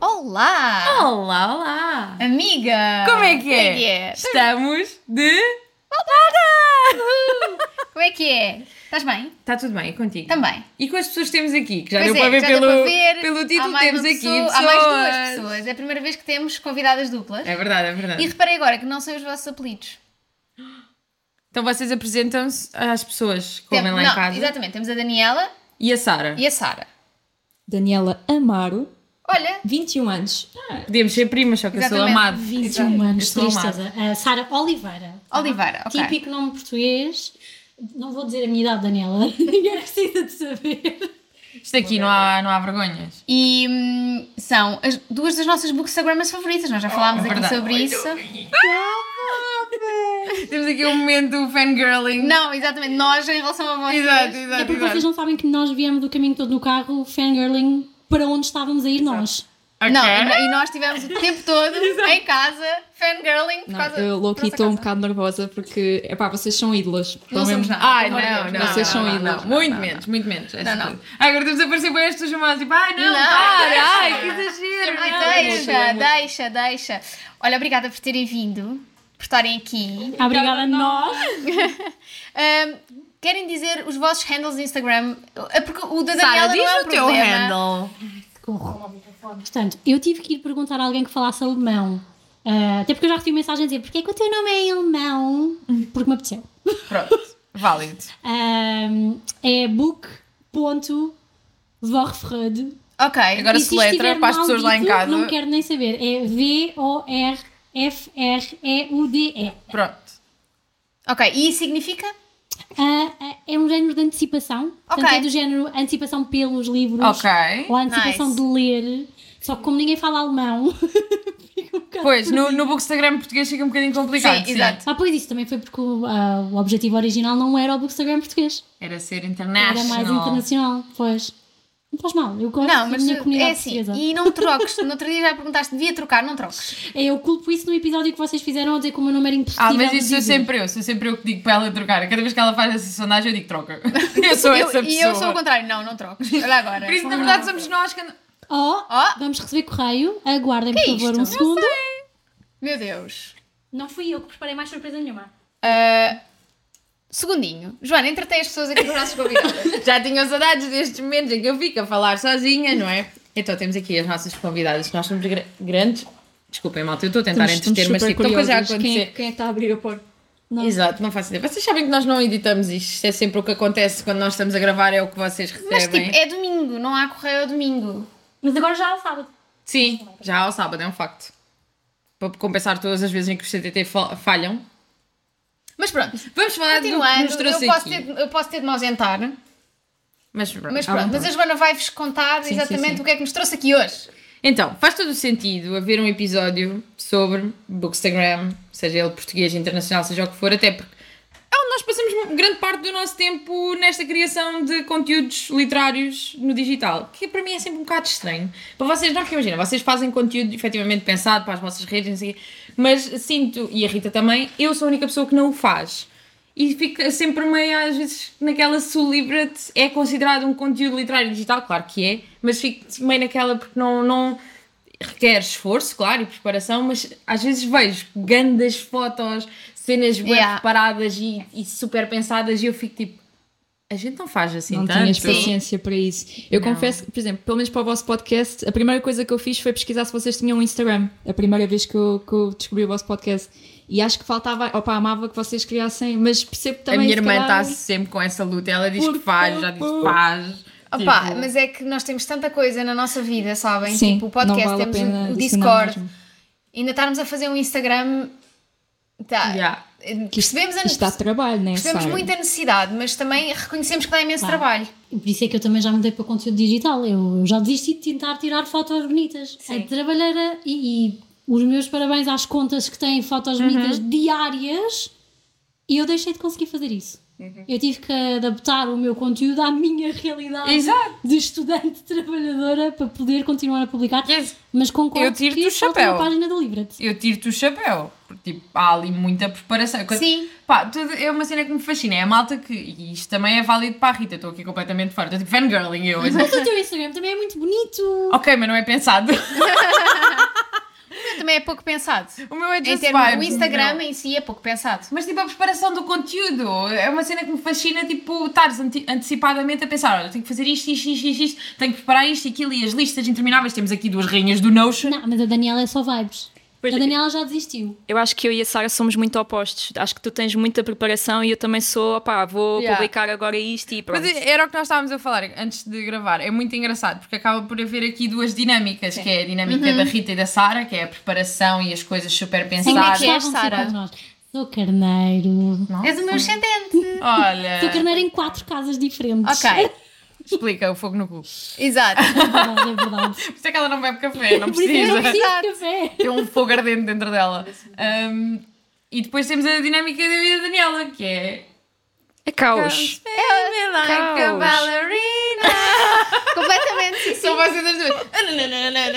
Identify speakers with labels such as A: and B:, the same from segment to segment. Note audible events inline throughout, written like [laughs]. A: Olá!
B: Olá, olá!
A: Amiga!
B: Como é que é?
A: Como é que é?
B: Estamos de.
A: Como é que é? Estás bem?
B: Está tudo bem, é contigo.
A: Também.
B: E com as pessoas que temos aqui, que já
A: Pois
B: deu
A: é,
B: para ver
A: já deu
B: pelo,
A: para ver.
B: pelo
A: Há
B: título,
A: mais
B: temos
A: uma
B: aqui
A: pessoa-
B: pessoas.
A: Há mais duas pessoas. É a primeira vez que temos convidadas duplas.
B: É verdade, é verdade.
A: E reparei agora que não sei os vossos apelidos.
B: Então vocês apresentam-se às pessoas que
A: Tem-
B: comem é lá
A: não,
B: em casa.
A: Exatamente, temos a Daniela
B: E a Sara.
A: e a Sara.
C: Daniela Amaro,
A: Olha,
C: 21 anos.
B: Podíamos ser primas, só que eu sou
A: Exatamente.
B: amado.
C: 21
B: Eu
C: anos,
B: sou
C: tristeza.
D: A Eh, Sara Oliveira.
A: Oliveira, ok.
D: Típico nome português. Não vou dizer a minha idade, Daniela. [laughs] Ninguém precisa de saber.
B: Isto aqui não há, não
A: [laughs]
B: há vergonhas.
A: e hum, são as duas das nossas bookstagrammas favoritas. Nós já falámos
B: é
A: aqui
B: verdade.
A: sobre isso.
B: Temos aqui um momento fangirling.
A: Não, exatamente, nós em relação a vocês.
B: Exato,
D: É
B: exato,
D: porque vocês
B: exato.
D: não sabem que nós viemos do caminho todo no carro, fangirling, para onde estávamos a ir nós.
B: Ok.
A: Não, e, e nós tivemos o tempo
B: [laughs]
A: todo em casa, fangirling, por
C: Não,
A: causa
C: eu louco
A: por
C: e
A: nossa
C: estou um
A: casa.
C: bocado nervosa porque, epá, vocês são ídolos.
A: Não somos nada.
B: Ai,
A: pelo amor
B: não,
A: de
B: não,
A: Deus.
C: Vocês
B: não,
C: são
B: não,
C: ídolos.
B: não, Muito menos, muito menos. é
A: Não, não.
B: tudo. Ai, agora estamos a aparecer para estas chamadas, tipo, ai, não,
A: Não.
B: para, ai, que exagero.
A: Ai,
B: não.
A: deixa, deixa, deixa. Olha, obrigada por terem vindo, por estarem aqui.
D: Obrigada a nós.
A: Ahm, querem dizer os vossos handles de Instagram? Ah, Porque o da Daniela
B: Sara,
A: não é
B: diz
A: um
B: o teu
A: problema.
B: handle.
D: Portanto, eu tive que ir perguntar a alguém que falasse alemão. Ah, até porque eu já recebi mensagem a dizer porque é que o teu nome é em alemão? Porque me apeteceu.
B: Pronto, válido.
D: Ah, é book.vorfred.
A: Ok,
B: Agora
D: E
B: se letra
D: estiver
B: para as pessoas lá em
D: maldito,
B: casa.
D: Não quero nem saber. É V-O-R-F-R-E-U-D-E.
B: Pronto.
A: ok. E isso significa?
D: Ah, ah, é um género de antecipação. Portanto,
A: Ok.
D: é do género antecipação pelos livros.
B: Ok.
D: Ou antecipação
A: Nice.
D: de ler. Só que como ninguém
A: [laughs]
D: fala alemão. fica um bocado
B: Pois,
D: perdido.
B: no, no Bookstagram português fica um bocadinho complicado.
A: Sim,
B: Sim,
A: exato.
D: Ah, pois isso também foi porque o, ah, o objetivo original não era o Bookstagram português.
B: Era ser
D: Era mais
B: international.
D: internacional. Pois. Não faz mal. Eu gosto
A: Não,
D: da
A: mas
D: minha comunidade
A: é assim.
D: portuguesa. É,
A: E não troques. No outro dia já perguntaste, devia trocar, não troques.
D: Eu culpo isso no episódio que vocês fizeram a dizer que o meu nome era impossível.
B: Ah, mas
D: de
B: isso sou
D: dizer.
B: sempre eu, sou sempre eu que digo para ela trocar. Cada vez que ela faz essa sondagem, eu digo troca. [laughs] Eu sou
A: Eu-
B: essa pessoa.
A: E eu sou o contrário, não, não troques. Olha agora.
B: Por isso, na verdade, somos nós que.
D: Oh,
A: Oh.
D: vamos receber correio. Aguardem, por favor,
A: isto?
D: um segundo.
A: Meu Deus.
D: Não fui eu que preparei mais surpresa nenhuma.
A: Ah, segundinho. Joana, entretém as pessoas aqui com os nossos
B: [laughs]
A: convidados.
B: Já tinham saudades destes momentos em que eu fico a falar sozinha, não é? Então temos aqui as nossas convidadas, que nós somos gra- grandes. Desculpem, malta, eu estou a tentar
C: Estamos-
B: entreter, mas
C: estamos super
B: tipo, estão coisa a
C: curiosas. Quem, é-
B: acontecer.
C: quem é que está a abrir a porta?
B: Exato, não faço ideia. Vocês sabem que nós não editamos isto, isto é sempre o que acontece quando nós estamos a gravar, é o que vocês recebem.
A: Mas tipo, é domingo, não há correio ao domingo.
D: Mas agora já é sábado.
B: Sim, já ao sábado, é um facto. Para compensar todas as vezes em que os CTT fa- falham.
A: Mas pronto,
B: Vamos falar do que nos
A: continuando,
B: trouxe
A: eu posso,
B: aqui.
A: ter, eu posso ter de me ausentar,
B: Mas pronto.
A: mas pronto, mas a Joana vai-vos contar
B: Ah, então. Sim,
A: exatamente
B: sim, sim.
A: o que é que nos trouxe aqui hoje.
B: Então, faz todo o sentido haver um episódio sobre Bookstagram, seja ele português, internacional, seja o que for, até porque é onde nós passamos grande parte do nosso tempo nesta criação de conteúdos literários no digital, que para mim é sempre um bocado estranho. Para vocês, não, porque imagina, vocês fazem conteúdo efetivamente pensado para as vossas redes, não sei, o quê, mas sinto, e a Rita também, eu sou a única pessoa que não o faz. E fica sempre meio, às vezes, naquela solibra-te, é considerado um conteúdo literário digital, claro que é, mas fico meio naquela porque não, não requer esforço, claro, e preparação, mas às vezes vejo grandes fotos, cenas bem
A: Yeah.
B: preparadas e, e super pensadas e eu fico tipo, a gente não faz assim
C: Não
B: tanto.
C: tinhas paciência para isso. Eu confesso que, por exemplo, pelo menos para o vosso podcast, a primeira coisa que eu fiz foi pesquisar se vocês tinham um Instagram. A primeira vez que eu, que eu descobri o vosso podcast. E acho que faltava, opa, amava que vocês criassem, mas percebo
B: a
C: também.
B: minha
C: se
B: irmã está
A: tá
C: calhar-
A: assim,
B: sempre com essa luta, ela diz
C: Por
B: que faz, já diz que
C: favor.
B: faz.
A: Opa,
B: Tipo,
A: mas é que nós temos tanta coisa na nossa vida, sabem?
C: Sim,
A: tipo, o podcast,
C: não vale a
A: temos
C: pena
A: o- o
C: adicionar
A: Discord,
C: mesmo.
A: ainda estarmos a fazer um Instagram,
C: Ah,
A: tá,
B: yeah.
A: percebemos, a,
C: Isto dá trabalho, né?
A: percebemos
C: Sara?
A: muita necessidade, mas também reconhecemos que dá imenso trabalho.
D: Por isso é que eu também já mudei para conteúdo digital. Eu, eu já desisti de tentar tirar fotos bonitas.
A: Sim.
D: A trabalheira e, e os meus parabéns
B: Uhum.
D: às contas que têm fotos bonitas diárias. E eu deixei de conseguir fazer isso.
B: Uhum.
D: Eu tive que adaptar o meu conteúdo à minha
C: ah,
D: realidade
B: Exato.
D: de estudante [laughs] trabalhadora para poder continuar a publicar.
B: Yes.
D: Mas concordo
B: Eu tiro-te
D: que
B: o
D: isso falta na
B: chapéu.
D: página da
B: [laughs]
D: Livra-te.
B: Eu tiro-te o chapéu. Porque, tipo, há ali muita preparação. Quando-
A: Sim.
B: Pá, tudo- é uma cena que me fascina. É a malta que. E isto também é válido para a Rita. Estou aqui completamente fora. Estou tipo fangirling eu.
A: [laughs]
D: Mas o teu Instagram também é muito bonito.
B: ok, mas não é pensado. [laughs]
A: Também é pouco pensado.
B: o meu é
A: Em
B: just
A: termos, o
B: vibes,
A: Instagram
B: não.
A: em si é pouco pensado.
B: Mas tipo, a preparação do conteúdo é uma cena que me fascina, tipo, estares ante- antecipadamente a pensar, olha, tenho que fazer isto, isto, isto, isto, isto, tenho que preparar isto, e aquilo e as listas intermináveis, temos aqui duas rainhas do Notion.
D: Não, mas a Daniela é só vibes.
E: Pois
D: a
E: é.
D: Daniela já desistiu.
E: Eu acho que eu e a Sara somos muito opostos. Acho que tu tens muita preparação e eu também sou, opá, vou
B: Yeah.
E: publicar agora isto e pronto.
B: Mas é, era o que nós estávamos a falar antes de gravar. É muito engraçado porque acaba por haver aqui duas dinâmicas, que é a dinâmica da Rita e da Sara, que é a preparação e as coisas super
A: Uhum. Sim, é
B: pensadas.
A: que é,
D: Gostavam de ser
A: Sara?
D: como assim nós. Sou carneiro.
A: És o meu
B: [laughs]
A: ascendente.
B: Olha,
D: Sou carneiro em quatro casas diferentes.
A: É. ok,
B: explica o fogo no cu. [laughs]
A: exato.
D: É verdade, é verdade.
A: [laughs]
B: Por isso é que ela não bebe café, não
D: Por isso eu
A: é
D: não
B: precisa.
D: preciso de café.
B: Tem um fogo ardente dentro dela. Ahm, e depois temos a dinâmica da vida da Daniela, que é
E: É caos.
A: Like a
E: Caos.
B: [laughs]
A: ballerina. Completamente, sim, sim.
B: São vocês as duas.
A: [laughs]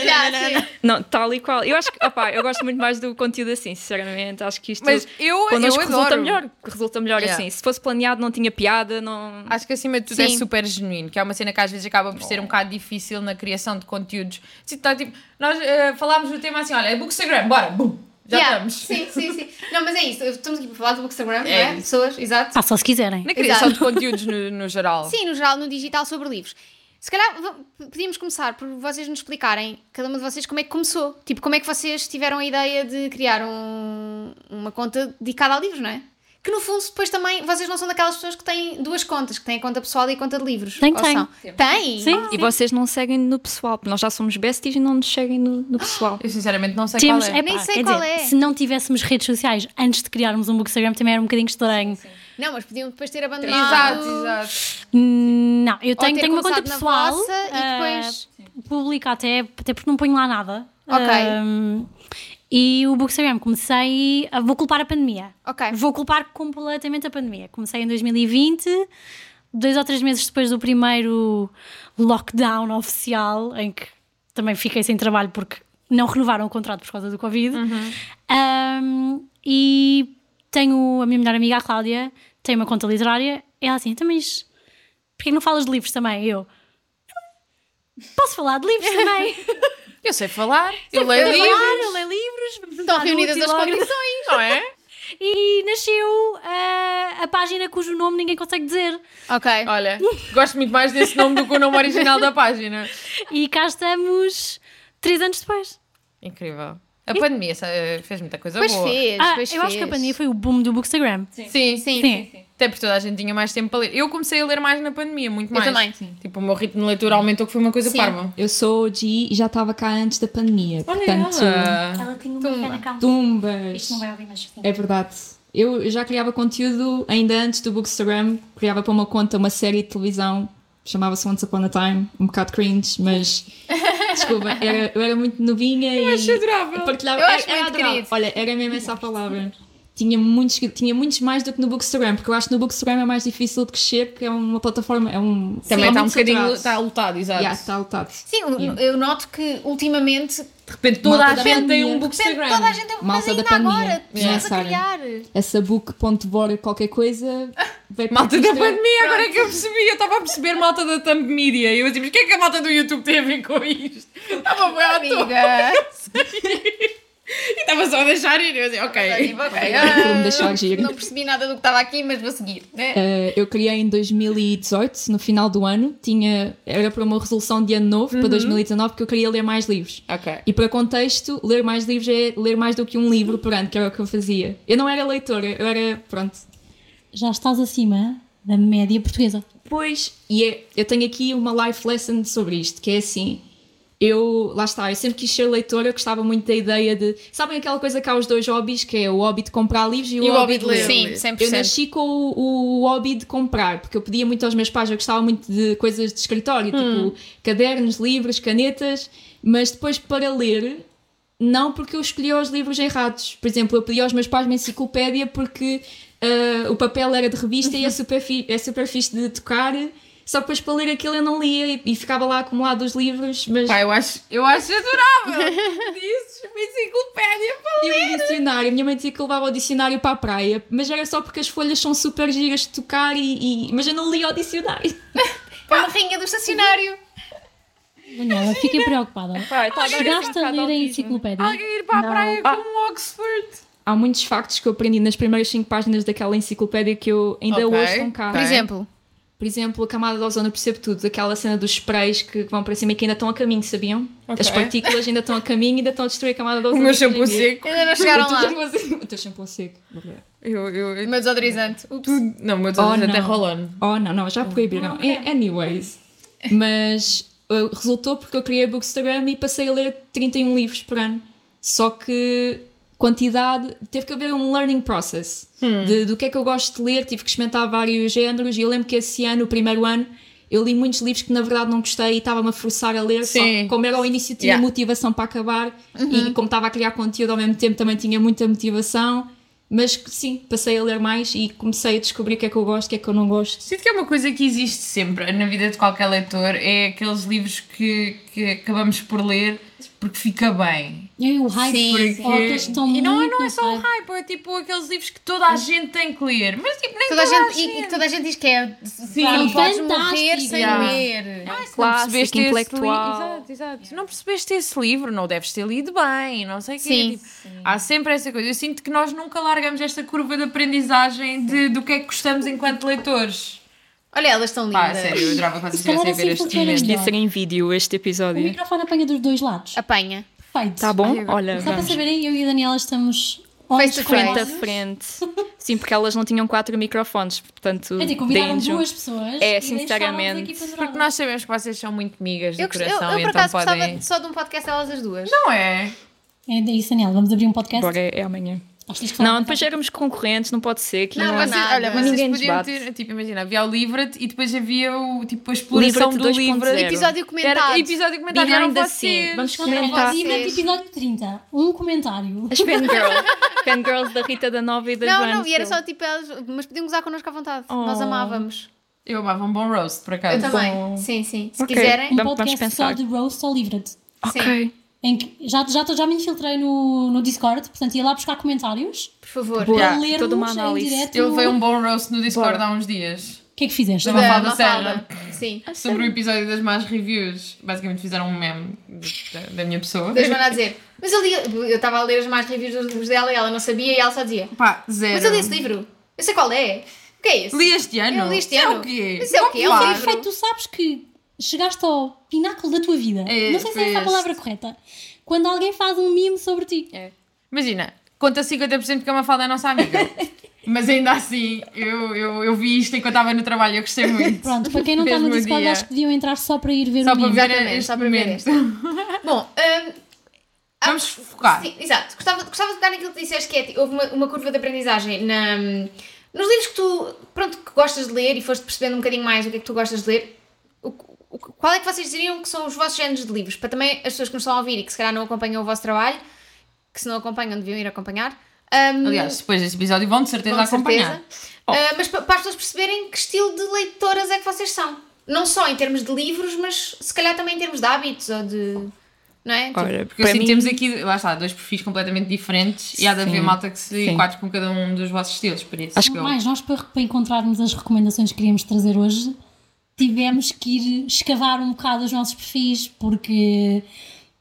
A: Já, sim.
E: Não, tal e qual. Eu acho que, opá, eu gosto muito mais do conteúdo assim, sinceramente. Acho que isto
B: Mas eu, eu
E: connosco
B: adoro.
E: resulta melhor. Resulta melhor
B: Yeah.
E: assim. Se fosse planeado, não tinha piada, não.
B: Acho que acima de tudo é
E: Sim.
B: super genuíno, que é uma cena que às vezes acaba por ser um bocado difícil na criação de conteúdos. Se tá, tipo, nós eh, falámos do tema assim, olha, é Bookstagram, bora, bum, já
A: Yeah,
B: estamos.
A: Sim, sim, sim. Não, mas é isso. Estamos aqui para falar do Bookstagram, não é?
B: É.
A: Pessoas, exato.
D: Ah, só se quiserem.
B: Na criação
A: Exato.
B: de conteúdos no, no geral.
A: Sim, no geral, no digital, sobre livros. Se calhar v- podíamos começar por vocês nos explicarem, cada uma de vocês, como é que começou. Tipo, como é que vocês tiveram a ideia de criar um- uma conta dedicada a livros, não é? Que no fundo, depois também, vocês não são daquelas pessoas que têm duas contas, que têm a conta pessoal e a conta de livros.
D: Tem,
A: ou
D: tem.
A: são? Tem?
D: Sim.
E: E vocês não seguem no pessoal, porque nós já somos besties e não nos seguem no, no pessoal.
B: Eu sinceramente não sei
D: Temos,
B: qual é.
D: epá,
A: Nem sei
D: quer
A: qual
D: dizer,
A: é.
D: Se não tivéssemos redes sociais antes de criarmos um Bookstagram também era um bocadinho estranho.
A: Não, mas podiam depois ter abandonado.
B: Exato, exato.
D: Hum, Não, eu
A: Ou
D: tenho,
A: ter
D: tenho uma conta
A: começado na
D: pessoal.
A: vossa e depois-
D: eh, Publico até, até porque não ponho lá nada.
A: Ok.
D: Ahm, e o Bookstagram comecei. a- Vou culpar a pandemia.
A: Ok.
D: Vou culpar completamente a pandemia. Comecei em 2020, dois ou três meses depois do primeiro lockdown oficial, em que também fiquei sem trabalho porque não renovaram o contrato por causa do Covid.
B: Uhum.
D: Um, e tenho a minha melhor amiga, a Cláudia, tem uma conta literária. E ela assim, então, mas porquê que não falas de livros também? E Eu. Posso falar de livros também?
B: Eu sei falar, [laughs] eu leio
D: Posso
B: livros,
D: falar, eu leio livros. vamos
A: Estão
D: dar
A: reunidas
D: útil
A: as
D: ao
A: condições.
B: não é?
D: e nasceu ah, a página cujo nome ninguém consegue dizer.
A: Ok.
B: Olha, gosto muito mais desse nome do que o nome original da página.
D: E cá estamos três anos depois.
B: Incrível. A pandemia eh, fez muita coisa
A: Depois
B: boa.
A: fez,
D: Ah, eu
A: depois fez.
D: acho que a pandemia foi o boom do Bookstagram. Sim.
B: Sim, sim.
D: Sim.
B: Até porque toda a gente tinha mais tempo para ler. Eu comecei a ler mais na pandemia, muito mais.
A: também.
B: Tipo, o meu ritmo de leitura aumentou, que foi uma coisa
A: Sim.
B: parva.
C: Eu sou o G e já estava cá antes da pandemia. portanto,
B: ela.
D: Ela tinha uma pequena calma.
C: tumbas.
D: vai ouvir, mas sim.
C: É verdade. Eu já criava conteúdo ainda antes do Bookstagram. Criava para uma conta uma série de televisão. Chamava-se Once Upon a Time. Um bocado cringe,
B: [laughs]
C: mas... Desculpa, era- eu era muito novinha e...
B: adorável.
C: partilhava.
A: Eu
C: era-
A: acho
C: era
A: muito
C: adorável.
A: querido.
C: Olha, era mesmo essa a palavra. Tinha muitos, tinha muitos mais do que no Bookstagram, porque eu acho que no Bookstagram é mais difícil de crescer, porque é uma plataforma, é um...
B: Também
C: é
B: está um
C: muito
B: bocadinho um
C: saturado.
B: está lutado, exato.
C: Yeah, está lotado.
A: Sim, eu- eu noto que ultimamente
B: De repente toda a
C: tá. Malta da
B: gente tem um
C: pandemia.
B: bookstagram.
A: toda a gente tá tem mas
C: Malta
A: ainda
C: da pandemia.
A: agora,
C: Yeah,
A: pessoas a
C: Sara.
A: criar.
C: Essa book.bora qualquer coisa... Veio para
B: Malta
C: o
B: da
C: Bookstagram.
B: pandemia, agora é que eu percebi. Eu estava a perceber malta da Thumb Media. E eu tipo, o que é que a malta do YouTube tem a ver com isto? Estava bem à toa.
A: Amiga.
B: E estava só a deixar ir. Eu assim, ok.
C: Obrigada por me deixar
A: ok.
C: agir.
A: ah, Não percebi nada do que estava aqui, mas vou seguir. né?
C: Uh, eu criei em 2018, no final do ano. Tinha, era para uma resolução de ano novo, para 2019, porque eu queria ler mais livros.
B: Ok.
C: E para contexto, ler mais livros é ler mais do que um livro por ano, que era o que eu fazia. Eu não era leitora, eu era, pronto.
D: Já estás acima da média portuguesa.
C: Pois, e é- eu tenho aqui uma life lesson sobre isto, que é assim... Eu, lá está, eu sempre quis ser leitora, eu gostava muito da ideia de... Sabem aquela coisa que há os dois hobbies, que é o hobby de comprar livros e o, hobby de ler?
B: Sim,
C: Eu
B: 100%.
C: nasci com o, o hobby de comprar, porque eu pedia muito aos meus pais, eu gostava muito de coisas de escritório, tipo cadernos, livros, canetas, mas depois para ler, não porque eu escolhia os livros errados. Por exemplo, eu pedi aos meus pais uma enciclopédia porque ah, o papel era de revista e é super, fi, é super fixe de tocar. Só que depois para ler aquilo eu não lia e, e ficava lá acumulado os livros, mas
B: Pá, eu acho, eu acho
C: [laughs]
B: adorável. Dizes uma enciclopédia, pá.
C: e o um dicionário. A minha mãe dizia que eu levava o dicionário para a praia, mas era só porque as folhas são super giras de tocar e, e- mas eu não lia o dicionário.
A: É uma rainha do estacionário.
D: Daniela, fiquei preocupada.
F: Pá, tá a dar
D: Chegaste
F: um
D: a
F: bocado
D: ler a
F: autismo.
D: enciclopédia.
B: Alguém ir para a praia com um Oxford.
C: Há muitos factos que eu aprendi nas primeiras cinco páginas daquela enciclopédia que eu ainda
B: Ok.
C: hoje estão cá.
A: Por exemplo,
C: Por exemplo, a camada de ozono, eu percebo tudo. Aquela cena dos sprays que que vão para cima e que ainda estão a caminho, sabiam?
B: Ok.
C: As partículas ainda estão a caminho e ainda estão a destruir a camada de
B: O
C: ozono. [laughs]
B: meu
C: que hoje em
B: shampoo
C: dia-
B: seco.
A: ainda não chegaram
C: O teu
A: lá.
C: shampoo seco. O teu shampoo seco.
B: Eu, eu, eu-
A: O meu desodorizante. Ups.
B: tudo- Não, o meu
C: Oh,
B: desejo até
C: não.
B: roll-on.
C: Oh, não, não, já proibiram. A- Anyways. Mas uh, resultou porque eu criei a Bookstagram e passei a ler 31 livros por ano. Só que quantidade, teve que haver um learning process
B: Hum.
C: de, do que é que eu gosto de ler, tive que experimentar vários géneros e eu lembro que esse ano, o primeiro ano, eu li muitos livros que na verdade não gostei e estava-me a forçar a ler, só
B: Sim.
C: que como era o início tinha
B: Yeah. Uhum.
C: motivação para acabar e como estava a criar conteúdo ao mesmo tempo também tinha muita motivação, mas sim, passei a ler mais e comecei a descobrir o que é que eu gosto, o que é que eu não gosto.
B: Sinto que é uma coisa que existe sempre na vida de qualquer leitor, é aqueles livros que, que acabamos por ler porque fica bem.
D: E o hype
A: Sim,
D: por
A: sim.
D: fotos estão
B: e não,
D: muito
B: não é só o
D: hype.
B: hype, é tipo aqueles livros que toda a gente tem que ler. Mas tipo, nem
A: Toda a gente, e- E
B: gente.
A: toda a gente diz que é. Sim,
D: São
A: não podes
D: fantásticos.
A: morrer sem
B: Yeah.
A: ler.
F: Clássico,
B: percebeste esse
F: intelectual.
B: livro- Exato, exato. Não percebeste esse livro, não deves ter lido bem, não sei o quê.
A: Sim.
B: Tipo, Há sempre essa coisa. Eu sinto que nós nunca largamos esta curva de aprendizagem de, do que é que gostamos enquanto leitores.
A: Olha, elas estão lindas.
B: Pá, sério, eu adorava fazer
D: Se calhar
B: isso
D: assim
B: ver este
D: funciona
B: momento.
D: melhor.
F: Devia ser em vídeo este
D: O
F: episódio.
D: microfone apanha dos dois lados.
A: Apanha.
D: Perfeito.
F: Tá bom? Olha,
D: Só para
F: vamos.
D: saberem, eu e a Daniela estamos olhos
A: Face to
D: com
A: face.
F: Frente a
D: olhos.
F: frente. Sim, porque elas não tinham quatro microfones, portanto.
D: Quer dizer, convidaram
F: deem-nos um.
D: duas pessoas.
F: É,
D: e deixaram-nos
F: sinceramente.
D: aqui penduradas.
B: Porque nós sabemos que vocês são muito migas do
A: Eu, gost- eu,
B: coração,
A: eu, por
B: então
A: acaso
B: podem.
A: gostava só de um podcast delas as duas.
B: Não é?
D: É isso, Daniela. Vamos abrir um podcast.
F: Bora, é amanhã.
D: Acho que tens que falar
F: Não,
D: com
F: depois
D: a
F: éramos concorrentes, não pode ser. Que
A: Ah, Não,
F: não,
A: mas-
B: vocês,
A: nada.
B: olha, vocês
F: Ninguém
B: podiam
F: desbate.
B: ter, tipo, imagina, havia o Livret e depois havia o, tipo, a exploração
F: Livret
B: do Livret.
F: 2.0.
A: Episódio comentado.
B: Era episódio comentado,
F: Behind
B: eram
F: the
B: vocês.
F: scene. Vamos
D: Daniela.
F: comentar.
D: E mete episódio 30. Um comentário.
F: As fangirls. fangirls da Rita da Nova e da
A: Não,
F: Joana.
A: não, e era
F: Silva.
A: só tipo elas, mas podiam usar connosco à vontade. Nós
B: Oh.
A: amávamos.
B: Eu amava um bom roast, por acaso.
A: Eu também. Sim, sim. Se
F: Ok.
A: quiserem.
D: Um
F: Vamos- vamos
D: podcast só
F: pensar.
D: de roast ou livre-te.
A: Sim,
F: Ok.
D: Em que já, já, já me infiltrei no, no Discord, portanto ia lá buscar comentários
A: por favor.
B: Boa.
D: para
B: Yeah,
D: lermos
F: toda uma
D: em
F: análise.
D: direto.
B: Eu levei um bom roast no Discord
F: Bora.
B: há uns dias.
D: O que é que fizeste?
B: Da
A: Da
B: Mafalda
A: Mafalda. Sim.
B: Sobre o episódio das más reviews. Basicamente fizeram um meme de- da, da minha pessoa.
A: Da Joana a dizer. Mas eu li- eu estava a ler as mais reviews dos livros dela e ela não sabia e ela só dizia.
B: Pá, zero.
A: Mas eu li esse livro. Eu sei qual é. O que é isso?
B: Li este ano.
A: Eu li este
B: Isso
A: ano.
B: É o quê?
A: Isso é o quê? É um
B: Popular.
D: Em efeito, tu sabes que chegaste ao pináculo da tua vida.
B: É,
D: não sei se é essa
B: foi
D: a palavra correta. Quando alguém faz um mimo sobre ti.
F: É.
B: Imagina, conta 50% que a Mafalda é a nossa amiga. Mas ainda assim, eu, eu, eu vi isto enquanto estava no trabalho, eu gostei muito.
D: [laughs] Pronto, para
F: [laughs]
D: quem não está no
B: Fez-me o
D: Discord,
B: dia.
D: acho que deviam entrar só para ir ver
B: Só
D: o
B: para
D: mimo.
B: ver
A: Exatamente,
B: este
A: só para ver
B: momento.
A: Bom, hum,
B: Vamos focar.
A: Sim, exato. Gostava, gostava de pegar naquilo que disseste que é, ti- houve uma, uma curva de aprendizagem na, nos livros que tu, pronto, que gostas de ler e foste percebendo um bocadinho mais o que é que tu gostas de ler. O- o- qual é que vocês diriam que são os vossos géneros de livros? Para também as pessoas que nos estão a ouvir e que se calhar não acompanham o vosso trabalho, que se não acompanham deviam ir acompanhar. Hum,
B: Aliás, depois deste episódio vão de certeza
A: com
B: acompanhar. Oh.
A: certeza. Ah, mas pa- para as pessoas perceberem que estilo de leitoras é que vocês são. Não só em termos de livros, mas se calhar também em termos de hábitos ou de. Não é? Tipo,
F: Olha,
B: Porque assim
F: para mim-
B: temos aqui, lá está, dois perfis completamente diferentes e há de haver
F: Sim,
B: malta que se
F: sim.
B: enquadre com cada um dos vossos estilos, por isso.
F: Acho
B: que eu-
D: Mais, nós para, para encontrarmos as recomendações que queríamos trazer hoje, tivemos que ir escavar um bocado os nossos perfis, porque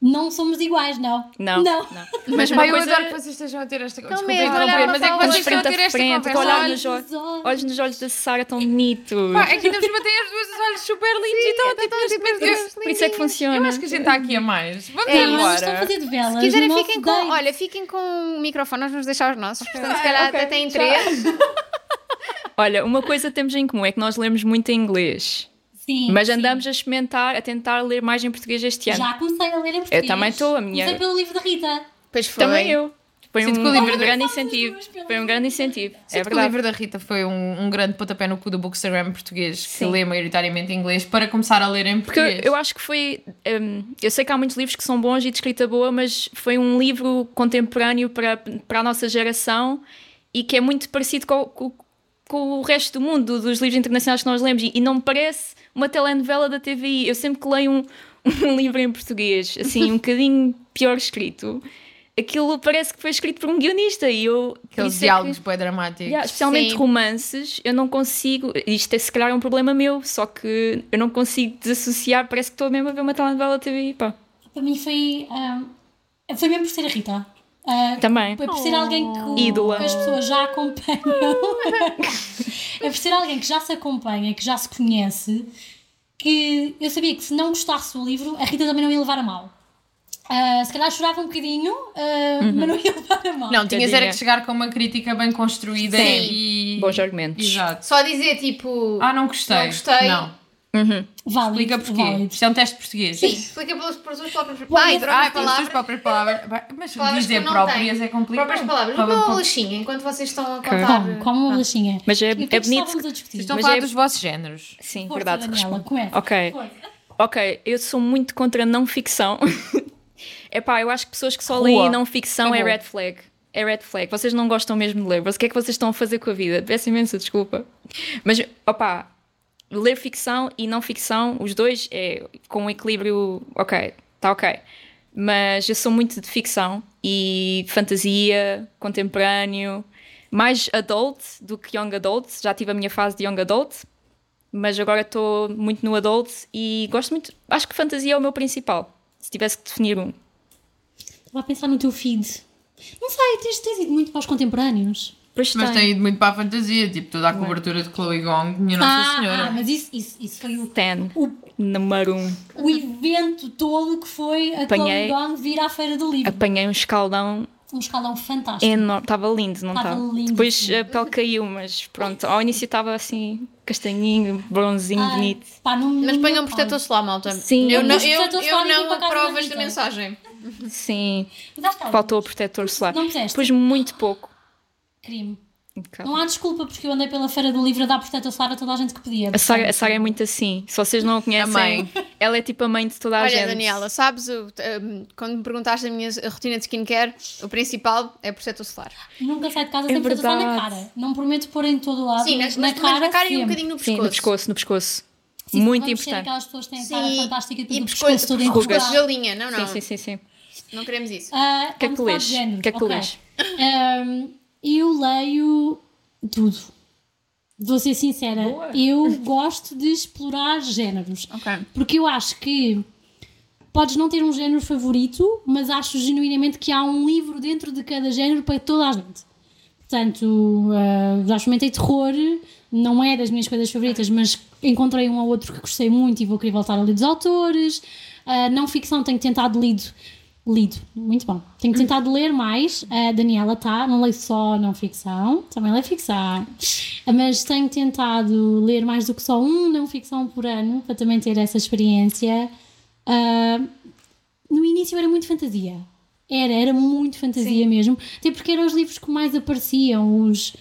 D: não somos iguais, não.
F: Não.
D: Não.
B: Mas
F: uma
B: pá, eu
F: coisa-
B: adoro que vocês estejam a ter esta conversa.
A: mesmo,
B: Desculpa
A: olha,
B: interromper, mas é que
A: Mafalda,
B: vocês estão a
F: frente
B: ter
F: a
B: esta
F: frente,
B: conversa.
F: olhar
B: Olha,
F: nos olhos. Olhos nos olhos da Sara tão bonitos.
B: pá, é que ainda por cima têm as duas as olhos super lindos e estão a ter neste momento. Eu-
C: assim.
F: Por isso é que funciona.
B: Eu acho que a gente está aqui a mais. Vamos
A: É,
D: Eles
B: embora.
D: Tá, estão a fazer de velas.
A: Se quiserem,
D: no nosso
A: fiquem com.
D: date.
A: Olha, fiquem com o microfone, nós vamos deixar os nossos. Portanto, se calhar até têm três.
F: Olha, uma coisa que temos em comum é que nós lemos muito em inglês.
D: Sim,
F: Mas
D: sim.
F: andamos a experimentar, a tentar ler mais em português este ano.
D: Já comecei a ler em português.
F: também estou, a minha-
D: Comecei pelo livro da Rita.
A: Pois foi.
F: Também eu. Foi
B: Sinto
F: um,
B: que o livro
F: um
B: da-
F: grande
D: Fomos as
F: incentivo.
D: duas pelo
F: Foi um grande incentivo.
B: Sinto
F: é
B: que o
F: verdade.
B: livro da Rita foi um, um grande pontapé no cu do bookstagram português, que lê maioritariamente em inglês, para começar a ler em
F: Porque eu,
B: português.
F: eu acho que foi. hum, eu sei que há muitos livros que são bons e de escrita boa, mas foi um livro contemporâneo para, para a nossa geração
C: e que é muito parecido com, com- com o resto do mundo, dos livros internacionais que nós lemos, e, e não me parece uma telenovela da TVI. Eu sempre que leio um, [laughs] um livro em português,
B: [laughs]
C: assim, um bocadinho pior escrito, aquilo parece que foi escrito por um guionista, e eu... por
B: Aqueles
C: isso é que-
B: diálogos bem dramáticos.
C: Yeah, especialmente
A: Sim.
C: romances, eu não consigo. Isto é se calhar um problema meu, só que eu não consigo desassociar. Parece que estou mesmo a ver uma telenovela TV. Pá.
D: Para mim foi. ah, foi mesmo por ser a Rita. Ah,
C: Também.
D: Foi por ser alguém
B: Oh.
D: que,
C: Ídola.
D: que as pessoas já acompanham. [laughs] é por ser alguém que já se acompanha, que já se conhece, que eu sabia que se não gostasse do livro, a Rita também não ia levar a mal. Ah, se calhar chorava um bocadinho, ah, mas não ia levar a mal.
B: Uhum. Não, tinhas era
C: Tadinha.
B: que chegar com uma crítica bem construída
A: Sim.
B: e.
C: é Bons argumentos.
B: Exato.
A: Só dizer tipo.
B: Ah, não gostei.
A: Não gostei.
B: Não.
D: Válido,
B: Explica porquê.
D: válido.
B: Isto é um teste português.
A: Sim, explica pelas, pelas suas próprias
B: Ai,
A: Ai,
B: ai,
A: próprias
B: pelas suas
A: palavras.
B: próprias palavras. Vai, Mas
A: Palavras que
B: dizer
A: eu não
B: próprias
A: tenho.
B: é complicado.
A: Próprias palavras.
B: Própria-
A: Uma bolachinha enquanto vocês estão a contar.
D: Como, como uma bolachinha.
C: Mas é,
D: E o que
C: é
D: que
C: bonito.
D: estávamos
C: que-
D: a discutir?
B: Estão a
C: Mas
B: falar
C: é-
B: dos vossos géneros.
C: [laughs] Sim,
D: Força,
C: verdade.
D: Daniela,
C: responde.
D: começa.
C: Ok.
D: Força.
C: Ok, eu sou muito contra a não ficção. [laughs] É pá, eu acho que pessoas que só
B: Rua.
C: leem não ficção
B: É
C: é,
B: bom.
C: red flag. É red flag. Vocês não gostam mesmo de ler. Mas O que é que vocês estão a fazer com a vida? Peço imensa desculpa. Mas, opá, ler ficção e não ficção, os dois, é com um equilíbrio. Ok, tá ok. Mas eu sou muito de ficção e fantasia, contemporâneo, mais adult do que young adult. Já tive a minha fase de young adult mas agora estou muito no adult e gosto muito. Acho que fantasia é o meu principal, se tivesse que definir um.
D: Estava a pensar no teu feed. Não sei, tens, tens ido muito para os contemporâneos.
C: Pois
B: Mas
C: tem.
B: tem ido muito para a fantasia, tipo toda a cobertura de Chloe Gong, minha Nossa
D: ah,
B: Senhora.
D: ah, mas isso, isso, isso foi o,
C: Ten,
D: o
C: número um.
D: o evento todo que foi a
C: Apanhei.
D: Comic-Con vir à Feira do Livro.
C: Apanhei um escaldão
D: Um escalão fantástico.
C: enorme. Estava lindo, não
D: Tava
C: estava?
D: lindo.
C: Depois eh, a pele caiu, mas pronto. Ao início estava assim, castanhinho, bronzinho,
D: Ai,
C: bonito.
D: Ah, pá, não-
A: Mas
D: não-
A: ponham um
D: não-
A: protetor solar, malta.
C: Sim.
A: eu não,
D: Os
A: eu,
D: protetores
A: eu
D: solar
A: não
D: vêm para casa
A: aprovo
D: da
A: esta
D: Rita.
A: mensagem.
C: Sim,
D: Mas lá está,
C: faltou o protetor solar.
D: Não puseste?
C: Depois muito pouco. Um
D: Crime.
C: Ok.
D: Não há desculpa, porque eu andei pela Feira do Livro a dar protetor solar a toda a gente que podia.
C: A Sara, a Sara é muito assim. Se vocês não a conhecem,
B: mãe.
C: ela é tipo a mãe de toda a
A: Olha,
C: gente.
A: Daniela, sabes, eu, um, quando me perguntaste a minha rotina de skincare, o principal é protetor solar.
D: Nunca sai de casa sem
C: É
D: protetor solar na
C: verdade.
D: cara. Não prometo pôr em todo o lado.
A: Sim, mas,
D: mas Ah, na,
A: mas,
D: cara,
A: mas na cara e um
D: sempre.
A: bocadinho no pescoço.
C: Sim, no pescoço, no pescoço.
D: Sim,
C: muito
D: vamos ser
C: importante.
D: Aquelas pessoas que têm a cara
A: Sim,
D: fantástica e
A: e
D: depois o
A: pescoço,
D: pescoço todo enrugado.
A: de galinha. Não, não,
C: Sim, sim, sim, sim.
A: não queremos isso.
D: Ah,
C: O que é que tu
D: vamos
C: lês?
D: falar de
C: O que é que tu
D: género,
C: lês?
D: ok. Ahm, eu leio tudo. Vou ser sincera. Eu gosto de explorar géneros. Porque eu acho que podes não ter um género favorito, mas acho genuinamente que há um livro dentro de cada género para toda a gente. Portanto, ah, já experimentei terror, não é das minhas coisas favoritas, mas encontrei um ou outro que gostei muito e vou querer voltar a ler dos autores. Ah, não ficção, tenho tentado lido. Lido, muito bom. Tenho tentado ler mais. A Daniela tá, não leio só não ficção, também leio ficção. Mas tenho tentado ler mais do que só um não ficção por ano, para também ter essa experiência. Ah, no início era muito fantasia. Era, era muito fantasia mesmo. Até porque eram os livros que mais apareciam, os.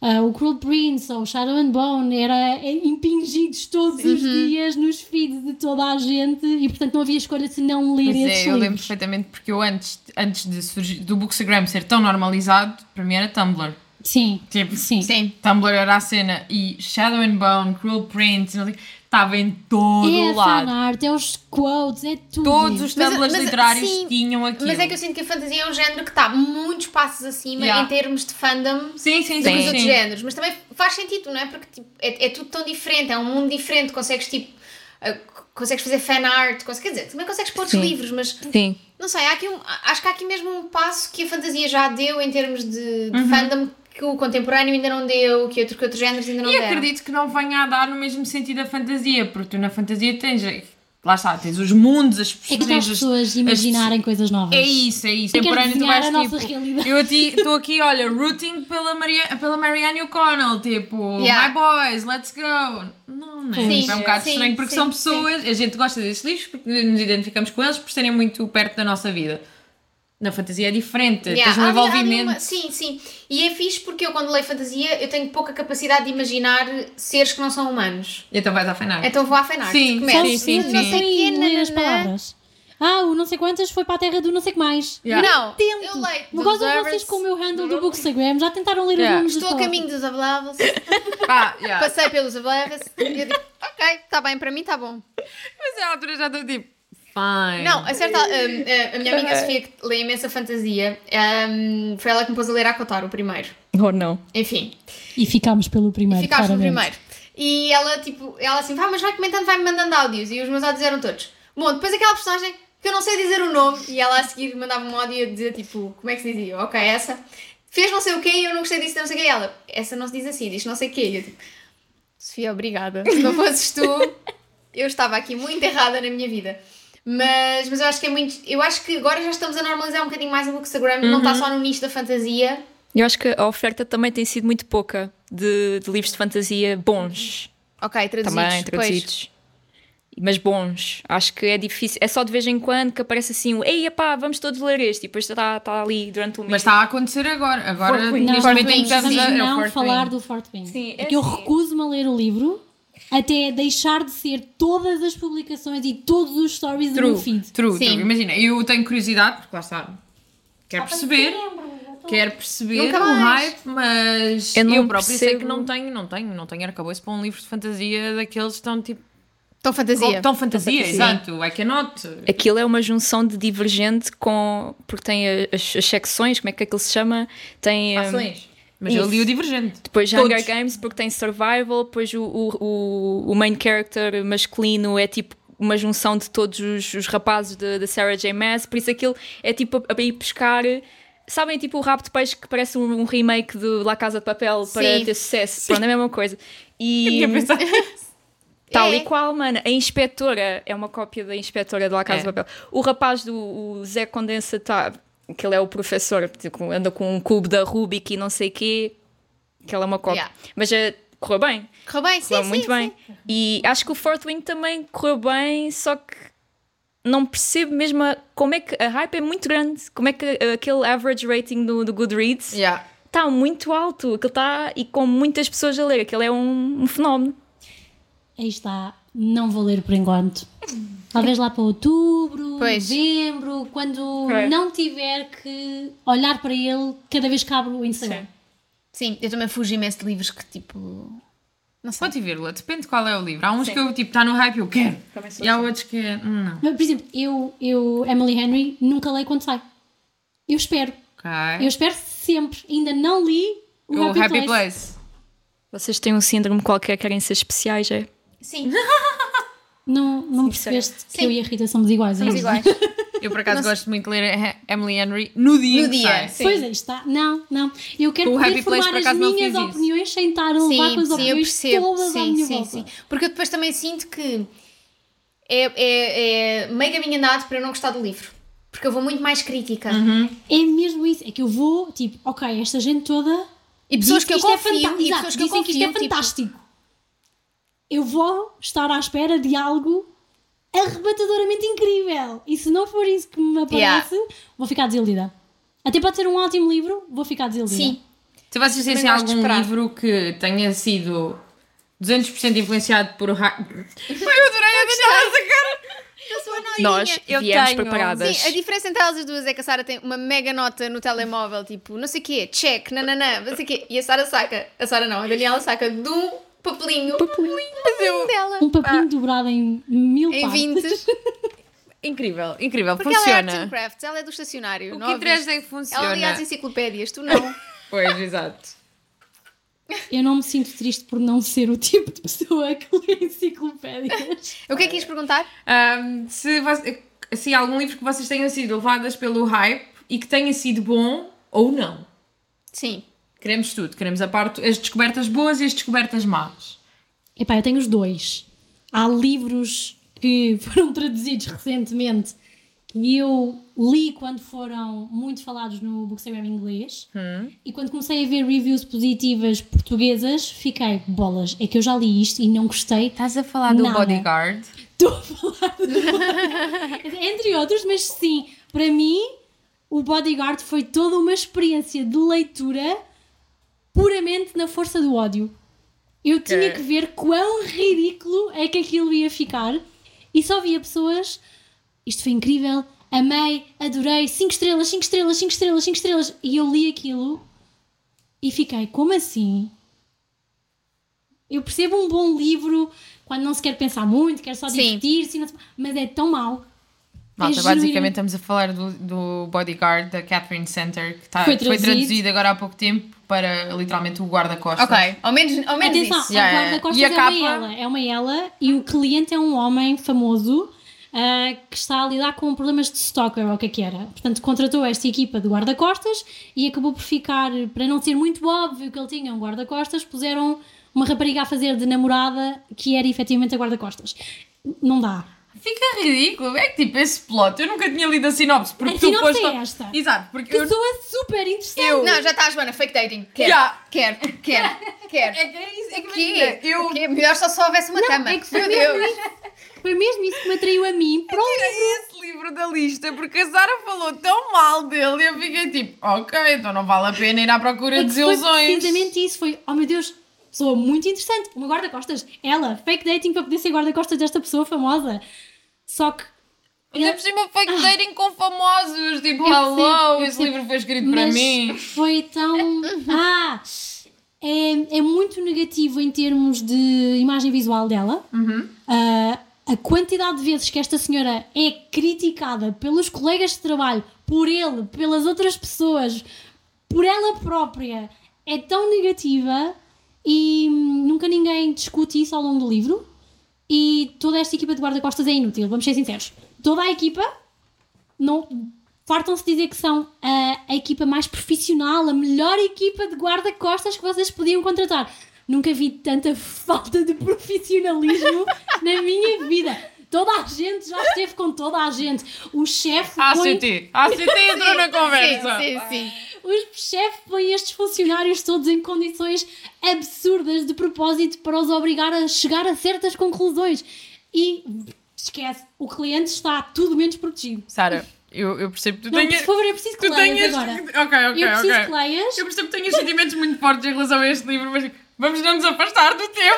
D: ah, o Cruel Prince ou o Shadow and Bone era é, impingidos todos os
B: Uhum.
D: dias nos feeds de toda a gente e portanto não havia escolha se não ler
B: Pois é,
D: esses
B: eu lembro
D: livros.
B: perfeitamente porque eu antes, antes de surgir, do Bookstagram ser tão normalizado, para mim era Tumblr.
D: Sim,
B: Tipo,
D: sim. É
A: Sim.
B: Tumblr era a cena e Shadow and Bone, Cruel Prince, não sei, estava em todo
D: É
B: o
D: a
B: lado.
D: fanart, é os quotes, é tudo.
B: Todos os
A: Mas-
B: Tumblrs
A: mas-
B: literários
A: sim,
B: tinham aquilo.
A: Mas é que eu sinto que a fantasia é um género que está muitos passos acima
B: Yeah.
A: em termos de fandom
B: Sim, sim,
A: dos
B: sim.
A: outros
B: sim.
A: géneros, mas também faz sentido, não é? Porque tipo, é, é tudo tão diferente, é um mundo diferente, consegues tipo. ah, c- consegues fazer fan art, consegues, quer dizer, também consegues pôr outros
C: Sim.
A: livros, mas
C: Sim.
A: não sei, há aqui um- acho que há aqui mesmo um passo que a fantasia já deu em termos de, de
B: Uhum.
A: fandom que o contemporâneo ainda não deu, que, outro, que outros géneros ainda não
B: E
A: deram.
B: acredito que não venha a dar no mesmo sentido a fantasia, porque tu na fantasia tens. Lá está, tens os mundos, as
D: É que dá
B: personagens.
D: as pessoas imaginarem coisas novas.
B: É isso, é isso.
D: Eu quero
B: Temporâneo, tu
D: desenhar
B: vais
D: a nossa
B: tipo.
D: realidade.
B: Eu estou aqui, olha, rooting pela, Maria, pela Marianne O'Connell, tipo,
A: Yeah.
B: my boys, let's go. Não, não é?
A: Sim,
B: Tipo, é um bocado
A: sim,
B: estranho porque
A: sim,
B: são pessoas, a gente gosta desses livros porque nos identificamos com eles por serem muito perto da nossa vida. Na fantasia é diferente,
A: Yeah,
B: tens um
A: há ali- há ali
B: envolvimento.
A: uma- sim, sim. E é fixe porque eu, quando leio fantasia, eu tenho pouca capacidade de imaginar seres que não são humanos.
B: Então vais à fanart.
A: Então vou à fanart.
B: Sim,
A: começo.
B: sim, sim,
A: Não
B: sim.
A: sei é quê,
D: ler as
A: nananã.
D: palavras. ah, o não sei quantas foi para a terra do não sei que mais.
B: Yeah.
A: Não,
D: Tento.
A: eu leio.
D: Não gozam vocês
B: Observance.
D: com o meu handle do Bookstagram? Já tentaram ler
B: Yeah.
D: os nomes
A: Estou
D: dos
A: a caminho dos avaláveis,
B: Pá, Ah,
A: [laughs]
B: yeah.
A: passei pelos avaláveis e eu digo, ok, está bem, para mim está bom.
B: Mas à altura já estou tipo. Fine.
A: Não, a certa. hum, a- a minha amiga Sofia, que lê imensa fantasia, hum, foi ela que me pôs a ler a Cotar, o primeiro.
C: Ou não.
A: Enfim,
D: E ficámos pelo
C: É,
D: primeiro.
A: ficaste no
D: claramente.
A: primeiro. E ela, tipo, ela assim, vá, mas vai comentando, vai-me mandando áudios. E os meus áudios eram todos. Bom, depois aquela personagem que eu não sei dizer o nome, e ela a seguir mandava um áudio a dizer, tipo, como é que se dizia? Eu, Ok, essa. Fez não sei o quê e eu não gostei disso, não sei o quê. E ela, essa não se diz assim, diz não sei o quê. E eu, tipo, Sofia, obrigada. Se não fosses tu, eu estava aqui muito errada na minha vida. Mas, mas eu acho que é muito. Eu acho que agora já estamos a normalizar um bocadinho mais o Bookstagram, não
C: Uhum.
A: está só no nicho da fantasia.
C: Eu acho que a oferta também tem sido muito pouca de, de livros de fantasia bons.
A: Ok, traduzidos.
C: também,
A: pois.
C: traduzidos. Mas bons. Acho que é difícil. É só de vez em quando que aparece assim o Ei, pá, vamos todos ler este. E depois está tá ali durante o mês.
B: Mas está a acontecer agora. Agora,
C: Fort Wing.
D: Não,
B: neste
D: vamos
B: momento, estamos a. é o
D: não
B: Fort
D: falar
B: Wing.
D: do Fort Wing.
C: Sim, é
D: Porque eu
C: assim.
D: recuso-me a ler o livro até deixar de ser todas as publicações e todos os stories do meu
B: True,
D: feed.
B: true,
A: Sim.
B: true. Imagina, eu tenho curiosidade, porque lá está.
D: Ah,
B: Quero perceber. Quero perceber
A: Nunca mais.
B: o hype, mas
C: Eu
B: eu,
C: não
B: próprio sei
C: percebo.
B: que não tenho, não tenho, não tenho arcabouço para um livro de fantasia daqueles que estão tipo.
A: Então, fantasia.
B: Tão fantasia, exato. I cannot.
C: Aquilo é uma junção de divergente com. Porque tem a- as, as secções, como é que aquilo se chama? Tem. hum,
B: Ações. Mas eu
C: isso.
B: li o Divergente.
C: Depois
B: Todos.
C: Hunger Games, porque tem survival, depois o, o, o- o main character masculino é tipo uma junção de todos os, os rapazes da da Sarah J. Maas, por isso aquilo é tipo a, a ir pescar. Sabem, tipo o rabo de peixe que parece um, um remake do La Casa de Papel para
A: Sim.
C: ter sucesso? Pronto, é a mesma coisa. E
A: É.
C: tal e qual, mano. A inspetora é uma cópia da inspetora de La Casa
B: É.
C: de Papel. O rapaz do o Zé Condensa, tá, que ele é o professor, tipo, anda com um cubo da Rubik e não sei o quê, que ele é uma cópia.
A: Yeah.
C: Mas eh, correu bem,
A: Correu bem, sim,
C: correu
A: sim,
C: muito
A: sim.
C: bem. E acho que o Fort Wing também correu bem, só que não percebo mesmo a- como é que a hype é muito grande, como é que eh, aquele average rating do, do Goodreads está
B: Yeah.
C: muito alto, aquilo está e com muitas pessoas a ler, aquilo é um, um fenómeno.
D: Aí está, não vou ler por enquanto. Talvez lá para outubro,
A: Pois.
D: novembro, quando
C: É.
D: não tiver que olhar para ele cada vez que abro o Instagram.
A: Sim, eu também fujo imenso de livros que tipo. Não sei.
B: Ponto e vírgula, depende qual é o livro. Há uns que eu, tipo, está no hype, eu quero.
C: Também sou
B: E há outros que. hum, Não.
D: Mas, por exemplo, eu, eu, Emily Henry, nunca leio quando sai. Eu espero. Eu
B: Ok.
D: espero sempre. Ainda não li o,
B: É? O
D: Happy, Place.
C: Vocês têm um síndrome qualquer, querem ser especiais, é?
A: Sim,
D: Não, não
C: Sim,
D: percebeste que
A: Sim.
D: eu e a Rita somos iguais.
A: somos
D: é? [laughs]
A: iguais.
B: Eu por acaso gosto muito de ler a He- Emily Henry no
A: No
B: dia. em que
A: dia,
B: sai.
A: sim.
D: Pois aí está. Não, não. Eu quero
B: O
D: poder
B: Happy Place,
D: formar
B: por
D: as
B: acaso, não
D: minhas
B: fiz isso.
D: opiniões sem estar a levar com
A: Sim,
D: as
A: sim, eu
D: opiniões
A: percebo.
D: todas à
A: Sim,
D: minha
A: sim,
D: volta.
A: sim. Porque eu depois também sinto que é, é, é meio caminho andado para eu não gostar do livro. Porque eu vou muito mais crítica.
C: Uhum.
D: É mesmo isso. É que eu vou, tipo, ok, esta gente toda
A: E pessoas
D: diz
A: que eu
D: isto é
A: confio.
D: fanta-
A: e
D: Exato,
A: pessoas que eu
D: dizem
A: confio.
D: que isto é
A: tipo,
D: fantástico. Eu vou estar à espera de algo arrebatadoramente incrível. E se não for isso que me aparece, vou ficar desiludida. Até pode ser um ótimo livro, vou ficar desiludida.
A: sim,
B: Se vocês têm assim,
A: gosto de
B: algum
A: esperar.
B: livro que tenha sido 200% influenciado por hype. eu adorei a Daniela essa cara.
C: Nós
B: Eu
C: viemos
B: tenho.
C: preparadas.
A: Sim, a diferença entre elas as duas é que a Sara tem uma mega nota no telemóvel, tipo, não sei o quê, check, nananã, não sei o quê. E a Sara saca, a Sara não, a Daniela saca de um papelinho, papelinho dela,
D: Um papinho dobrado em mil
A: Ah. em
D: partes.
A: 20.
B: Incrível, incrível,
A: Porque ela é Arts and
B: funciona.
A: Crafts, ela é do estacionário.
B: O
A: não
B: que
A: a
B: interessa
A: viste?
B: é que
A: Ela lê as
B: funciona.
A: enciclopédias, tu não.
B: Pois, exato.
D: Eu não me sinto triste por não ser o tipo de pessoa que lê enciclopédias.
A: o que é que ias perguntar?
B: Ahm, se, voce- se há algum livro que vocês tenham sido levadas pelo hype e que tenha sido bom ou não.
A: Sim.
B: Queremos tudo, queremos a parte, as descobertas boas e as descobertas más.
D: Epá, eu tenho os dois. Há livros que [laughs] foram traduzidos recentemente e eu li quando foram muito falados no Bookstagram inglês
B: Hum.
D: e quando comecei a ver reviews positivas portuguesas, fiquei, bolas, é que eu já li isto e não gostei.
B: Estás a falar
D: do Nada.
B: Bodyguard?
D: Estou a falar de... Entre outros, mas sim, para mim, o Bodyguard foi toda uma experiência de leitura puramente na força do ódio. Eu tinha que ver quão ridículo é que aquilo ia ficar e só via pessoas isto foi incrível, amei, adorei, 5 estrelas, 5 estrelas, 5 estrelas, 5 estrelas. E eu li aquilo e fiquei, como assim? Eu percebo um bom livro quando não se quer pensar muito, quer só
G: Sim.
D: divertir-se, e não se- mas é tão mau.
B: Malta,
D: É
B: basicamente
D: genuinamente-
B: estamos a falar do, do Bodyguard da Catherine Center, que tá-
D: Foi
B: foi,
D: traduzido.
B: traduzido. agora há pouco tempo para literalmente o guarda-costas.
A: Ok, ao menos, ao menos
D: Atenção,
A: isso.
D: a
B: já é.
D: guarda-costas
B: E a
D: é
B: capa?
D: uma ela, é uma ela e o cliente é um homem famoso ah, que está a lidar com problemas de stalker, ou o que é que era. Portanto, contratou esta equipa de guarda-costas e acabou por ficar, para não ser muito óbvio que ele tinha um guarda-costas, puseram uma rapariga a fazer de namorada que era efetivamente a guarda-costas. Não dá.
B: Fica ridículo. É que tipo, esse plot, eu nunca tinha lido a sinopse. Porque
D: A
B: tu
D: sinopse
B: foste
D: é
B: ao-
D: esta.
B: Exato, porque
D: Que
B: eu...
D: pessoa super interessante.
B: eu...
A: Não, já estás, Joana, fake dating. Quer,
B: Já.
A: quer, quer, quer.
B: É que é isso, é que
A: Que?
B: imagina, eu...
A: Que? Melhor só se houvesse uma cama.
D: é que foi
A: Meu
D: mesmo
A: Deus.
D: Foi mesmo isso que me atraiu a mim. Pronto.
B: tirei esse livro da lista porque a Sara falou tão mal dele e eu fiquei tipo, ok, então não vale a pena ir à procura
D: É
B: de
D: que foi
B: desilusões.
D: precisamente isso. Foi, oh meu Deus, pessoa muito interessante. Uma guarda-costas. Ela, fake dating para poder ser guarda-costas desta pessoa famosa. Só que.
B: Ainda por cima foi que dating com famosos, tipo,
D: Ah. Eu percebo, eu
B: hello, esse
D: percebo.
B: livro foi escrito para
D: mas
B: mim.
D: Foi
B: [laughs]
D: tão. Ah! É, é muito negativo em termos de imagem visual dela.
B: Uhum.
D: Ah, a quantidade de vezes que esta senhora é criticada pelos colegas de trabalho, por ele, pelas outras pessoas, por ela própria, é tão negativa e hum, nunca ninguém discute isso ao longo do livro. E toda esta equipa de guarda-costas é inútil, vamos ser sinceros. Toda a equipa não fartam-se de dizer que são a, a equipa mais profissional, a melhor equipa de guarda-costas que vocês podiam contratar. Nunca vi tanta [laughs] falta de profissionalismo na minha vida. Toda a gente já esteve com toda a gente. O chefe põe,
B: ACT, ACT
D: [laughs]
B: entrou na conversa.
G: Sim, sim, sim.
D: o chefe põe estes funcionários todos em condições absurdas de propósito para os obrigar a chegar a certas conclusões. E esquece, o cliente está tudo menos protegido.
B: Sara, eu, eu percebo que tu
D: Não,
B: tenhas.
D: por favor, eu preciso que
B: tu tenhas.
D: leias agora.
B: Ok, ok,
D: eu preciso
B: ok.
D: que leias.
B: Eu percebo que tenhas sentimentos muito fortes em relação a este livro, mas vamos não nos afastar do tema.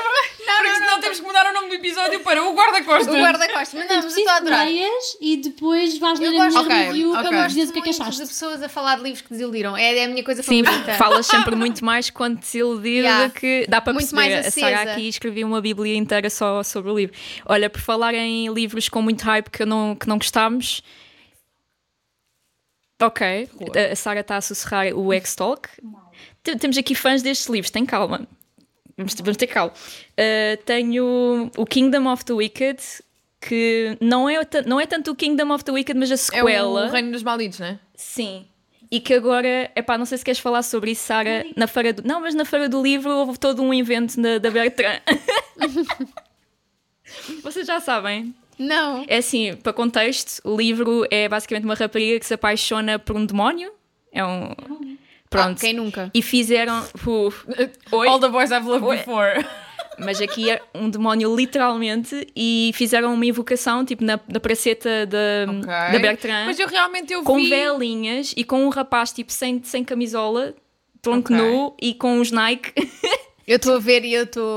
B: porque senão temos que mudar o nome do episódio para o
A: O
B: Guarda-Costas.
A: guarda-costas. Mas não, mas eu estou a
D: Preciso que
A: adorar.
D: leias e depois vais ler
A: Eu
D: a minha
A: gosto-
B: Ok,
D: review
B: ok.
D: para me dizer o que é que
A: Muitas
D: achaste.
A: pessoas a falar de livros que desiludiram. É a minha coisa
C: Sim,
A: favorita. [laughs]
C: falas sempre muito mais quando desiludida
A: Yeah.
C: que dá para
A: Muito
C: perceber.
A: mais
C: a Sara
A: acesa.
C: aqui escrevi uma bíblia inteira só sobre o livro. Olha, por falar em livros com muito hype que não, que não gostámos. Ok, a- a Sara está a sussurrar o X-Talk. T- Temos aqui fãs destes livros, tem calma. Vamos ter, vamos ter calma. Uh, tenho o Kingdom of the Wicked, que não é, ta- não é tanto o Kingdom of the Wicked,
A: um
C: mas a
B: É o
C: sequela.
B: Reino dos Malditos, não é?
C: Sim. E que agora, epá, não sei se queres falar sobre isso, Sara, na feira do... Não, mas na feira do livro houve todo um invento na- da Bertrand. Vocês já sabem.
G: Não.
C: É assim, para contexto, o livro é basicamente uma rapariga que se apaixona por um demónio. É um... Pronto.
G: Quem nunca?
C: E fizeram... Uh, oi?
B: All the Boys I've Loved
C: Oi.
B: Before.
C: mas aqui é um demónio literalmente e fizeram uma invocação, tipo, na, na praceta da, da Bertrand
B: Mas eu realmente eu
C: com
B: vi...
C: velinhas e com um rapaz tipo sem, sem camisola, tronco
B: Ok.
C: nu e com uns Nike
G: Eu estou a ver e eu estou.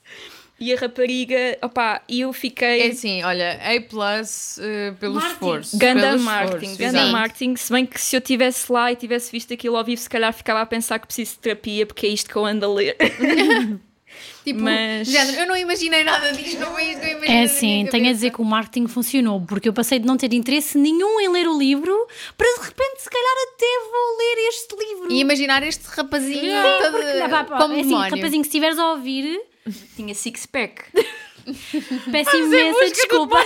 C: [laughs] e a rapariga, opá, e eu
B: É
C: fiquei
B: assim, olha, A plus eh, pelo
D: Marketing.
B: esforço.
C: ganda
B: pelo
C: marketing,
B: esforço,
C: ganda
B: exato.
C: marketing, se bem que se eu estivesse lá e tivesse visto aquilo ao vivo, se calhar ficava a pensar que preciso de terapia porque é isto que eu ando a ler.
G: Tipo,
C: Mas-
G: género, eu não imaginei nada disto, não, isto, não imaginei.
H: É
G: na minha
H: assim, tenho a dizer que o marketing funcionou, porque eu passei de não ter interesse nenhum em ler o livro para de repente, se calhar, até vou ler este livro.
G: E imaginar este rapazinho todo
H: Não, pá, pá,
G: como
H: é assim,
G: demónio.
H: rapazinho, se estiveres a ouvir,
C: Tinha six-pack.
H: peço imensa desculpa. [laughs]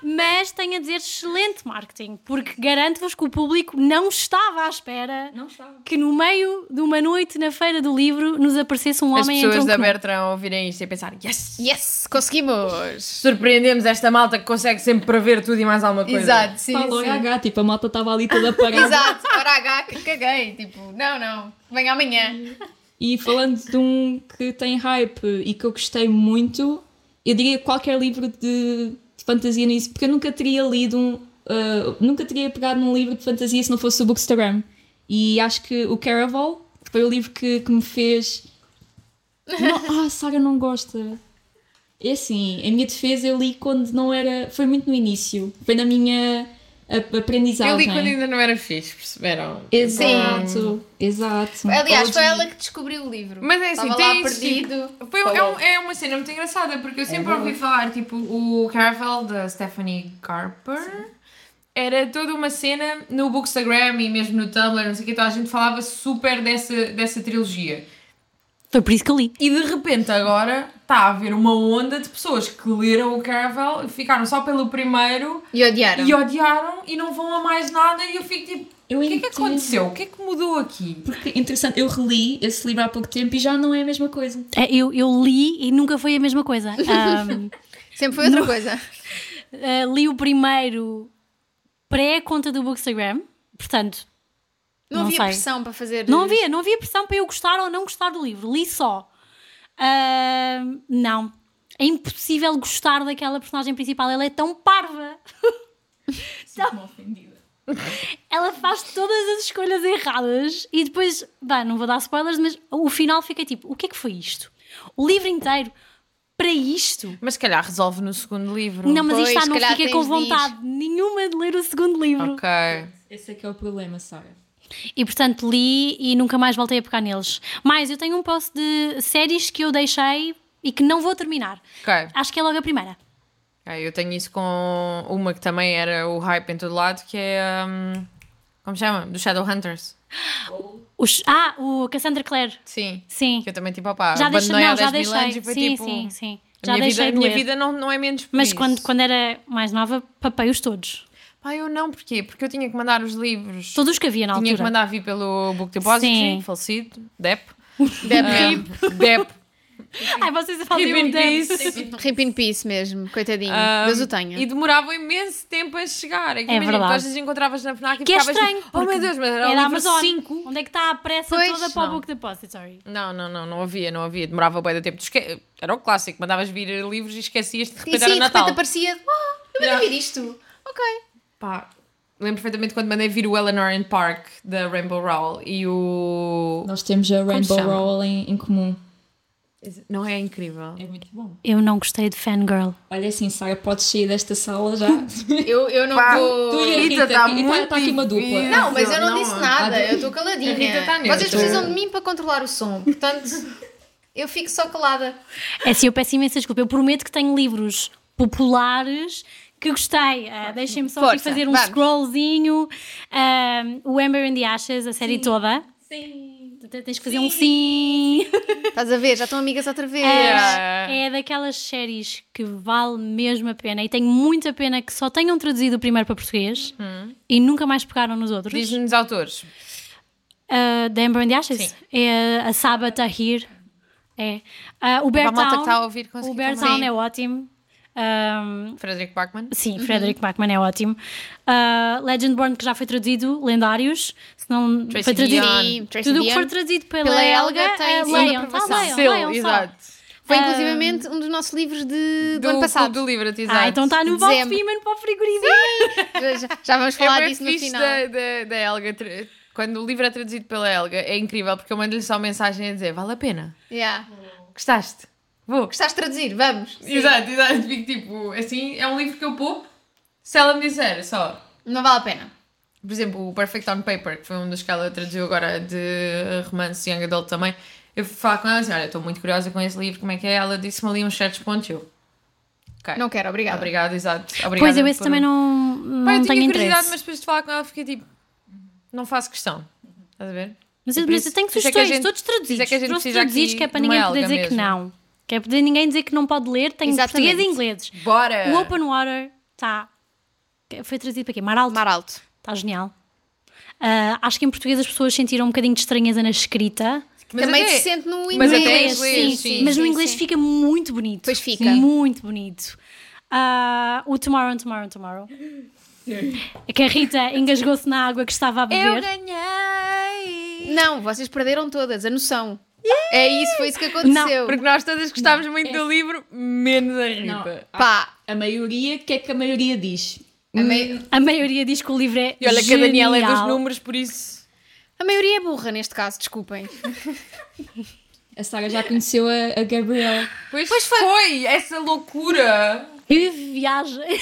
H: Mas tenho a dizer excelente marketing, porque garanto-vos que o público não estava à espera
C: Não estava.
H: que no meio de uma noite na feira do livro nos aparecesse um
B: As
H: homem em
B: pessoas da
H: tronco nu.
B: Bertrand ouvirem isto e pensar, yes!
G: Yes, conseguimos!
B: Surpreendemos esta malta que consegue sempre prever tudo e mais alguma coisa.
A: Exato, sim,
I: Falou
A: sim.
I: H, tipo, a malta estava ali
C: [laughs]
I: toda parada.
A: Exato, para H, que caguei. Tipo, não, não, venha amanhã.
I: E falando de um que tem hype e que eu gostei muito, eu diria qualquer livro de, de fantasia nisso, porque eu nunca teria lido um. ah, nunca teria pegado num livro de fantasia se não fosse o Bookstagram. E acho que o Caraval
B: [laughs]
I: foi o livro que, que me fez. Não, ah, a Sara não gosta.
C: É assim, em minha defesa eu li quando não era. Foi muito no início. Foi na minha a- aprendizagem.
B: Eu li quando ainda não era fixe, perceberam?
C: Exato, exato.
A: Aliás,
C: Ou
A: foi
C: de-
A: ela que descobriu o livro.
B: Mas é assim,
A: Estava
B: tem
A: lá
B: esse
A: perdido.
B: Foi, é, um- é uma cena muito engraçada, porque eu sempre ouvi falar, tipo, o Caravel da Stephanie Carper era toda uma cena no Bookstagram e mesmo no Tumblr, não sei o que, então a gente falava super dessa, dessa trilogia.
D: Foi por isso que eu li.
B: E de repente agora está a haver uma onda de pessoas que leram o Caravel e ficaram só pelo primeiro
A: E odiaram.
B: e odiaram e não vão a mais nada e eu fico tipo,
C: Eu
B: o que é que
C: entendo.
B: aconteceu? O que é que mudou aqui?
C: Porque, interessante, eu reli esse livro há pouco tempo e já não é a mesma coisa.
D: É, Eu, eu li e nunca foi a
B: [laughs]
D: mesma coisa. Ahm,
A: Sempre foi outra coisa.
D: eh, li o primeiro pré-conta do Bookstagram, portanto,
A: Não,
D: Não
A: havia
D: sei.
A: pressão para fazer.
D: Não havia, não havia pressão para eu gostar ou não gostar do livro, li só. Ahm, não. É impossível gostar daquela personagem principal, ela é tão parva.
B: Tipo,
C: Estou ofendida.
D: Ela faz todas as escolhas erradas e depois, bem, não vou dar spoilers, mas o final fica tipo: o que é que foi isto? O livro inteiro para isto?
B: Mas se calhar resolve no segundo livro.
D: Não, mas
A: Pois,
D: isto já
A: se
D: não
A: calhar
D: fica
A: tens
D: com
A: de
D: vontade nenhuma de ler o segundo livro.
B: Ok.
C: Esse é que é o problema, Sara.
D: E portanto li e nunca mais voltei a pegar neles. Mas eu tenho um post de séries que eu deixei e que não vou terminar.
B: Ok.
D: Acho que é logo a primeira.
B: Ah, eu tenho isso com uma que também era o hype em todo lado, que é. hum, como chama? Do Shadowhunters.
D: Os- ah, o Cassandra Clare.
B: Sim.
D: Sim.
B: Que eu também, tipo, opá,
D: Já deixei,
B: abandonei há
D: não, já
B: 10 mil anos
D: deixei.
B: e foi
D: Sim,
B: tipo.
D: sim, sim.
B: a
D: Já
B: minha vida,
D: deixei de
B: a minha
D: ler.
B: vida não, não é menos por
D: Mas
B: isso.
D: quando, quando era mais nova, papei-os todos.
B: Pá, eu não, porquê? Porque eu tinha que mandar os livros.
D: Todos os que havia na
B: tinha que
D: altura.
B: mandar vir pelo Book Depository,
D: Sim.
B: falecido, DEP.
A: Deve
B: Ah,
D: [laughs]
B: DEP.
D: Ai, vocês faziam um
B: Rip in
D: dance.
B: peace.
A: Rip in peace mesmo, coitadinho.
B: Ah,
A: Deus o tenha.
B: E demorava imenso tempo a chegar. É, que
D: É
B: imagina, tu
D: verdade.
B: às vezes encontravas na FNAC e
D: Que é
B: ficavas
D: estranho.
B: tipo, oh meu
D: porque
B: Deus, mas era
D: é
B: o
D: da
B: livro
D: Amazon.
B: 5.
D: Onde é que está a pressa
A: Pois,
D: toda para o
B: não.
D: Book Depository?
B: Não, não, não, não havia, não havia. Demorava bem da tempo. Tu esque- Era o clássico, mandavas vir livros e esquecias de
A: E
B: repente
A: sim,
B: era
A: de
B: Natal.
A: repente aparecia. Oh, eu
B: Yeah.
A: nunca vi isto. Ok.
B: Pá, lembro perfeitamente quando mandei vir o Eleanor and Park da Rainbow Rowell e o.
C: Nós temos a Rainbow
B: chama?
C: Roll em, em comum.
B: Não é incrível?
C: É muito bom.
D: Eu não gostei de Fangirl.
C: Olha assim, Sara, podes sair desta sala
A: [laughs]
C: já.
A: Eu, eu não
B: Pá,
A: vou.
C: tu e a Rita,
B: Rita,
C: está
B: tá
C: tá,
B: muito
C: aqui uma dupla.
B: difícil.
A: Não, mas eu não,
B: Não,
A: disse
B: não.
A: nada,
B: Ah,
A: eu estou caladinha.
B: A Rita tá neutra.
A: Vocês precisam de mim para controlar o som, portanto eu fico só calada.
D: É assim, eu peço imensa desculpa. Eu prometo que tenho livros populares que gostei. Ah, Deixem-me só aqui
A: Força,
D: fazer um
A: vamos.
D: scrollzinho. Ah, o Amber and the Ashes, a série toda. Sim. Tens que fazer um sim.
A: Estás a ver? Já estão amigas outra vez.
B: Yeah.
D: É daquelas séries que vale mesmo a pena e tenho muita pena que só tenham traduzido o primeiro para português
B: Uhum.
D: e nunca mais pegaram nos outros.
B: Diz-nos autores.
D: Ah, da Amber and the Ashes. É a Saba Tahir. É. Ah,
B: Para
D: o Bear
B: a malta que
D: Town,
B: está a ouvir,
D: o
B: conseguir
D: Bear
B: também.
D: Town é ótimo. Ah,
B: Frederick Bachman.
A: Uhum.
D: sim, Frederick Bachman é ótimo. Ah, Legendborn, que já foi traduzido, Lendários. Se não
B: Tracy
D: foi traduzido.
B: Dion.
A: Sim, Tracy
D: Tudo o que
A: Dion.
D: for traduzido pela,
A: Pela Helga
D: Helga,
A: tem
D: ah,
A: selo de
D: leiam, tá,
A: aprovação.
D: leiam,
B: Selo,
D: leiam só. Ah,
B: exato.
A: Foi inclusivamente um dos nossos livros de, do,
B: Do,
A: ano passado.
B: do livro, exato.
D: Ah, então está no Vox
A: Dezembro.
D: Piman para o frigorífico.
A: Já- Já, já vamos
B: É
A: falar
B: bem
A: disso no
B: fixe
A: final.
B: da, da, da Helga. tra- Quando o livro é traduzido pela Helga, é incrível, porque eu mando-lhe só mensagem a dizer: vale a pena.
A: Yeah.
B: Gostaste? Vou.
A: Gostaste de traduzir? Vamos.
B: Exato, exato. Fico tipo, assim, é um livro que eu poupo. Se ela me disser só,
A: Não vale a pena.
B: por exemplo, o Perfect on Paper, que foi um dos que ela traduziu agora de romance Young Adult também, eu falo com ela assim: olha, estou muito curiosa com esse livro, como é que é? Ela disse-me ali uns certos pontos. Eu, ok.
A: Não quero, obrigada.
B: Obrigada, exato. Obrigada
D: Ah. Pois eu esse
B: por-
D: também não, não
B: Pá, eu
D: tenho
B: tinha curiosidade,
D: interesse.
B: mas depois de falar com ela fiquei tipo, não faço questão. Estás a ver?
D: Mas,
B: E
D: eu,
B: por
D: mas
B: isso-
D: eu tenho
B: por isso é
D: sugestões,
B: que a gente-
D: todos traduzidos.
B: por isso é que a gente
D: Trouxe
B: precisa
D: traduzidos
B: aqui
D: que é para
B: de uma
D: ninguém poder
B: Helga
D: dizer que
B: mesmo.
D: não. Que é para ninguém dizer que não pode ler, tem
A: Exatamente.
D: português e ingleses.
B: Bora!
D: O Open Water está. Foi traduzido para quê? Mar Alto.
A: Mar alto.
D: Está Tá genial. Ah, acho que em português as pessoas sentiram um bocadinho de estranheza na escrita.
B: Mas
A: Também
B: até-
A: se sente no
B: mas
A: inglês.
B: até em
D: inglês,
B: inglês,
D: sim,
B: sim,
D: Mas no
A: sim,
D: inglês
A: sim.
D: fica muito bonito.
A: Pois fica.
D: Muito bonito. Ah, o Tomorrow, Tomorrow, Tomorrow. É Que a Rita engasgou-se na água
B: É
D: que estava a beber.
B: ganhei!
A: Não, vocês perderam todas, a noção. É isso, foi isso que aconteceu.
D: Não,
B: Porque nós todas gostávamos muito do livro, menos a Rita.
A: Pá,
C: A maioria, o que é que a maioria diz?
A: a, mai-
D: A maioria diz que o livro é.
B: E olha que a Daniela é dos
D: genial.
B: números, por isso.
A: a maioria é burra neste caso, desculpem.
C: A Sara já conheceu a, a Gabriela.
B: Pois, foi. essa loucura.
D: Eu viagem.
E: Eu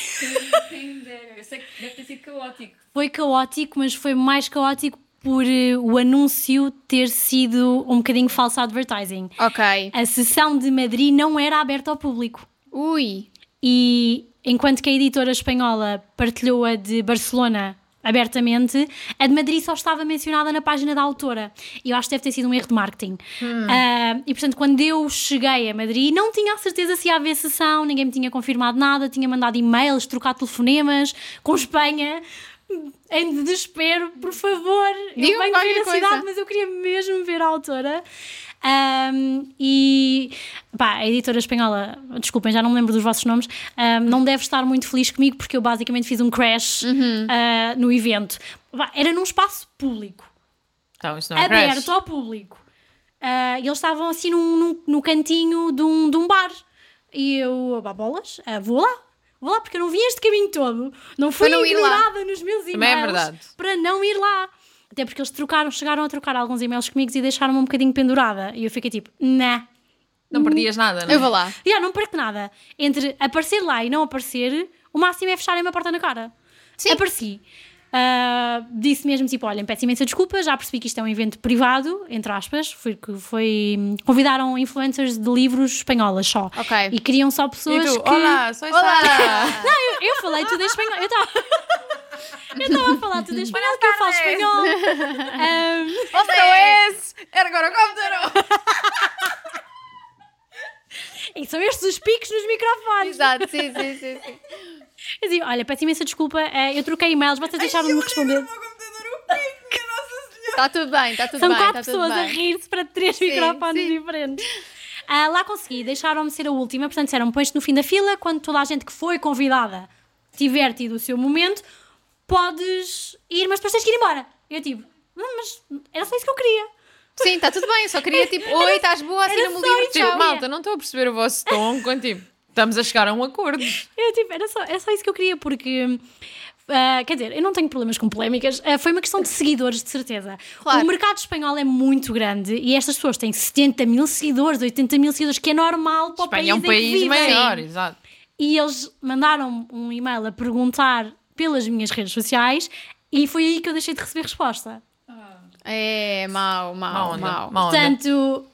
E: sei que deve ter sido caótico.
D: Foi caótico, mas foi mais caótico por eh, o anúncio ter sido um bocadinho falso advertising.
A: Ok.
D: A sessão de Madrid não era aberta ao público.
A: Ui.
D: E enquanto que a editora espanhola partilhou a de Barcelona abertamente, a de Madrid só estava mencionada na página da autora. E eu acho que deve ter sido um erro de marketing.
A: Hum.
D: Ah, e portanto, quando eu cheguei a Madrid, não tinha a certeza se ia haver sessão, ninguém me tinha confirmado nada, tinha mandado e-mails, trocado telefonemas com Espanha. Em desespero, por favor, eu
A: Digam-me
D: venho ver
A: qualquer
D: a
A: coisa.
D: cidade, mas eu queria mesmo ver a autora. Ahm, e pá, a editora espanhola, desculpem, já não me lembro dos vossos nomes, ahm, não deve estar muito feliz comigo porque eu basicamente fiz um crash ah, no evento. Pá, era num espaço público,
B: Então, isso não é
D: aberto
B: crash.
D: ao público. Ah, e eles estavam assim num, num- no cantinho de um, de um bar. E eu, bah, bolas, ah, vou lá. Vou lá porque eu não vim este caminho todo. Não fui
A: Para não ir lá.
D: ignorada nos meus
B: Também é
D: e-mails
B: verdade.
D: para não ir lá. Até porque eles trocaram, chegaram a trocar alguns e-mails comigo e deixaram-me um bocadinho pendurada. E eu fiquei tipo, nah.
B: Não perdias nada, não é?
A: Eu vou lá.
D: E eu não perco nada. Entre aparecer lá e não aparecer, o máximo é fecharem-me a porta na cara. Apareci. Ah, disse mesmo tipo, olhem, peço imensa desculpa, já percebi que isto é um evento privado, entre aspas, foi que foi. Convidaram influencers de livros espanholas só.
A: Ok.
D: E queriam só pessoas
B: E tu,
D: que.
B: olá, sou
A: [laughs]
B: a Sara.
D: Não, eu, eu falei tudo em espanhol. Eu estava. [laughs] Eu estava a falar tudo em espanhol, porque eu falo espanhol. Ahm, [laughs]
A: é?
J: Outra vez! Ergorocóptero!
D: e são estes os picos nos microfones.
A: Exato, sim, sim, sim. sim.
D: Eu digo, olha, peço imensa desculpa, eh, eu troquei e-mails, vocês deixaram-me responder.
B: é
A: Está Tá tudo bem, está tudo
D: São
A: bem.
D: quatro
A: está tudo
D: pessoas a
A: bem.
D: rir-se para três microfones
A: sim.
D: diferentes. Ah, lá consegui, deixaram-me ser a última, portanto disseram-me, pões-te no fim da fila, quando toda a gente que foi convidada tiver tido o seu momento, podes ir, mas depois tens que ir embora. Eu tipo, não, mas era só isso que eu queria.
A: Sim, está tudo bem. Só queria tipo, oi, estás boa, assina-me o
D: só
A: livro,
D: isso.
A: [laughs]
B: Tipo,
A: tchau.
B: malta, não estou a perceber o vosso tom quando, tipo, estamos a chegar a um acordo.
D: Eu, tipo, era só, era só isso que eu queria, porque. ah, quer dizer, eu não tenho problemas com polémicas, ah, foi uma questão de seguidores, de certeza.
A: Claro.
D: O mercado espanhol é muito grande e estas pessoas têm 70 mil seguidores, 80 mil seguidores, que é normal para
B: Espanha é um
D: o país, em que
B: país
D: vivem.
B: maior, exato.
D: E eles mandaram um e-mail a perguntar pelas minhas redes sociais e foi aí que eu deixei de receber resposta.
A: É, mau,
B: Má
A: mau,
B: onda,
A: mau.
B: má onda.
D: Portanto,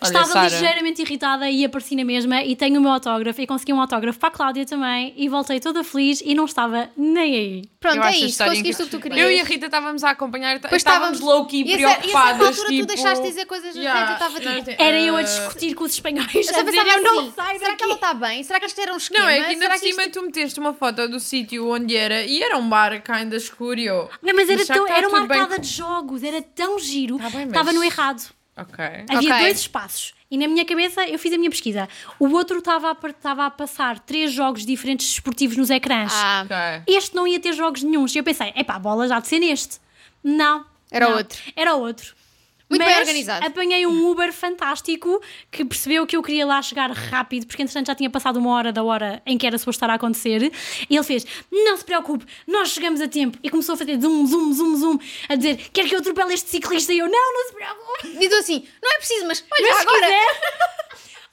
B: Olha,
D: estava
B: Sara.
D: ligeiramente irritada e apareci na mesma e tenho o meu autógrafo e consegui um autógrafo para a Cláudia também e voltei toda feliz e não estava nem aí.
A: Pronto,
B: Eu
A: é
B: acho a
A: isso.
B: história
A: Conseguiste o que
B: incrível.
A: tu querias.
B: Eu e a Rita estávamos a acompanhar,
A: Pois
B: estávamos
A: estávamos. E
B: low-key
A: a cer- e a certa
B: preocupadas.
A: altura tu
B: tipo,
A: deixaste dizer coisas na frente e eu estava, tipo,
B: nós te-
D: Era eu a
B: eh,
D: discutir com os espanhóis.
A: Eu só
D: a dizer,
A: pensava
D: eu não
A: assim,
D: saio
A: será que ela
D: daqui.
A: está bem? Será que isto era um esquema?
B: Não, é que ainda
A: Será
B: por cima
A: isto-
B: tu meteste uma foto do sítio onde era e era um bar ainda escuro. e eu,
D: Não, mas era,
B: "Mas já
D: tão,
B: está
D: era uma
B: tudo bem
D: arcada
B: com-"
D: de jogos, era tão giro.
B: Tá bem, mas-
D: Estava no errado.
B: Ok.
D: Havia
A: Ok.
D: dois espaços. E na minha cabeça eu fiz a minha pesquisa. O outro estava a, par- estava a passar três jogos diferentes desportivos nos ecrãs.
A: Ah,
B: Ok.
D: Este não ia ter jogos nenhuns. E eu pensei, epá, a bola já de ser neste. Não.
A: Era
D: não.
A: outro.
D: Era outro.
A: Muito bem
D: Mas
A: organizado.
D: apanhei um Uber fantástico que percebeu que eu queria lá chegar rápido, porque entretanto já tinha passado uma hora da hora em que era suposto estar a acontecer. E ele fez: Não se preocupe, nós chegamos a tempo. E começou a fazer zoom, zoom, zoom, zoom, a dizer: Quer que eu atropele este ciclista? E eu: Não, não se preocupe.
A: diz assim, não é preciso, mas olha
D: Mas se
A: agora.
D: quiser.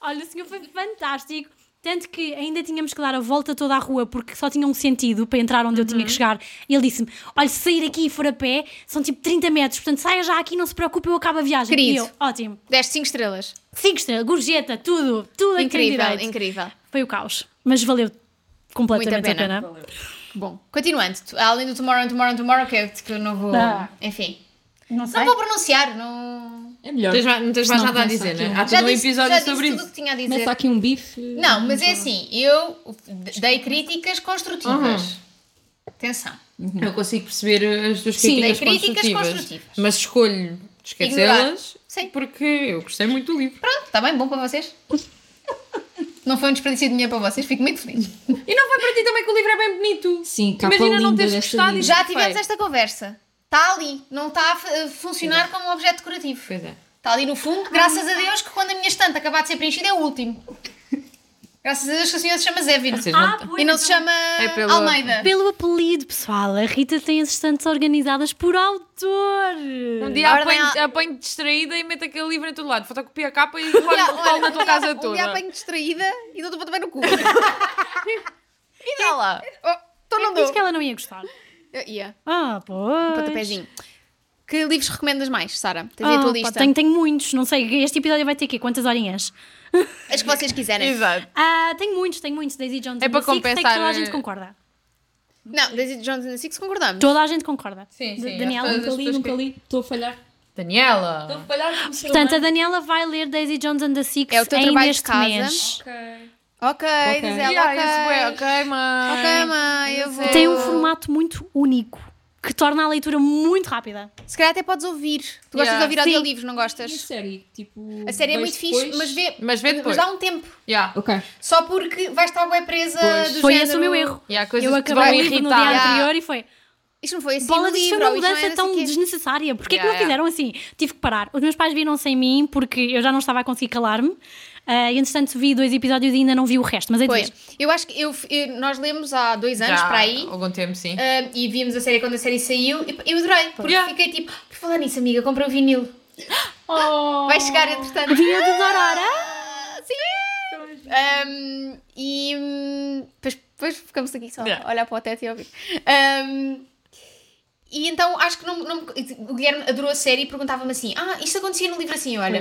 D: Olha, o senhor foi fantástico. Tanto que ainda tínhamos que dar a volta toda à rua porque só tinha um sentido para entrar onde eu
A: Uhum.
D: tinha que chegar. E ele disse-me: Olha, se sair aqui e for a pé, são tipo 30 metros, portanto saia já aqui, não se preocupe, eu acabo a viagem. E
A: Querido.
D: eu, ótimo.
A: Deste 5 estrelas.
D: 5 estrelas, gorjeta, tudo, tudo aqui
A: Incrível,
D: direito.
A: incrível.
D: Foi o caos, mas valeu completamente
A: Muito a
D: a
A: pena.
D: pena.
A: Bom, continuando, tu- além do Tomorrow and Tomorrow and Tomorrow, que eu, que eu não vou.
D: Tá.
A: Enfim.
D: Não
A: Não vou pronunciar, não.
C: É melhor.
B: Tens mais- Não tens mais
C: Não,
B: nada a
C: começa
B: dizer, né?
C: aqui um-
B: Há todo um
A: disse-
B: episódio
A: já disse
B: sobre
A: tudo o
B: isso.
A: que tinha a dizer.
C: Começa aqui um bife.
A: Não, mas é assim, eu dei críticas construtivas.
B: Uhum.
A: Atenção.
B: Eu consigo perceber as tuas
C: Sim,
B: críticas,
A: críticas
B: construtivas,
A: construtivas.
B: Mas escolho esquecê-las
A: Sim.
B: porque eu gostei muito do livro.
A: Pronto, está bem, bom para vocês. [laughs] Não foi um desperdício de dinheiro para vocês, fico muito feliz.
B: E não foi para ti também que o livro é bem bonito.
C: Sim, capa
B: Imagina não
C: linda
B: teres
C: desta
B: gostado e
C: vida.
A: Já tivemos
B: Feio.
A: esta conversa. Está ali, não está a f- a funcionar como um objeto decorativo.
B: Pois é.
A: Ah, Está ali no fundo, graças a Deus que quando a minha estante acabar de ser preenchida é o último. Graças a Deus que a senhora se chama Zevin.
B: Vocês
D: Ah,
B: não...
D: pois,
A: E não se chama
B: É pelo-
A: Almeida.
D: Pelo apelido, pessoal, a Rita tem as estantes organizadas por autor.
B: Um dia
A: Ordem
B: [laughs] apanho, apanho distraída e meto aquele livro em todo lado. Fotocopia a
A: [laughs]
B: capa e guardo o pau na tua casa
A: Um dia
B: toda.
A: apanho distraída e dou-te para também
B: [laughs]
A: no cu.
J: E dá lá.
A: Oh, Então
B: É
A: não
D: Diz
A: dou.
D: que ela não ia gostar.
A: Eu Ia.
D: Ah, pois.
A: Pontapézinho. Que livros recomendas mais, Sara? Tens aí a
D: Ah,
A: tua
D: pá,
A: lista.
D: tenho, tenho muitos, não sei. Este episódio vai ter aqui quantas horinhas?
A: As que vocês quiserem.
J: Exato.
D: Ah, tenho muitos, tenho muitos. Daisy Jones.
B: É
D: and
B: para
D: the Six, sei que toda a
B: compensar,
D: gente
B: eh,
D: concorda.
A: Não, Daisy Jones and the Six concordamos.
D: Toda a gente concorda.
B: Sim,
D: Da-
B: sim,
D: Daniela,
B: as
D: nunca
B: pessoas- as
C: Nunca li,
B: pessoas
C: nunca
B: que-
C: li. Estou a falhar. Estou
B: Daniela!
C: a falhar como se
D: Portanto, a Daniela vai ler Daisy Jones and the Six
A: É o teu
D: ainda
A: trabalho de
D: este
A: casa.
D: mês.
A: Ok, diz ela.
B: Yeah,
A: ok,
B: isso é ok, mãe.
A: Ok, mãe, eu vou.
D: Tem um formato muito único que torna a leitura muito rápida.
A: Se calhar até podes ouvir. Tu gostas
B: Yeah.
A: de ouvir audiolivros, não
C: E a
A: gostas?
C: série? Tipo,
A: A série é
C: vejo
A: muito fixe,
C: depois?
A: mas vê.
B: Mas vê depois.
A: Mas dá um tempo.
B: Yeah.
C: Ok.
A: Só porque vais estar bem presa do
D: foi
A: género.
D: esse o meu erro.
B: E há coisas
D: Eu
B: que te vão
D: acabei o livro no dia
B: é, irritar.
A: Yeah.
D: anterior e foi.
A: Isto não foi assim.
D: Bola,
A: no
D: isto foi
A: livro,
D: uma
A: isto não
D: mudança
A: era
D: tão
A: assim que é.
D: desnecessária. Porquê é que
B: Yeah,
D: não
B: yeah.
D: fizeram assim? Tive que parar. Os meus pais viram sem mim porque eu já não estava a conseguir calar-me. Ah, e entretanto vi dois episódios e ainda não vi o resto. Mas é de ver.
A: Pois, eu acho que eu, eu- nós lemos há dois anos
B: Já,
A: para aí.
B: Algum tempo, sim.
A: ah, e vimos a série quando a série saiu e eu adorei, porque
B: Yeah.
A: fiquei tipo, por falar nisso, amiga, compra um
D: [gasps]
A: vinil. Vai chegar entretanto.
D: Oh. Vinil
A: [laughs]
D: de Dorora.
A: Um, e hum, depois, depois ficamos aqui só
B: Yeah.
A: a olhar para o teto e a ouvir. Um, e então acho que não, não me- o Guilherme adorou a série e perguntava-me assim: Ah, isto acontecia no livro assim, olha.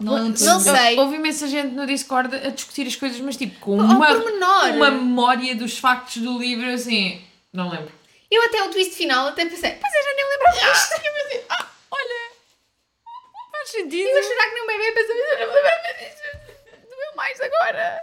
C: Não,
A: não sei.
B: Houve imensa gente no Discord a discutir as coisas, mas tipo, com
A: Ao
B: uma,
A: pormenor.
B: uma memória dos factos do livro, assim. Não lembro.
A: Eu até o twist final até pensei, pois eu já nem lembrava disto. [laughs] Eu pensei, ah, olha,
B: Faz sentido.
A: eu chorar que nem um bebê, pensei, eu já me lembrava disto. Doeu mais agora.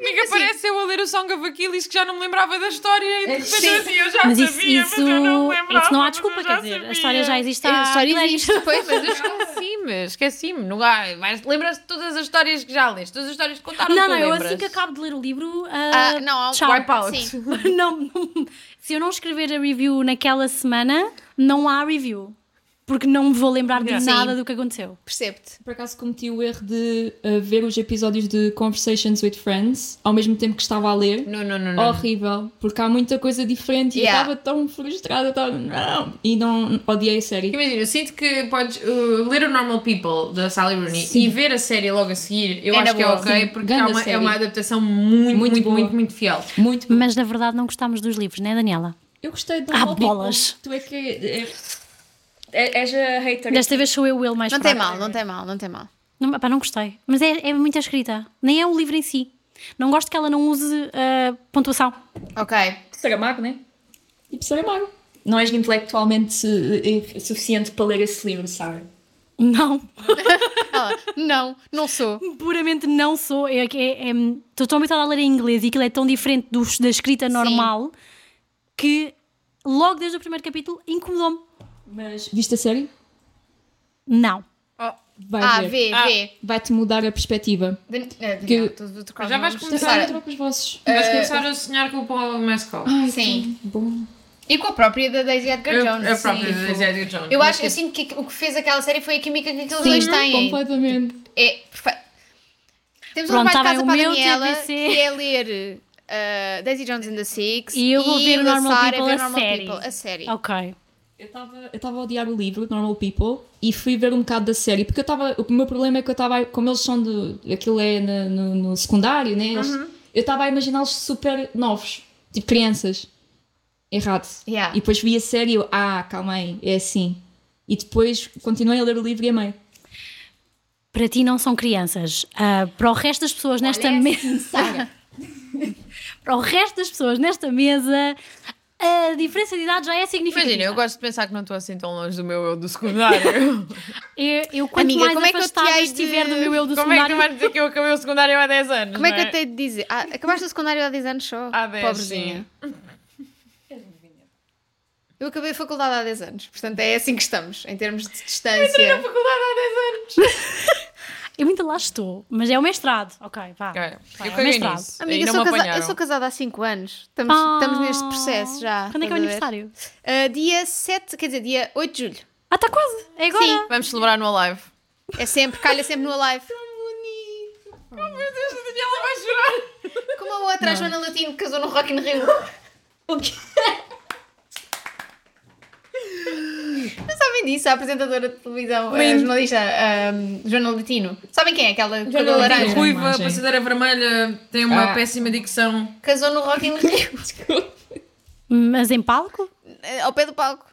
B: Amiga, parece eu a ler o Song of Achilles que já não me lembrava da história e de repente
A: Sim.
B: assim, eu já
D: Mas
B: sabia,
D: isso, isso,
B: mas eu não me lembrava.
D: isso não
B: mas
D: há
B: eu
D: desculpa,
B: já
D: quer dizer.
B: sabia.
D: A história já existe
B: A
D: há
B: história
D: milênios.
B: existe, pois, mas eu esqueci-me, esqueci-me. Não há- mas Lembras-te de todas as histórias que já leste, todas as histórias que contaram,
D: [laughs] Não,
B: tu
D: não, eu
B: lembras.
D: assim que acabo de ler o livro. ah,
A: Ah, não, há um
D: tchau.
B: Wipeout.
A: Sim.
D: [laughs] não, não- se eu não escrever a review naquela semana, não há review. Porque não me vou lembrar de
B: Yeah.
D: nada
A: Sim.
D: do que aconteceu.
A: Percebo-te.
C: Por acaso cometi o erro de uh, ver os episódios de Conversations with Friends ao mesmo tempo que estava a ler.
B: Não, não, não, não.
C: Horrível, porque há muita coisa diferente e
A: Hum. Yeah.
C: eu estava tão frustrada, estava não, e não odiei a série.
B: Imagina, eu sinto que podes uh, ler o Normal People da Sally Rooney
C: Sim.
B: e ver a série logo a seguir, eu
A: É na
B: acho que é
A: boa.
B: ok,
C: Sim,
B: porque
C: grande
B: há uma- é
C: série.
B: uma adaptação muito,
C: Muito
B: muito, muito,
C: boa.
B: muito, fiel.
C: Muito bom.
D: Mas na verdade não gostámos dos livros, né, Daniela?
C: Eu gostei do
D: Ah,
C: Normal People.
D: bolas.
C: Tu é que eh, é, é-
E: É- És a hater.
D: Desta vez sou eu o ele mais
A: Não tem
D: fraco.
A: mal, não tem mal, não tem mal.
D: Não, epá, não gostei. Mas é, é muita escrita. Nem é o livro em si. Não gosto que ela não use ah, pontuação.
A: Ok.
E: Saramago, né?
C: tipo Saramago.
E: Não és intelectualmente eh, eh, suficiente para ler esse livro, sabe?
D: Não. [laughs]
A: Ela, não, não sou.
D: Puramente não sou. Estou é, que é, é, tô tão habituada a ler em inglês e aquilo é tão diferente dos- da escrita normal que logo desde o primeiro capítulo incomodou-me.
C: Mas viste a série?
D: Não.
C: Vai
A: Ah,
C: ver.
A: vê, vê.
C: Vai-te mudar a perspectiva.
A: Dan- eh, Daniel,
C: Que-
A: tu- tu- tu-
B: Já vais
A: tu-
B: começar.
A: Sara,
C: Agora troca os vossos.
B: Vais começar a sonhar com o Paul Mescal.
A: Eh, Sim.
C: Bom.
A: E com a própria da Daisy Edgar
B: Eu,
A: Jones.
B: eu própria,
A: sim.
B: da Zélia Jones.
A: Eu acho, eu sinto que o que fez aquela série foi a química que aqueles dois têm.
C: Completamente.
A: É perfeito. Temos
D: Pronto,
A: um
D: tá
A: trabalho de casa
D: bem,
A: para a
D: o meu
A: Daniela,
D: TBC.
A: que é ler eh, Daisy Jones and the Six
D: E eu vou ver
A: o
D: o
A: da
D: Normal
A: Sara
D: People,
A: ver
D: a série.
A: People, a série.
D: Ok.
C: Eu estava a odiar o livro, Normal People, e fui ver um bocado da série, porque eu estava. O meu problema é que eu estava. Como eles são de. Aquilo é na- no, no secundário, né? Eles-
B: Uhum.
C: Eu estava a imaginá-los super novos, tipo crianças. Errado.
A: Yeah.
C: E depois vi a série e eu. Ah, calma aí, é assim. E depois continuei a ler o livro e amei.
D: Para ti não são crianças. Ah, para o resto das pessoas
A: é
D: nesta mesa. [laughs]
A: [laughs]
D: para o resto das pessoas nesta mesa, a diferença de idade já é significativa.
B: Imagina, eu gosto de pensar que não estou assim tão longe do meu eu [laughs] do secundário. é
D: Eu, eu quanto
A: Amiga,
D: mais
A: como é que eu te
D: afastada
A: hei de-
D: estiver do meu eu do
B: Como é que
D: secundário,
B: tu vais dizer que eu acabei o secundário há 10 anos?
A: Como é que
B: não
A: eu tenho de dizer? Ah, acabaste o secundário há 10 anos só?
D: É
B: Há 10,
A: Pobrezinha.
D: assim.
A: Eu acabei a faculdade há 10 anos, portanto é assim que estamos, em termos de distância.
B: faculdade há 10 anos.
D: eu ainda lá estou, mas é o mestrado. Ok, vá.
B: Ok,
D: Vai,
B: eu
D: é
B: caguei
D: mestrado.
B: nisso.
A: Amiga,
B: e
A: eu
B: não
A: sou,
B: me
A: casa-
B: apanharam.
A: eu sou casada há 5 anos. Estamos,
D: Ah,
A: estamos neste processo já.
D: Quando é que é o
A: estás a ver?
D: aniversário?
A: Ah, dia 7, quer dizer, dia 8 de julho.
D: Ah, está quase. É agora.
A: Sim.
B: Vamos celebrar no Alive.
A: É sempre, calha sempre no live.
B: Oh, Meu Deus, a Daniela
A: uma outra, a Joana Latino, que casou no Rock in
D: [laughs]
A: Rio. Não sabem disso, a apresentadora de televisão, a jornalista ahm, Joana Latino. Sabem quem é aquela cabelo laranja?
B: Ruiva,
C: imagem.
B: passadeira vermelha, tem uma
C: Ah.
B: péssima dicção.
A: Casou no Rock in Rio,
D: Mas em palco?
A: [laughs] eh, ao pé do palco.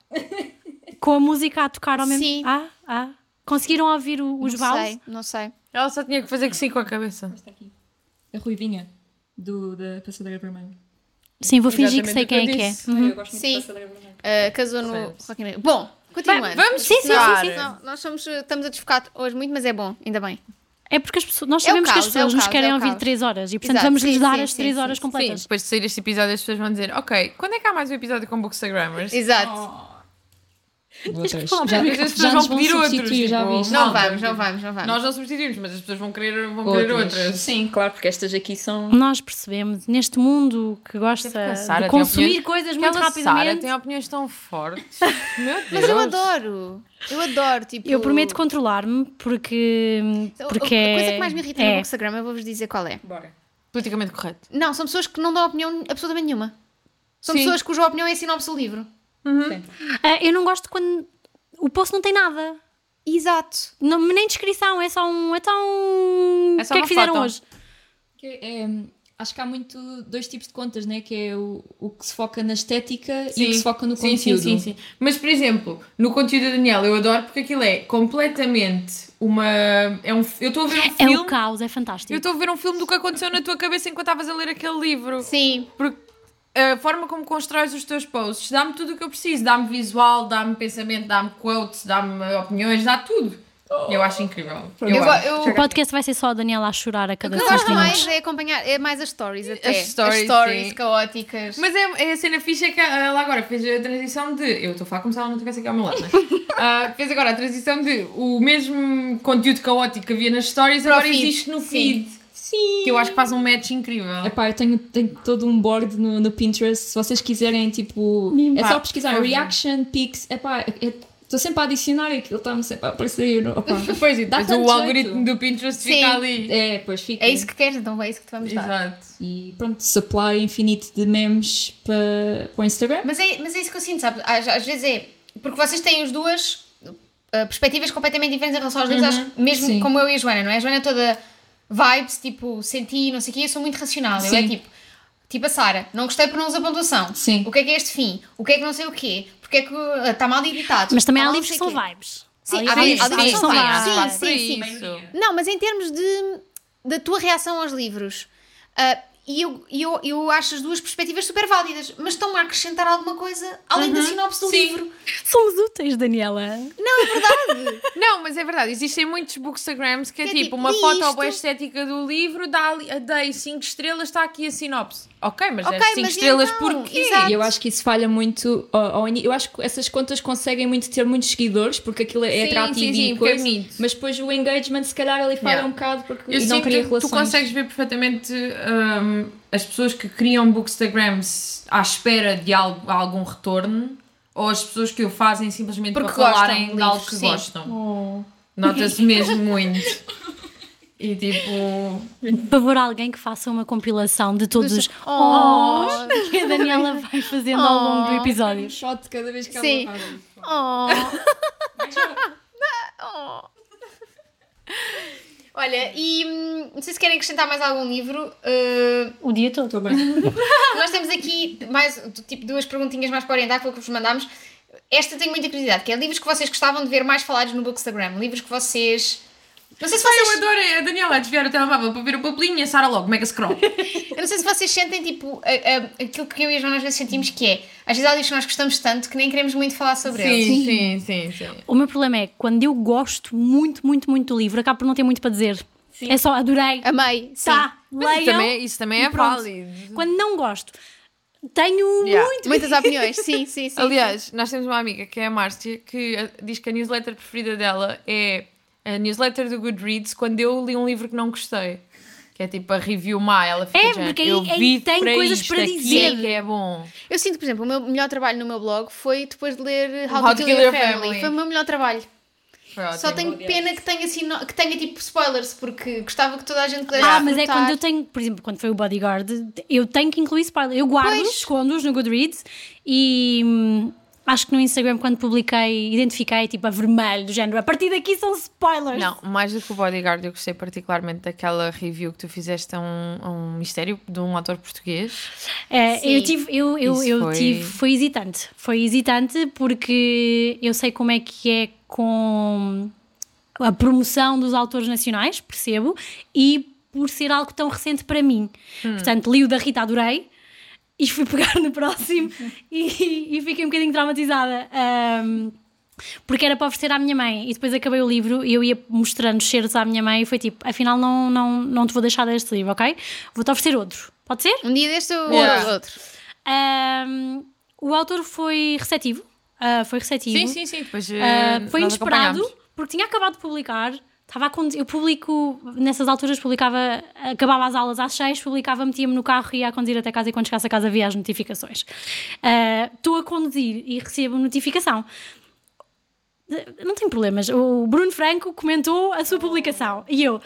D: Com a música a tocar ao mesmo
A: Sim.
D: Ah, ah. Conseguiram ouvir o- os
A: não
D: vals?
A: sei, não sei.
B: Ela só tinha que fazer que sim com a cabeça.
C: A Ruivinha, do, da Passadeira Vermelha.
D: Sim, vou fingir que sei
B: Exatamente o
D: quem é
B: eu
D: que é.
B: disse.
E: Eu gosto
A: Sim. Ah, casou no Rock in Rio. Bom, continuando.
B: Vamos
D: Sim, sim, sim, sim.
A: Não, nós somos, eh, estamos a desfocar hoje muito, mas é bom, ainda bem.
D: É porque as pessoas, nós
A: É o
D: sabemos
A: caos,
D: que as
A: é o
D: pessoas nos
A: caos,
D: querem
A: é o
D: ouvir
A: caos.
D: 3 horas e portanto
A: Exato,
D: vamos
A: sim,
D: lhes dar
A: sim,
D: as
A: sim,
D: 3
A: sim,
D: horas
A: sim.
B: Sim,
D: completas.
B: depois de sair este episódio as pessoas vão dizer Ok, quando é que há mais um episódio com Bookstagrammers?
A: Exato.
C: Outras.
D: falar
C: Já,
B: Porque as pessoas
C: nos
B: vão pedir
C: substituir,
B: outros.
C: já
B: tipo,
C: viste.
A: Não
B: malta,
A: vamos, não vamos, não vamos.
B: Nós não substituímos, mas as pessoas vão querer, vão querer
C: Outras.
B: outras.
E: Sim, claro, porque estas aqui são.
D: Nós percebemos, neste mundo que gosta
B: A Sara tem
D: de consumir
B: opiniões-
D: coisas muito
B: Aquela Sara
D: rapidamente,
B: tem opiniões tão fortes. Meu Deus.
A: Mas eu adoro. Eu adoro, tipo...
D: eu prometo controlar-me porque,
A: A- a-
D: porque
A: Então, A coisa
D: é-
A: que mais me irrita no Instagram, eu vou-vos dizer qual é.
E: Bora.
B: Politicamente correto.
A: Não, são pessoas que não dão opinião absolutamente nenhuma. São
B: Sim.
A: pessoas cuja opinião é sinopse do livro.
D: Ah, eu não gosto quando o post não tem nada.
A: Exato.
D: Não, nem descrição, é só um. É tão.
B: É
D: o
B: só
D: que é
B: uma
D: que fizeram
B: foto.
D: hoje?
C: Que é, acho que há muito dois tipos de contas, né? Que é o, o que se foca na estética e o que se foca no
B: sim,
C: conteúdo.
B: sim, sim, sim. Mas, por exemplo, no conteúdo da Daniela eu adoro porque aquilo é completamente uma. É um... Eu estou a ver um
D: É
B: filme.
D: o caos, é fantástico.
B: Eu estou a ver um filme do que aconteceu na tua cabeça enquanto estavas a ler aquele livro.
A: Sim.
B: Porque eh, a forma como constróis os teus posts dá-me tudo o que eu preciso. Dá-me visual, dá-me pensamento, dá-me quotes, dá-me opiniões, dá tudo. Eu acho incrível. Eu,
A: Eu, go-
B: amo.
A: eu,
D: O podcast vai ser só a Daniela a chorar a
A: o que
D: cada
A: eu
D: 6
A: gosto mais
D: minutos.
A: é acompanhar é mais as stories até.
B: As stories, sim.
A: caóticas.
B: Mas é, é a cena fixa que ela agora fez a transição de. Eu estou a falar como se ela não estivesse aqui ao meu lado, não é? [laughs] Ah, fez agora a transição de o mesmo conteúdo caótico que havia nas stories agora
A: feed,
B: existe no
A: sim.
B: feed.
C: Sim.
B: Que eu acho que faz um match incrível.
C: Epá, eu tenho, tenho todo um board no, no Pinterest. Se vocês quiserem, tipo. É só pesquisar
B: por favor.
C: reaction, pics. Epá, estou sempre a adicionar e aquilo está-me sempre a aparecer. Opa.
B: Depois, e
C: Dá
B: depois
C: tanto
B: o
C: jeito.
B: algoritmo do Pinterest
A: Sim.
B: fica ali.
C: É, pois fica.
A: É isso que queres, então é isso que te vamos dar.
B: Exato.
C: E pronto, supply infinito de memes para, para o Instagram.
A: Mas é, mas é isso que eu sinto, sabe? Às, às vezes é. Porque vocês têm as duas ah, perspectivas completamente diferentes em relação aos livros, acho- mesmo
C: Uhum. Sim.
A: como eu e a Joana, não é? A Joana é toda vibes, tipo, senti, não sei o quê, eu sou muito racional. Eu é
C: Sim.
A: tipo. Tipo a Sara, não gostei porque não usa pontuação.
C: Sim.
A: O que é que é este fim? O que é que não sei o quê? Porque é que ah, está mal editado?
D: Mas também
A: Tá
D: há
A: mal
D: livros que
A: não
D: são
A: sei o quê.
D: vibes.
A: Sim, há
D: livros-
A: livros- há livros que são vibes. Sim,
D: É
B: Espaço para
A: sim.
B: isso.
A: Não, mas em termos de da tua reação aos livros, ah, e eu, e eu, eu acho as duas perspectivas super válidas, mas estão a acrescentar alguma coisa além da sinopse do livro.
D: Somos úteis, Daniela.
B: Não, mas é verdade, existem muitos bookstagrams que é,
A: Que é
B: tipo,
A: tipo,
B: uma
A: li
B: foto
A: isto.
B: ou estética do livro, dá ali, dei 5 estrelas, está aqui a sinopse. Ok, mas é
A: Ok,
B: assim. okay, 5
A: mas
B: estrelas
A: então,
B: porquê?
A: exato.
C: E eu acho que isso falha muito ao, ao ini- Eu acho que essas contas conseguem muito ter muitos seguidores porque aquilo é
B: Sim,
C: atrativo
B: sim, sim,
C: e
B: porque é
C: coisa.
B: bonito.
C: mas depois o engagement, se calhar, ali falha
B: Yeah.
C: um bocado porque
B: Eu
C: e não
B: sinto
C: cria
B: que
C: relações.
B: tu consegues ver perfeitamente hum, as pessoas que criam bookstagrams à espera de algo, algum retorno ou as pessoas que o fazem simplesmente
A: Porque
B: para falarem
A: gostam
B: de
A: de
B: algo
A: livros,
B: que
A: sim.
B: gostam.
C: Oh,
B: Nota-se mesmo muito. E tipo.
D: Por favor, alguém que faça uma compilação de todos os
A: Oh.
D: "ohs" que a Daniela vai fazendo ao longo do episódio.
C: um shot cada vez que
A: Sim.
C: ela fala. isso.
A: [laughs] Olha, e hum, não sei se querem acrescentar mais algum livro. ah,
D: O dia todo.
B: [laughs]
C: Estou bem.
A: nós temos aqui mais do tipo duas perguntinhas mais para orientar, aquilo que vos mandámos. Esta tenho muita curiosidade, que é livros que vocês gostavam de ver mais falados no Bookstagram, livros que vocês. Não sei se vocês.
B: Eu adoro a Daniela a desviar o telemóvel para ver o papelinho e a Sara logo, mega scroll.
A: Eu não sei se vocês sentem, tipo, a- a- aquilo que eu e a Joana às vezes sentimos que é, às vezes há livros que nós gostamos tanto que nem queremos muito falar sobre eles.
B: sim, sim, sim.
D: O meu problema é que quando eu gosto muito, muito, muito do livro, acabo por não ter muito para dizer. É só adorei.
A: Amei, sim.
D: Tá,
B: Mas isso
D: leiam.
B: também, isso também é
D: Pronto.
B: válido.
D: Quando não gosto, tenho
B: Yeah.
D: muito.
A: Muitas opiniões, sim, sim, sim.
B: Aliás, nós temos uma amiga que é a Márcia que eh, diz que a newsletter preferida dela é a newsletter do Goodreads quando eu li um livro que não gostei. Que é tipo a review má, ela fica
D: É,
B: de
D: porque
B: género,
D: aí-
B: eu
D: aí
B: vivo
D: tem
B: para
D: coisas
B: isto,
D: para
B: aqui é
D: dizer.
B: que é bom.
A: eu sinto, por exemplo, o meu melhor trabalho no meu blog foi depois de ler How,
B: How
A: to Kill Your Family.
B: Family.
A: Foi o meu melhor trabalho.
B: Foi ótimo.
A: Só tenho pena que tenha, assim, no- que tenha tipo spoilers, porque gostava que toda a gente pudesse.
D: Ah, mas é
A: votar.
D: quando eu tenho, por exemplo, quando foi o Bodyguard, eu tenho que incluir spoiler. Eu guardo,
A: Pois.
D: escondo-os no Goodreads e hum, acho que no Instagram, quando publiquei, identifiquei tipo a vermelho, do género. A partir daqui são spoilers.
B: Não, mais do que o Bodyguard, eu gostei particularmente daquela review que tu fizeste a um, a um mistério de um ator português.
D: É,
A: Sim.
D: eu tive, eu, eu,
B: Isso
D: eu
B: foi-
D: tive, foi hesitante. Foi hesitante porque eu sei como é que é com a promoção dos autores nacionais, percebo, e por ser algo tão recente para mim.
B: Hum.
D: Portanto, li o da Rita, adorei, e fui [laughs] pegar no próximo e, e fiquei um bocadinho traumatizada. Ahm, porque era para oferecer à minha mãe e depois acabei o livro e eu ia mostrando os cheiros à minha mãe e foi tipo, afinal não, não, não te vou deixar deste livro, ok? Vou-te oferecer outro. Pode ser?
A: Um dia deste ou
B: Yeah.
A: outro.
D: Um, o autor foi receptivo. uh, foi receptivo.
B: Sim, sim, sim. Depois, eh,
D: Uh, foi
B: nós
D: inesperado,
B: acompanhámos.
D: porque tinha acabado de publicar. Estava a conduzir, eu publico, nessas alturas publicava, acabava as aulas às seis, publicava, metia-me no carro e ia a conduzir até casa e quando chegasse a casa via as notificações. Uh, Estou a conduzir e recebo notificação. De- Não tem problemas. O Bruno Franco comentou a sua publicação e eu,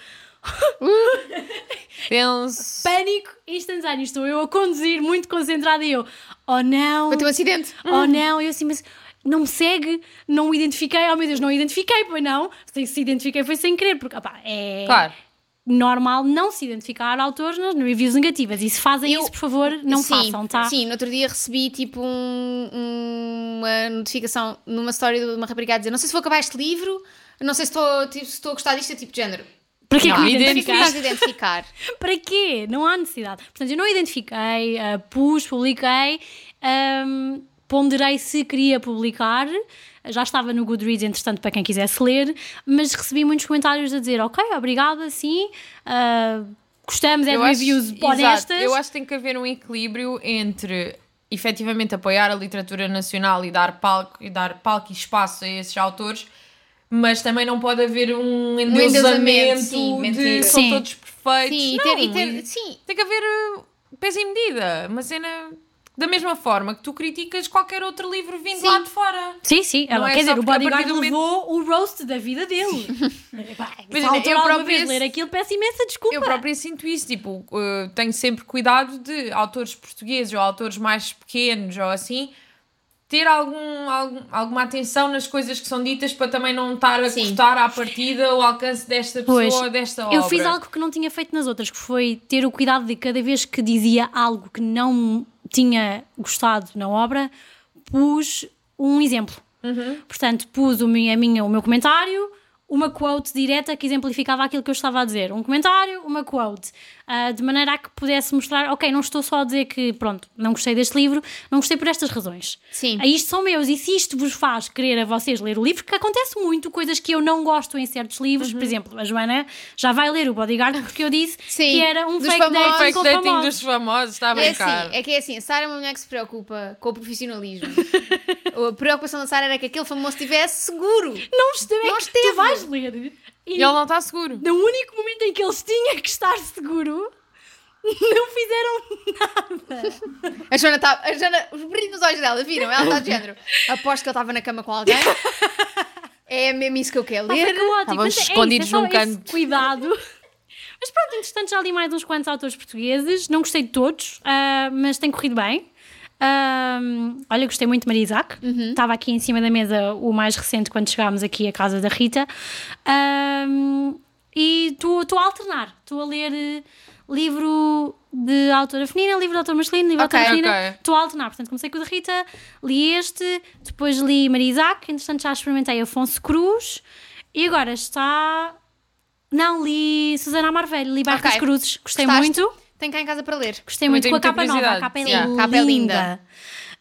B: Penso.
D: pânico instantâneo, estou eu a conduzir, muito concentrada e eu, oh não.
A: Foi ter um acidente.
D: Oh não, eu assim, mas não me segue, não o identifiquei, oh meu Deus, não o identifiquei, pois não. Se se identifiquei foi sem querer, porque opá, é
B: Claro.
D: normal não se identificar autores nas reviews negativas. E se fazem
A: Eu-
D: isso, por favor, não
A: sim,
D: façam, tá?
A: Sim, no outro dia recebi tipo um- um- uma notificação numa história de uma rapariga a dizer: Não sei se vou acabar este livro, não sei se estou tipo, se estou a gostar disto, é tipo de género.
D: Para que é que
B: Não,
D: me
A: Para que
B: identificar.
D: identificaste?
A: estás a
D: [laughs]
A: identificar?
D: Para quê? Não há necessidade. Portanto, eu não identifiquei, ah, pus, publiquei, ahm, ponderei se queria publicar, já estava no Goodreads, entretanto, para quem quisesse ler, mas recebi muitos comentários a dizer, ok, obrigada, sim, ah, gostamos, é de
B: Eu acho-
D: reviews
B: exato,
D: honestas.
B: Eu acho que tem que haver um equilíbrio entre efetivamente apoiar a literatura nacional e dar palco e, dar palco e espaço a esses autores, mas também não pode haver um
A: endeusamento,
B: endeusamento
A: sim,
B: de
A: mentira.
B: são
D: Sim.
B: todos perfeitos.
A: Sim, e
B: não,
A: ter- e ter-
B: e-
A: sim,
B: tem que haver uh, peso em medida, uma cena da mesma forma que tu criticas qualquer outro livro vindo lá de fora.
D: Sim, sim.
B: Não
D: Ela,
B: é
D: quer
B: só
D: dizer, o
B: porque a partir
D: bodyguard
B: do momento-
D: levou o roast da vida dele.
B: [laughs]
D: Epá,
B: Mas
D: Se a
B: eu
D: autora alguma
B: própria-
D: vez ler aquilo, peço imensa desculpa.
B: Eu própria sinto isso, tipo, uh, tenho sempre cuidado de autores portugueses ou autores mais pequenos ou assim, ter algum, algum- alguma atenção nas coisas que são ditas para também não estar a
A: Sim.
B: cortar à partida o alcance desta pessoa
D: Pois,
B: ou desta obra.
D: Eu fiz algo que não tinha feito nas outras, que foi ter o cuidado de cada vez que dizia algo que não tinha gostado na obra, pus um exemplo. Portanto, pus o meu, a minha, o meu comentário, uma quote direta que exemplificava aquilo que eu estava a dizer. Um comentário, uma quote. Ah, de maneira a que pudesse mostrar, ok, não estou só a dizer que, pronto, não gostei deste livro, não gostei por estas razões.
A: sim.
D: Ah, Isto são meus, e se isto vos faz querer a vocês ler o livro, que acontece muito, coisas que eu não gosto em certos livros,
A: Uhum.
D: por exemplo, a Joana já vai ler
A: [laughs]
D: o Bodyguard porque eu disse
A: Sim,
D: que era um
A: dos
D: fake
A: famosos.
D: dating,
B: Fake
D: com
B: Tipo, é dating
D: famosos.
B: dos famosos, está a
A: É
B: brincar.
A: assim, é que é assim, a Sara é uma mulher que se preocupa com o
D: [laughs]
A: profissionalismo. a preocupação da Sara era que aquele famoso estivesse seguro.
D: Não esteve,
A: Não
D: é que
A: esteve.
D: tu vais ler e
B: E ele não está seguro.
D: no único momento em que eles tinham que estar seguro, [laughs] não fizeram
A: A Joana está. A Joana, os brilhos nos olhos dela, viram? Ela
D: [laughs]
A: está de género. Aposto que ele estava na cama com alguém. É mesmo isso que eu quero
D: nada.
A: ler.
D: Ficou ótimo.
B: Estavam
D: Mas é isso,
B: escondidos
D: é só
B: num
D: esse
B: canto.
D: Cuidado. Mas pronto, entretanto já li mais uns quantos autores portugueses, não gostei de todos, ah, mas tem corrido bem. Ah, olha, gostei muito de Maria Isaac. Estava aqui em cima da mesa o mais recente quando chegámos aqui à casa da Rita. Ah, e estou estou a alternar, estou a ler eh, livro de autora feminina, livro de autor masculino, livro
A: Ok.
D: de autora
B: Ok.
D: feminina. Estou a alternar, portanto comecei com o da Rita, li este, depois li Maria Isaac, entretanto já experimentei Afonso Cruz e agora está não, li Susana Marvelho, li Bairro
A: Ok.
D: das Cruzes. Gostei
A: Gostaste?
D: muito.
A: Tem cá em casa para ler.
D: Gostei
B: Também
D: muito
B: tenho
D: com a
B: muita
D: capa nova. A
B: curiosidade.
D: capa é
A: Yeah, a
D: linda.
A: capa é linda.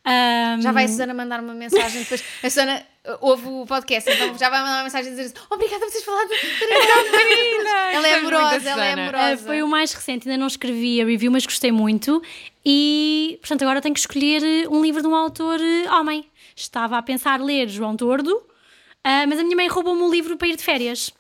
D: Ahm,
A: Já vai a Susana mandar uma mensagem depois. A Susana uh, ouve o podcast, então já vai mandar uma mensagem a dizer assim: Obrigada por teres falado. de Ela é
B: Gostei muito da
A: amorosa, ela é
B: Susana.
D: ah,
A: amorosa.
D: foi o mais recente, ainda não escrevi a review, mas gostei muito. E, portanto, agora tenho que escolher eh, um livro de um autor eh, homem. Estava a pensar ler João Tordo, ah, mas a minha mãe roubou-me o livro para ir de férias.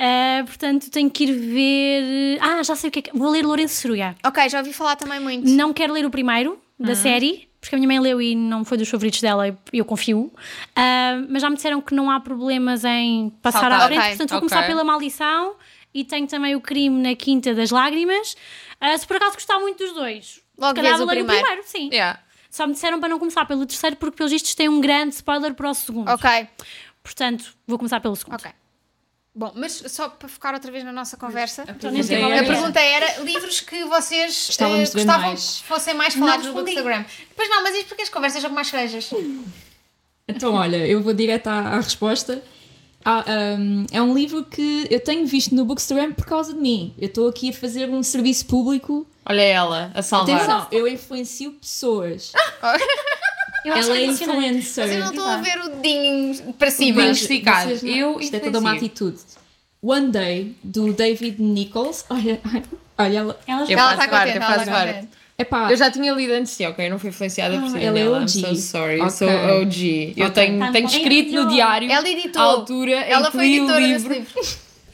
D: Ah, portanto, tenho que ir ver. eh, Ah, já sei o que é que. Vou ler Lourenço Seruia.
A: Ok, já ouvi falar também muito. Hum.
D: Não quero ler o primeiro da série, porque a minha mãe leu e não foi dos favoritos dela e eu confio. Ah, mas já me disseram que não há problemas em passar
B: Saltar.
D: à frente,
A: Ok,
D: portanto vou
B: ok.
D: começar pela Maldição e tenho também o Crime na Quinta das Lágrimas. Ah, se por acaso gostar muito dos dois,
A: Logo
D: se calhar
A: vês o
D: leio
A: primeiro.
D: sim.
B: Yeah.
D: Só me disseram para não começar pelo terceiro, porque pelos vistos tem um grande spoiler para o segundo.
A: Ok,
D: Portanto, vou começar pelo segundo.
A: ok. Bom, mas só para focar outra vez na nossa conversa,
D: Então, nem sei qual
A: a
D: é que é.
A: pergunta era livros que vocês eh,
C: Gostávamos de ver
A: gostavam
C: mais.
A: que fossem mais falados
D: Não
A: no
D: respondi.
A: Instagram. Depois não, mas isto porque as conversas são mais cerejas.
C: Então, olha, eu vou direto à, à resposta. Ah, ahm, é um livro que eu tenho visto no Bookstagram por causa de mim. Eu estou aqui a fazer um serviço público.
B: Olha ela, a salvar.
C: Atenção, eu influencio pessoas.
B: Ah,
D: Eu acho
C: Ela
D: que
C: é
D: é emocionante.
C: influencer.
A: Vocês não estão a ver o dedinho para cima.
B: Bem
C: Mas
B: explicado.
C: vocês não-
B: Eu
C: Isto é toda uma
B: influencio.
C: atitude. One Day, do David Nichols. Olha, olha ela.
K: Elas
B: Eu
A: Ela
B: faço
A: está
B: parte,
A: contente,
B: eu
A: ela
B: faço
A: está
B: parte.
A: contente.
C: Epá,
B: Eu já tinha lido antes de ti, ok? Eu não fui influenciada por
C: ela Ah. é
B: Cinderela. I'm
C: OG.
B: so sorry. Eu
C: Ok.
B: sou OG. Eu tenho,
K: Tá
B: tenho
K: bom.
B: escrito no
K: Editou.
B: diário
A: Ela
B: a
A: editou.
B: altura
A: Ela
B: em que
A: foi
B: li o
A: editora desse
B: livro.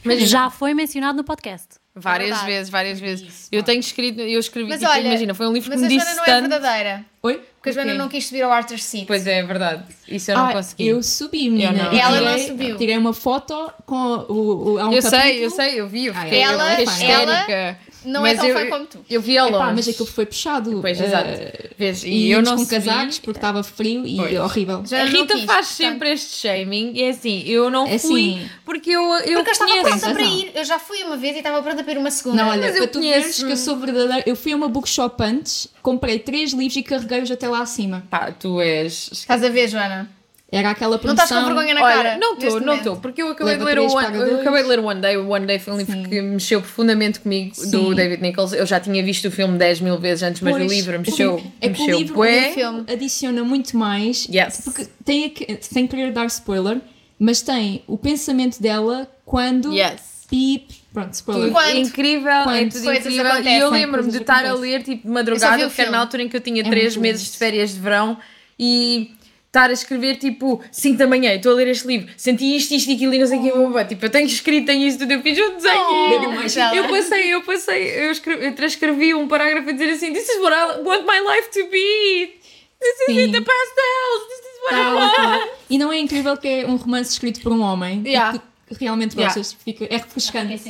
A: livro.
D: Já foi mencionado no podcast.
B: Várias
A: Verdade.
B: vezes, várias vezes. eu tenho escrito, eu escrevi,
A: Mas
B: tipo,
A: olha,
B: imagina, foi um livro que
A: Mas
B: me
A: a
B: disse
A: Joana não é
B: tanto.
A: verdadeira.
C: Oi?
A: Porque a Joana
B: quê?
A: não quis subir ao Arthur's Seat.
B: Pois é, é verdade. Isso eu não
C: Ah,
B: consegui.
C: Eu subi, menina.
B: não.
C: E
A: Ela não
C: tirei-
A: subiu.
C: Tirei uma foto com o. o há um
B: Eu sei,
C: capítulo.
B: eu sei, eu vi, eu
C: Ah,
B: fiquei
A: ela-
B: eu fiquei
A: ela
B: histérica.
A: Não é
B: Mas
A: tão
B: eu-
A: fã como tu.
B: Eu vi ela
C: Epá,
B: longe.
C: mas é aquilo foi puxado.
B: Pois,
C: Eh,
B: exato. Vês, e eu
C: íamos
B: não
C: com
B: subi.
C: casacos porque estava frio e
B: Pois.
C: horrível.
A: Já
B: A
A: não
B: Rita
A: quis,
B: faz
A: portanto.
B: sempre este shaming e é assim, eu não
C: É
B: fui
C: assim.
B: porque eu,
A: Porque
B: eu
A: eu estava
B: conheço.
A: pronta para
C: razão.
A: ir. Eu já fui uma vez e estava pronta para ir uma segunda.
C: Não, olha,
B: Mas eu
C: para tu veres
B: conheço-me.
C: que eu sou verdadeira, eu fui a uma bookshop antes, comprei três livros e carreguei-os até lá acima.
B: Pá, tu és.
A: Estás a ver, Joana?
C: Era aquela
A: Não
C: promoção.
A: estás com vergonha na cara?
B: Olha, não estou,
A: neste
B: não
A: momento.
B: estou, porque eu acabei, de
C: Leva
B: ler o
C: três,
B: One,
C: paga
B: eu
C: dois.
B: acabei de ler o One Day. O One Day foi um livro
C: Sim.
B: que mexeu profundamente comigo, do
C: Sim.
B: David Nichols. Eu já tinha visto o filme 10 mil vezes antes, mas
C: Pois,
B: o livro
C: porque
B: mexeu.
C: É que
B: mexeu
C: o livro
B: bué.
C: o filme adiciona muito mais.
B: Yes.
C: Porque tem, aque- sem querer dar spoiler, mas tem o pensamento dela quando.
B: Yes.
C: Pip. Pronto, spoiler.
A: Quando-
B: Tipo, é Incrível, é
C: Quando
B: tudo
A: coisas
B: incrível.
A: acontecem,
B: e eu lembro-me
C: coisas
B: de estar a
C: acontecem.
B: ler tipo de
A: Eu só vi
B: madrugada,
A: o
B: porque era
A: filme.
B: na altura em que eu tinha
C: É
B: 3
C: muito
B: meses
C: lindo.
B: de férias de verão e estar a escrever tipo 5 da manhã, e estou a ler este livro, senti isto, isto e aquilo e não sei o que, blá, blá. tipo, eu tenho escrito, tenho isto tudo, eu fiz um desenho. eu passei, eu passei, eu, escrevi, eu transcrevi um parágrafo a dizer assim: This is what I want my life to be. This is
C: Sim. Tá.
B: it, the pastels, this is what I
C: Tal,
B: want.
C: tal. E não é incrível que é um romance escrito por um homem e
B: Yeah.
C: que realmente
B: Yeah.
C: gostas, fica, é refrescante.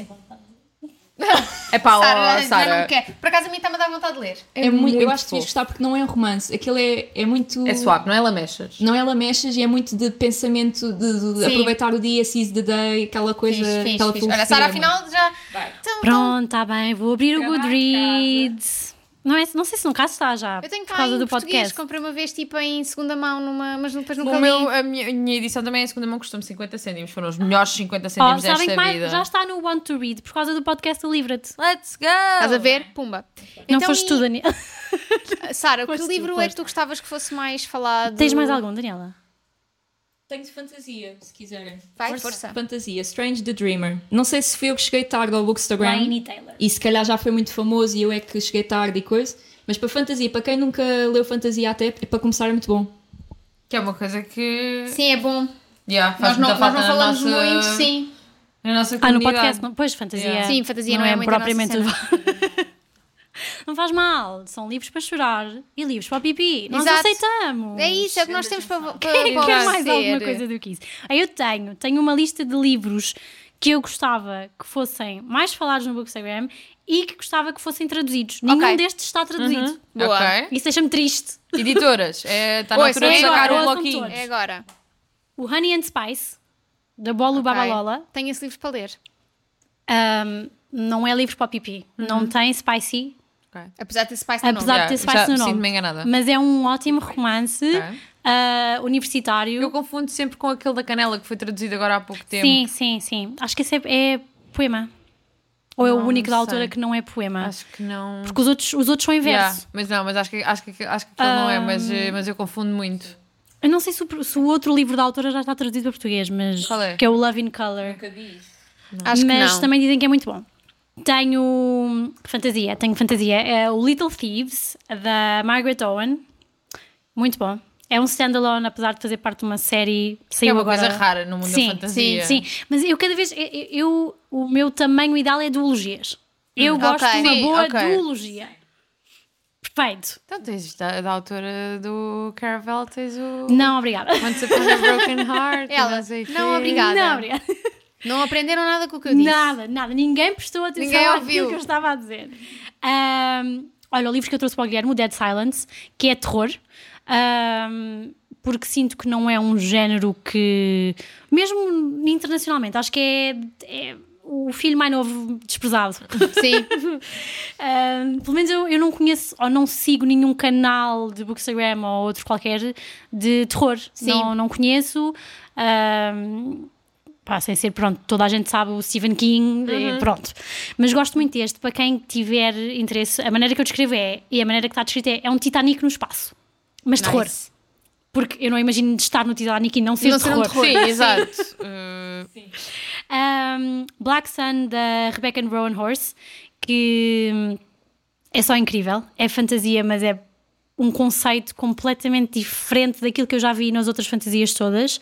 B: É pá,
A: Sara,
B: ó,
A: já não
B: Sara.
A: quer. Por acaso a mim está-me a dar vontade de ler.
C: É, muito, eu acho que
B: fofo.
C: devias gostar porque não é um romance. Aquilo é, é muito.
B: É suave, não é lamechas?
C: Não é lamechas e é muito de pensamento, de, de
A: Sim.
C: aproveitar o dia, seize the day, aquela coisa.
A: Fiz, fiz,
C: aquela
A: fiz. Olha,
C: filosofia.
A: Sara, afinal já. Então,
D: Pronto, está bem, vou abrir o Goodreads. Não, é, não sei se no caso está já.
A: Eu tenho
D: por
A: cá
D: causa
A: em
D: do
A: português,
D: podcast.
A: comprei uma vez tipo em segunda mão, numa, mas depois nunca
B: O
A: li.
B: meu, a, minha, a minha edição também é a segunda mão, custou-me 50 cêntimos. Foram os melhores 50
D: Oh,
B: cêntimos
D: sabem que
B: desta
D: mais-
B: vida.
D: já está no Want to Read por causa do podcast do Livra-te.
B: Let's go!
A: Estás a ver? Pumba.
D: Não
A: Então,
D: foste
A: e-
D: tu, Daniela.
A: Sara, que
D: Foste tu,
A: livro é que
D: foste.
A: tu gostavas que fosse mais falado?
D: [laughs] Tens mais algum, Daniela?
C: Tenho de fantasia, se quiserem.
A: Vai, força.
C: Fantasia, Strange the Dreamer. Não sei se fui eu que cheguei tarde ao Bookstagram.
D: Taylor.
C: E se calhar já foi muito famoso e eu é que cheguei tarde e coisa. Mas para fantasia, para quem nunca leu fantasia até, é para começar é muito bom.
B: Que é uma coisa que.
A: Sim, é bom.
B: Yeah,
A: Nós
B: faz
A: não,
B: muita
A: nós
B: falta
A: não
B: na
A: falamos
B: nossa-
A: muito, sim.
B: Na nossa
D: Ah, no
B: comunidade.
D: podcast, não, pois, fantasia.
B: Yeah.
A: Sim, fantasia não é muito a
D: propriamente
A: nossa
D: levada. [laughs] Não faz mal, são livros para chorar e livros para o pipi. Nós
A: Exato.
D: aceitamos.
A: É isso, é o que nós temos para, para, É
D: Quem quer mais
A: oferecer.
D: alguma coisa do que isso? Ah, Eu tenho, tenho uma lista de livros que eu gostava que fossem mais falados no Bookstagram e que gostava que fossem traduzidos. Nenhum
A: Ok.
D: destes está traduzido.
A: Boa.
B: [laughs] Ok.
D: Isso deixa-me triste.
B: Editoras, está na
A: Oi,
B: altura
A: são
B: de sacar
D: agora,
B: o
D: são
B: bloquinho.
D: todos.
A: É agora.
D: O Honey and Spice, da Bolo Babalola,
A: Ok. Tenho esse livro para ler.
D: ahm, não é livro para o pipi.
B: Uhum.
D: Não tem spicy,
A: Apesar de ter Spice no
D: apesar
A: nome.
D: de
B: já
D: ter spice no
B: me
D: nome.
B: sinto-me enganada.
D: Mas é um ótimo romance
B: Ok.
D: ah, universitário.
B: Eu confundo sempre com aquele da canela que foi traduzido agora há pouco tempo.
D: Sim, sim, sim. Acho que esse é, é poema. Ou é
B: Não,
D: o único da
B: não
D: autora
B: sei.
D: que não é poema.
B: Acho que não.
D: Porque os outros, os outros são
B: Yeah,
D: inverso.
B: mas não, mas acho que, acho que, acho que aquele não é, mas, eh, mas eu confundo muito.
D: Eu não sei se o, se o outro livro da autora já está traduzido para português, mas
B: Qual é?
D: que é o Love in Color.
A: Acho que
D: mas
A: não.
D: também dizem que é muito bom. Tenho fantasia, tenho fantasia. É o Little Thieves, da Margaret Owen. Muito bom. É um standalone, apesar de fazer parte de uma série.
B: Que
D: Saiu
B: é uma
D: agora.
B: coisa rara no mundo
D: sim,
B: da fantasia.
D: Sim, sim. Mas eu cada vez. eu- Eu, eu- o
B: Hum,
D: meu tamanho ideal é duologias. Eu gosto
A: ok.
D: de uma
A: Sim,
D: boa
A: ok.
D: duologia. Perfeito.
L: Então tens da, da autora do Caravel, tens o...
D: Não, obrigada.
L: Once Upon a
D: [laughs]
L: Broken Heart, e
A: Ela,
L: não sei o quê.
A: não, obrigada.
D: Não,
A: Não,
D: obrigada.
A: aprenderam nada com o que eu disse.
D: Nada, nada. Ninguém prestou atenção
A: Ninguém
D: àquilo
A: ouviu.
D: que eu estava a dizer. Ahm, olha, o livro que eu trouxe para o Guilherme, o Dead Silence, que é terror, ahm, porque sinto que não é um género que, mesmo internacionalmente, acho que é, é o filho mais novo desprezado.
A: Sim.
D: Ahm, pelo menos eu, eu não conheço ou não sigo nenhum canal de Bookstagram ou outro qualquer de terror.
A: Sim.
D: Não, não conheço. Ahm, pá, sem ser, pronto, toda a gente sabe o Stephen King,
A: Uhum.
D: e pronto. Mas gosto muito deste, para quem tiver interesse, a maneira que eu descrevo é, e a maneira que está descrita é, é um Titanic no espaço. Mas terror. Porque eu não imagino de estar no Titanic e não ser
A: Não ser um
D: terror.
A: terror.
L: Tipo Sim, exato. Uh,
D: Um, Black Sun da Rebecca Rowan Horse, que hum, é só incrível. É fantasia, mas é um conceito completamente diferente daquilo que eu já vi nas outras fantasias todas.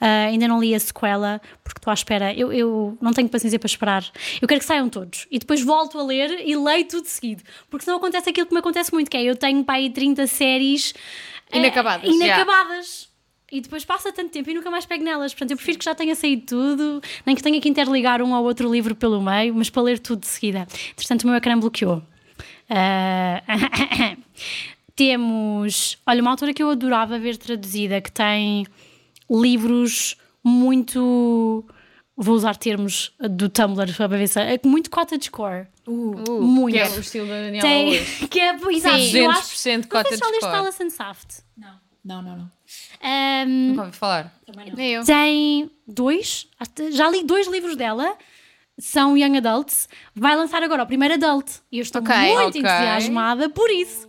D: Ah, ainda não li a sequela, porque estou à espera. Eu, eu não tenho paciência para esperar. Eu quero que saiam todos. E depois volto a ler e leio tudo de seguido. Porque senão acontece aquilo que me acontece muito, que é eu tenho para aí 30 séries eh,
L: Inacabadas,
D: inacabadas. E depois passa tanto tempo e nunca mais pego nelas. Portanto, eu prefiro que já tenha saído tudo, nem que tenha que interligar um ao outro livro pelo meio, mas para ler tudo de seguida. Entretanto, o meu ecrã bloqueou. Ah, [laughs] temos, olha, uma autora que eu adorava ver traduzida, que tem livros muito. Vou usar termos do Tumblr para ver se. é Muito cottage core. muito.
B: Que é o estilo da Daniela
D: Tem,
B: hoje.
D: [laughs] que é, exato, eu
L: 200%
D: acho. Não sei
L: cota
D: se
L: de
D: já leste
L: score.
D: Alice and Saft.
C: Não, não, não.
D: Ahm,
L: Nunca ouvi falar. É
A: Nem eu.
D: tem dois, até- já li dois livros dela, são Young Adults. Vai lançar agora o primeiro adult. E eu estou
A: Ok,
D: muito
L: ok.
D: entusiasmada por isso.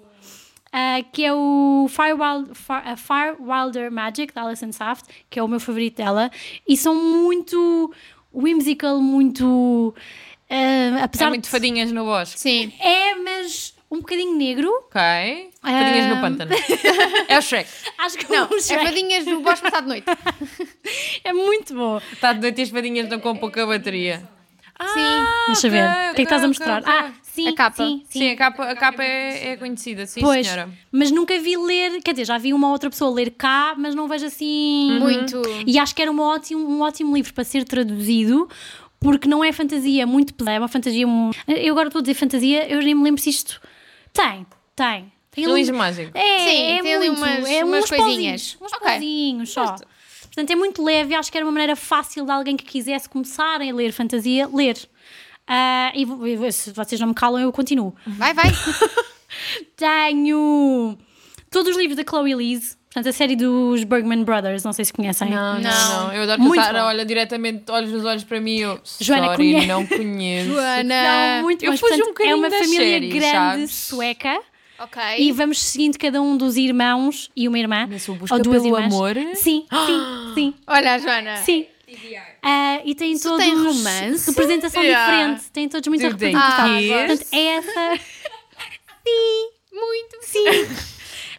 D: Ah, que é o Firewild, Fire, a Firewilder Magic, da Alison Saft, que é o meu favorito dela. E são muito whimsical, muito. ah, apesar
L: É muito
D: de-
L: fadinhas no bosque.
A: Sim.
D: É, mas um bocadinho negro. [laughs]
L: Ok. Fadinhas
D: Ah.
L: no pântano. É o Shrek.
D: Acho que [laughs]
A: Não,
D: o
A: é
D: Shrek
A: fadinhas no bosque passado de noite.
D: é muito bom.
L: Está de noite e as fadinhas estão com pouca bateria. Ah,
A: Sim.
D: Deixa
L: ok,
D: ver. O que é que estás
L: ok,
D: a mostrar?
L: ok.
D: Ah, sim,
A: A capa.
D: sim, sim.
L: Sim, a capa, a capa é, é conhecida, sim,
D: Pois,
L: senhora.
D: mas nunca vi ler, quer dizer, já vi uma outra pessoa ler cá, mas não vejo assim
A: Muito.
D: E acho que era um ótimo, um ótimo livro para ser traduzido, porque não é fantasia é muito pesada, é uma fantasia. mu- Eu agora estou a dizer fantasia, eu nem me lembro se isto tem, tem. Tem
L: Luís
D: ali-
L: Mágico.
D: É,
A: Sim,
D: é
A: tem ali
D: muito,
A: umas-
D: é
A: umas
D: uns
A: coisinhas.
D: pauzinhos, Uns
A: Ok.
D: pauzinhos só. Portanto, é muito leve, acho que era uma maneira fácil de alguém que quisesse começar a ler fantasia, ler. Ah, e vo- e vo- se vocês não me calam, eu continuo
A: Vai,
D: [laughs]
A: vai.
D: tenho todos os livros da Chloe Lees, portanto, a série dos Bergman Brothers, não sei se conhecem.
L: Não, não,
A: Não.
L: não. Eu adoro
D: Muito
L: que a Sara
D: bom.
L: olha diretamente, olhos nos olhos para mim e eu.
D: Joana,
L: sorry,
D: conhece.
L: não conheço.
D: São muito
L: eu
D: bons.
L: fujo um
D: Portanto, é
L: bocadinho
D: uma
L: das
D: família
L: séries,
D: grande
L: sabes? É
D: sueca
A: Ok.
D: e vamos seguindo cada um dos irmãos e uma irmã
L: Mas o busca
D: ou duas
L: pelo
D: irmãs.
L: amor. [gasps]
D: Sim, sim, sim,
A: Olha, a Joana.
D: sim. Ah, e tem
A: Isso
D: todos
A: tem romance?
D: representação
L: Yeah.
D: diferente, tem todos muita
L: Do they
D: representação.
L: kiss?
D: Portanto, é essa.
A: Muito.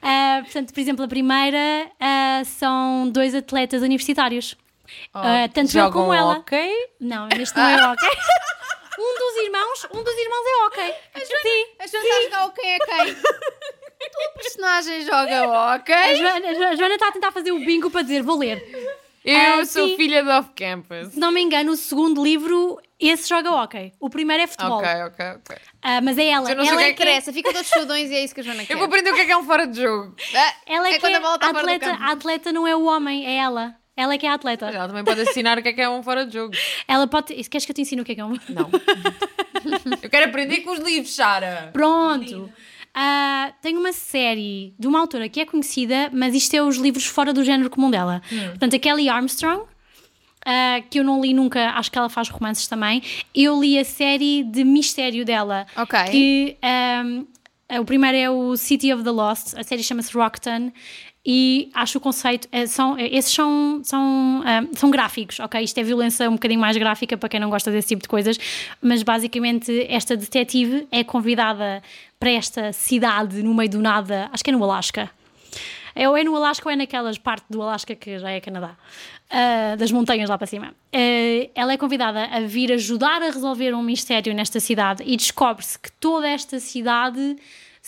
D: Ah, portanto, por exemplo, a primeira ah, são dois atletas universitários.
A: Oh,
D: Ah, tanto ele
L: Jogam
D: como ela.
L: ok.
D: Não, este não é
A: [laughs]
D: ok. Um dos irmãos, um dos irmãos é ok. Sim.
A: A Joana está a jogar o quem é
D: [laughs]
A: quem. Tua personagem joga ok.
D: A Joana, a Jo- a Joana está a tentar fazer o bingo para dizer, vou ler.
L: Eu
D: Ah,
L: sou
D: sim.
L: filha de off-campus.
D: Se não me engano, o segundo livro, esse joga ok. O primeiro é futebol.
L: Ok, ok, ok.
D: Ah, mas é ela.
L: Eu não sei
D: ela
L: o que
D: é
L: é
D: que é-
A: Interessa, fica todos fodões e é isso que a Joana quer.
L: Eu vou aprender o que é que é um fora de jogo.
A: Ah,
D: ela é, que
A: quando
D: é
A: a bola está fora do
D: atleta.
A: campo.
D: A atleta não é o homem, é ela. Ela é que é a
L: Mas
D: atleta.
L: Ela também pode ensinar o que é que é um fora de jogo.
D: Ela pode. Queres que eu te ensine o que é que é um?
L: Não. Eu quero aprender com os livros, Sara.
D: [laughs] Pronto. Ah, tem uma série de uma autora que é conhecida, mas isto é os livros fora do género comum dela. Portanto, a Kelly Armstrong, ah, que eu não li nunca, acho que ela faz romances também. Eu li a série de mistério dela.
A: Ok.
D: Que ahm, ah, o primeiro é o City of the Lost, a série chama-se Rockton. E acho o conceito. eh, são, eh, esses são, são, ahm, são gráficos, ok? Isto é violência um bocadinho mais gráfica para quem não gosta desse tipo de coisas, mas basicamente esta detetive é convidada para esta cidade no meio do nada, acho que é no Alasca. É, ou é no Alasca ou é naquelas partes do Alasca que já é Canadá, ah, das montanhas lá para cima. Ah, ela é convidada a vir ajudar a resolver um mistério nesta cidade e descobre-se que toda esta cidade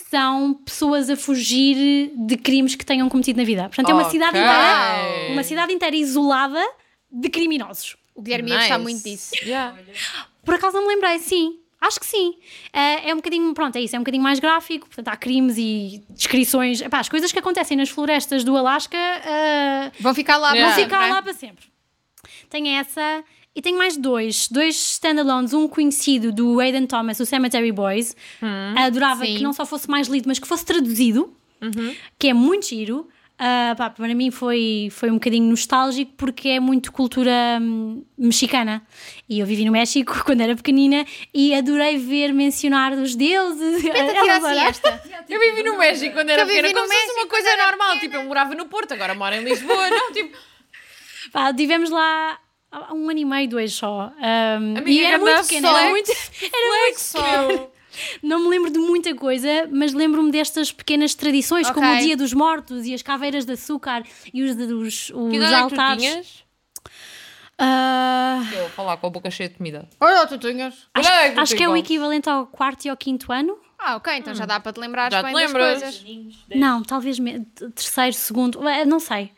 D: são pessoas a fugir de crimes que tenham cometido na vida. Portanto, é uma cidade
B: Ok.
D: inteira, uma cidade inteira isolada de criminosos.
A: O Guilherme nice. está
L: Nice.
A: muito disso.
D: Por acaso não me lembrei, sim. Acho que sim. Ah, é um bocadinho, pronto, é isso, é um bocadinho mais gráfico, portanto há crimes e descrições. Epá, as coisas que acontecem nas florestas do Alasca ah,
A: Vão ficar lá
D: vão
A: para sempre,
D: ficar
A: não é?
D: lá para sempre. Tenho essa e tenho mais dois, dois standalones, um conhecido do Aidan Thomas, o Cemetery Boys. Adorava
A: Hum, Sim. Uhum.
D: que não só fosse mais lido, mas que fosse traduzido, que é muito giro. Ah, pá, para mim foi, foi um bocadinho nostálgico porque é muito cultura hum, mexicana. E eu vivi no México [laughs] quando era pequenina e adorei ver mencionar os deuses. [laughs]
A: Tenta tirar assim esta.
D: tipo,
L: Eu vivi no México quando era
A: Eu vivi
L: pequena,
A: no
L: como se fosse
A: México
L: uma coisa normal. Tipo, eu morava no Porto, agora moro em Lisboa. Não, tipo,
D: Pá, tivemos lá há um ano e meio, dois só. Ahm,
L: Amiga,
D: e era
L: grande
D: muito pequena, era
L: flex,
A: é
D: muito, era muito pequena. Não me lembro de muita coisa, mas lembro-me destas pequenas tradições,
A: Ok.
D: como o Dia dos Mortos e as caveiras de açúcar e os, os, os
L: que idade é que tu
D: altares.
L: tinhas?
D: Ah,
L: Eu vou falar com a boca cheia de comida.
A: Olha, tu tinhas.
L: Olha aí,
D: acho que é o
L: igual.
D: equivalente ao quarto e ao quinto ano.
A: Ah, ok, então já dá para te lembrar
L: Hum. Já te
A: bem das
L: lembras?
A: coisas.
D: Não, talvez me- terceiro, segundo, eh, não sei.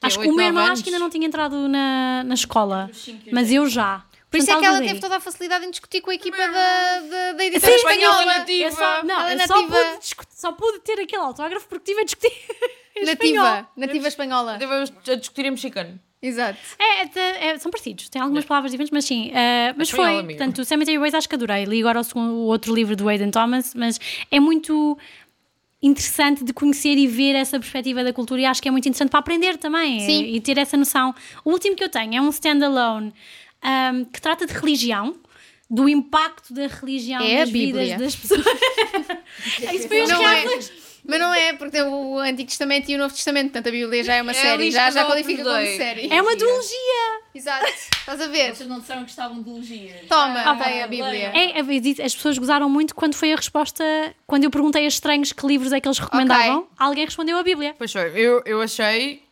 D: Acho que
L: oito,
D: o meu
L: nove
D: irmão
L: anos.
D: acho que ainda não tinha entrado na, na escola, mas eu já.
A: Por isso é
D: Portanto,
A: que ela
D: talvez aí.
A: teve toda a facilidade em discutir com a equipa da, da, da edição
D: Sim,
A: espanhola.
L: é espanhola nativa.
D: Eu só, não,
A: Ela é
D: eu só
A: nativa.
D: pude, discu- só pude ter aquele autógrafo porque estive a discutir. em espanhol.
A: Nativa. Nativa espanhola.
L: Estivemos Tipo, a discutir em mexicano.
A: Exato.
D: É, é, é, é, são parecidos, tem algumas palavras diferentes, mas sim. eh, mas
L: espanhol,
D: foi,
L: amigo.
D: portanto, o Cemetery Boys acho que adorei. Li agora o, segundo, o outro livro do Aidan Thomas, mas é muito interessante de conhecer e ver essa perspectiva da cultura e acho que é muito interessante para aprender também eh,
A: Sim.
D: e, e ter essa noção. O último que eu tenho é um standalone ahm, que trata de religião. Do impacto da religião
A: É a
D: nas
A: Bíblia.
D: vidas das
A: [laughs]
D: pessoas. Isso foi os
A: Não é.
D: Catholics.
A: Mas não é, porque tem o Antigo Testamento e o Novo Testamento, portanto a Bíblia já é uma
L: É a
A: série,
L: lista
A: já, já
L: de outros
A: qualifica como
L: dois. um
A: série.
D: É uma duologia.
A: Exato, estás a ver?
M: Vocês não disseram que estavam de logias.
A: Toma, tem a Bíblia.
D: É, eu disse- as pessoas gozaram muito quando foi a resposta, quando eu perguntei a estranhos que livros é que eles recomendavam, alguém respondeu a Bíblia.
L: Pois foi, eu, eu achei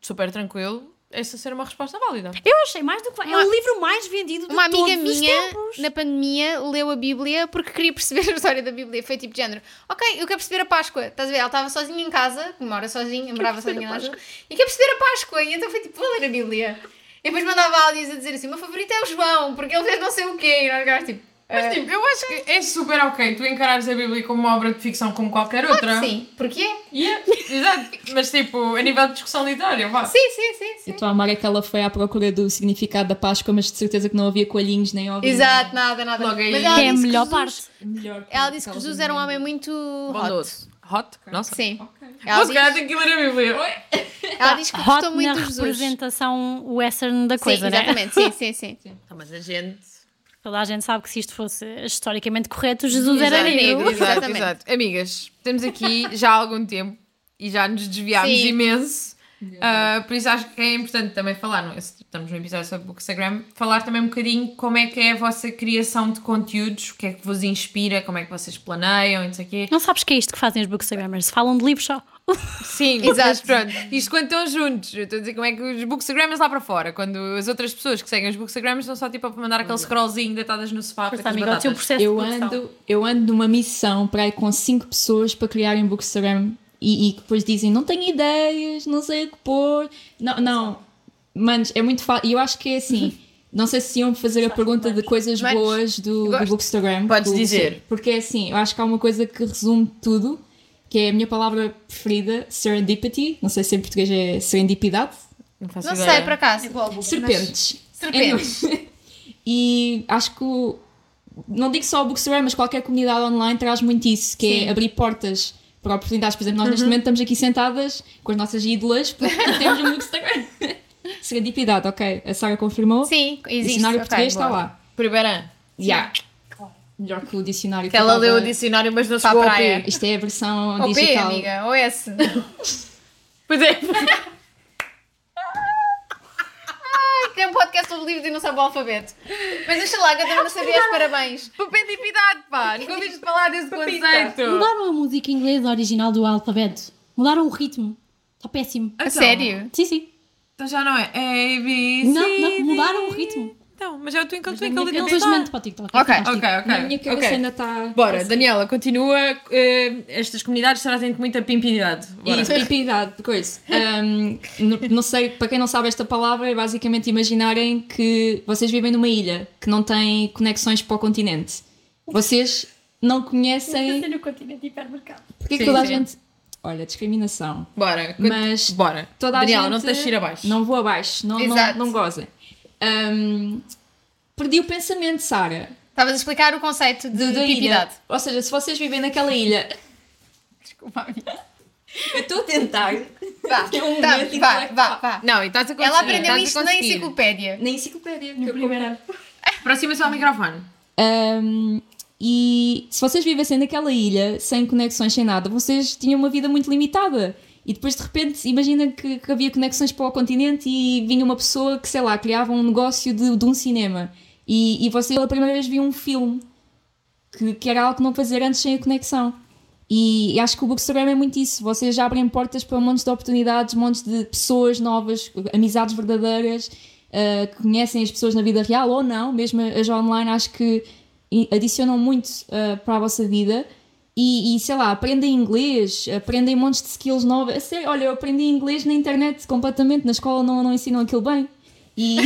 L: super tranquilo essa ser uma resposta válida.
D: Eu achei mais do que. é o livro mais vendido de
A: Uma amiga
D: todos os
A: minha,
D: tempos.
A: na pandemia, leu a Bíblia porque queria perceber [laughs] a história da Bíblia. Foi tipo de género. Ok, eu quero perceber a Páscoa. Estás a ver? Ela estava sozinha em casa, que mora sozinha, morava sozinha lá. E quer perceber a Páscoa. E então foi tipo, vou ler a Bíblia. E depois mandava áudios a dizer assim: o meu favorito é o João, porque ele fez não sei o quê. E nós ficávamos tipo.
B: Mas tipo, eu acho que é super ok tu encarares a Bíblia como uma obra de ficção como qualquer outra.
A: Sim, porque é?
B: Yeah, Exato. Mas tipo, a nível de discussão literária, vá.
A: Sim, sim, sim.
C: Eu
A: sim.
C: estou a amar é que ela foi à procura do significado da Páscoa, mas de certeza que não havia coelhinhos nem ovos.
A: Exato, nada, nada.
B: Logo aí.
A: Mas ela
D: Que é a
A: disse que
D: melhor
A: Jesus-
D: parte.
C: Melhor
A: Ela disse que Jesus era um homem muito hot.
L: Bondoso. Hot? Nossa.
A: Sim. Ela,
B: Mas se calhar
A: diz,
B: tenho que ler a Bíblia.
A: ela diz que
D: Hot
A: gostou
D: na
A: muito de Jesus. Sim,
D: representação western da coisa, né?
A: exatamente. Sim, sim, sim.
L: Ah, mas a gente.
D: Toda a gente sabe que se isto fosse historicamente correto, Jesus era
A: Exato.
D: negro.
A: negro,
B: Exato,
A: exatamente.
B: exato. Amigas, estamos aqui já há algum tempo e já nos desviámos
A: Sim.
B: imenso. Ah, por isso acho que é importante também falar, não é? Se estamos num episódio sobre Bookstagram, falar também um bocadinho como é que é a vossa criação de conteúdos, o que é que vos inspira, como é que vocês planeiam e não sei o quê.
D: Não sabes que é isto que fazem os bookstagrammers? Falam de livros só.
B: Sim, mas pronto. Isto quando estão juntos. Eu estou a dizer como é que os bookstagrams lá para fora, quando as outras pessoas que seguem os bookstagrams estão só tipo a mandar aquele scrollzinho deitadas no sofá para tipo
D: Está, amigo, é o teu processo
C: Eu
D: de produção.
C: ando, eu ando numa missão para ir com cinco pessoas para criarem um bookstagram e, e que depois dizem não tenho ideias, não sei o que pôr. Não, não. Manos, é muito fácil. E eu acho que é assim. Não sei se iam fazer a pergunta de coisas
A: Manos,
C: boas do, do
A: gosto.
C: bookstagram.
L: Podes
C: do-
L: dizer.
C: Porque é assim, eu acho que há uma coisa que resume tudo, que é a minha palavra preferida, serendipity. Não sei se em português é serendipidade.
A: Não sei, por acaso.
C: Serpentes.
A: Serpentes.
C: É. [laughs] e acho que, o- não digo só o Bookstagram, mas qualquer comunidade online traz muito isso, que é abrir portas para oportunidades. Por exemplo, nós neste
A: Uhum.
C: momento estamos aqui sentadas com as nossas ídolas, porque
A: [laughs]
C: temos um Bookstagram. [laughs] Serendipidade, ok. A Sara confirmou.
A: Sim,
C: O
A: existe.
C: dicionário
A: ok,
C: português está
A: boa.
C: lá.
L: Primeira.
C: Yeah. Melhor que o dicionário.
L: Que ela
C: estava-
L: leu o dicionário, mas não
A: Para a
L: chegou ao
A: praia.
L: pé.
C: Isto é a versão
A: Ou P,
C: digital.
A: amiga, ou S.
L: Pois é.
A: Tem um podcast sobre livros e não sabe o alfabeto. Mas deixa lá, que eu também não sabia os parabéns.
B: Papendipidade,
A: [laughs]
B: pá! Nunca ouviste falar desse
A: é.
B: conceito.
K: Mudaram a música inglesa original do alfabeto. Mudaram o ritmo. Está péssimo.
A: A É sério?
K: Sim, sim.
B: Então já Então, não é. A, B, C.
K: Não, não, mudaram o ritmo.
L: Então, mas é o Twinkle Twinkle
K: Eu
L: Little
K: depois mando
L: Star.
K: para o TikTok. é
L: Ok,
K: fantástico.
L: ok, ok.
C: Na minha cabeça
L: ok.
C: ainda está.
B: Bora, Daniela, continua. eh, estas comunidades trazem te muita pimpidade. Bora.
C: E pimpidade, de coisa. Ahm, n- não sei, para quem não sabe esta palavra, é basicamente imaginarem que vocês vivem numa ilha que não tem conexões para o continente. Vocês não conhecem.
M: no continente hipermercado.
C: Porque é que
B: Sim,
C: toda a
B: sim.
C: gente. Olha, discriminação.
B: Bora. cont-
C: Mas
B: Bora.
C: toda a
B: Daniela,
C: gente-
B: não te deixes ir abaixo.
C: Não vou abaixo, não, não,
A: Exato.
C: não gozem. Ahm, perdi o pensamento, Sara.
A: Estavas a explicar o conceito de,
C: de- da ilha.
A: pimpidade.
C: Ou seja, se vocês vivem
B: [laughs]
C: naquela ilha. Eu estou a tentar.
A: Vá,
C: Tem um
A: tá,
C: momento
A: vá, vá, vá.
B: Não, e estás a conseguir.
A: Ela aprendeu
B: estás a
A: isto na
B: conseguir.
A: enciclopédia.
C: Na enciclopédia. que eu
B: Aproxima-se ao microfone.
C: Um, e se vocês vivessem naquela ilha, sem conexões, sem nada, vocês tinham uma vida muito limitada. E depois, de repente, imagina que, que havia conexões para o continente e vinha uma pessoa que, sei lá, criava um negócio de, de um cinema. E, e vocês pela primeira vez viam um filme, que, que era algo que não fazer antes sem a conexão. E acho que o Bookstagram é muito isso. Vocês já abrem portas para montes de oportunidades, montes de pessoas novas, amizades verdadeiras, ah, que conhecem as pessoas na vida real ou não, mesmo as online, acho que i- adicionam muito ah, para a vossa vida. E, e, sei lá, aprendem inglês, aprendem montes de skills novas. A sério, olha, eu aprendi inglês na internet completamente, na escola não, não ensinam aquilo bem. E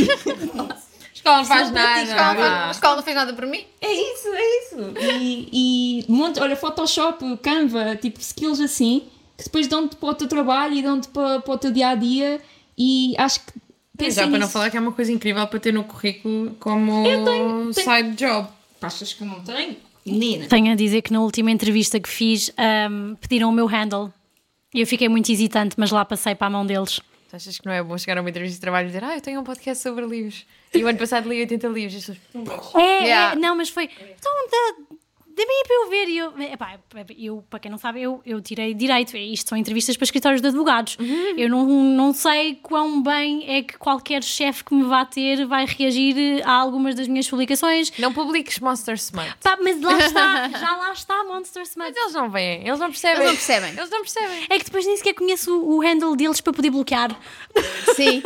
B: Escola não faz
A: A escola, não- a
B: nada.
A: escola não fez nada por mim.
C: É isso, é isso. E, e monte, olha, Photoshop, Canva, tipo skills assim, que depois dão-te para o teu trabalho e dão-te para, para o teu dia a dia. E acho que.
B: Já
C: pensem
B: para não
C: nisso.
B: falar que é uma coisa incrível para ter no currículo como side job.
C: Achas que eu não tenho? Nina.
D: Tenho a dizer que na última entrevista que fiz ahm, pediram o meu handle. E eu fiquei muito hesitante, mas lá passei para a mão deles.
L: Tu achas que não é bom chegar a uma entrevista de trabalho e dizer, ah, eu tenho um podcast sobre livros. E o ano passado li 80 livros. E as pessoas,
D: É,
A: Yeah.
D: é, não, mas foi. Então, dá- dê-me aí para eu ver. E eu, epá, eu, para quem não sabe, eu, eu tirei direito. É, Isto são entrevistas para escritórios de advogados. Eu não, não sei quão bem é que qualquer chefe que me vá ter vai reagir a algumas das minhas publicações.
L: não publiques Monster Smart.
D: Pá, mas lá está, já lá está Monster Smart.
L: Mas eles não veem, eles não percebem.
A: Eles não percebem.
L: Eles não percebem.
D: É que depois nem sequer conheço o o handle deles para poder bloquear.
A: Sim.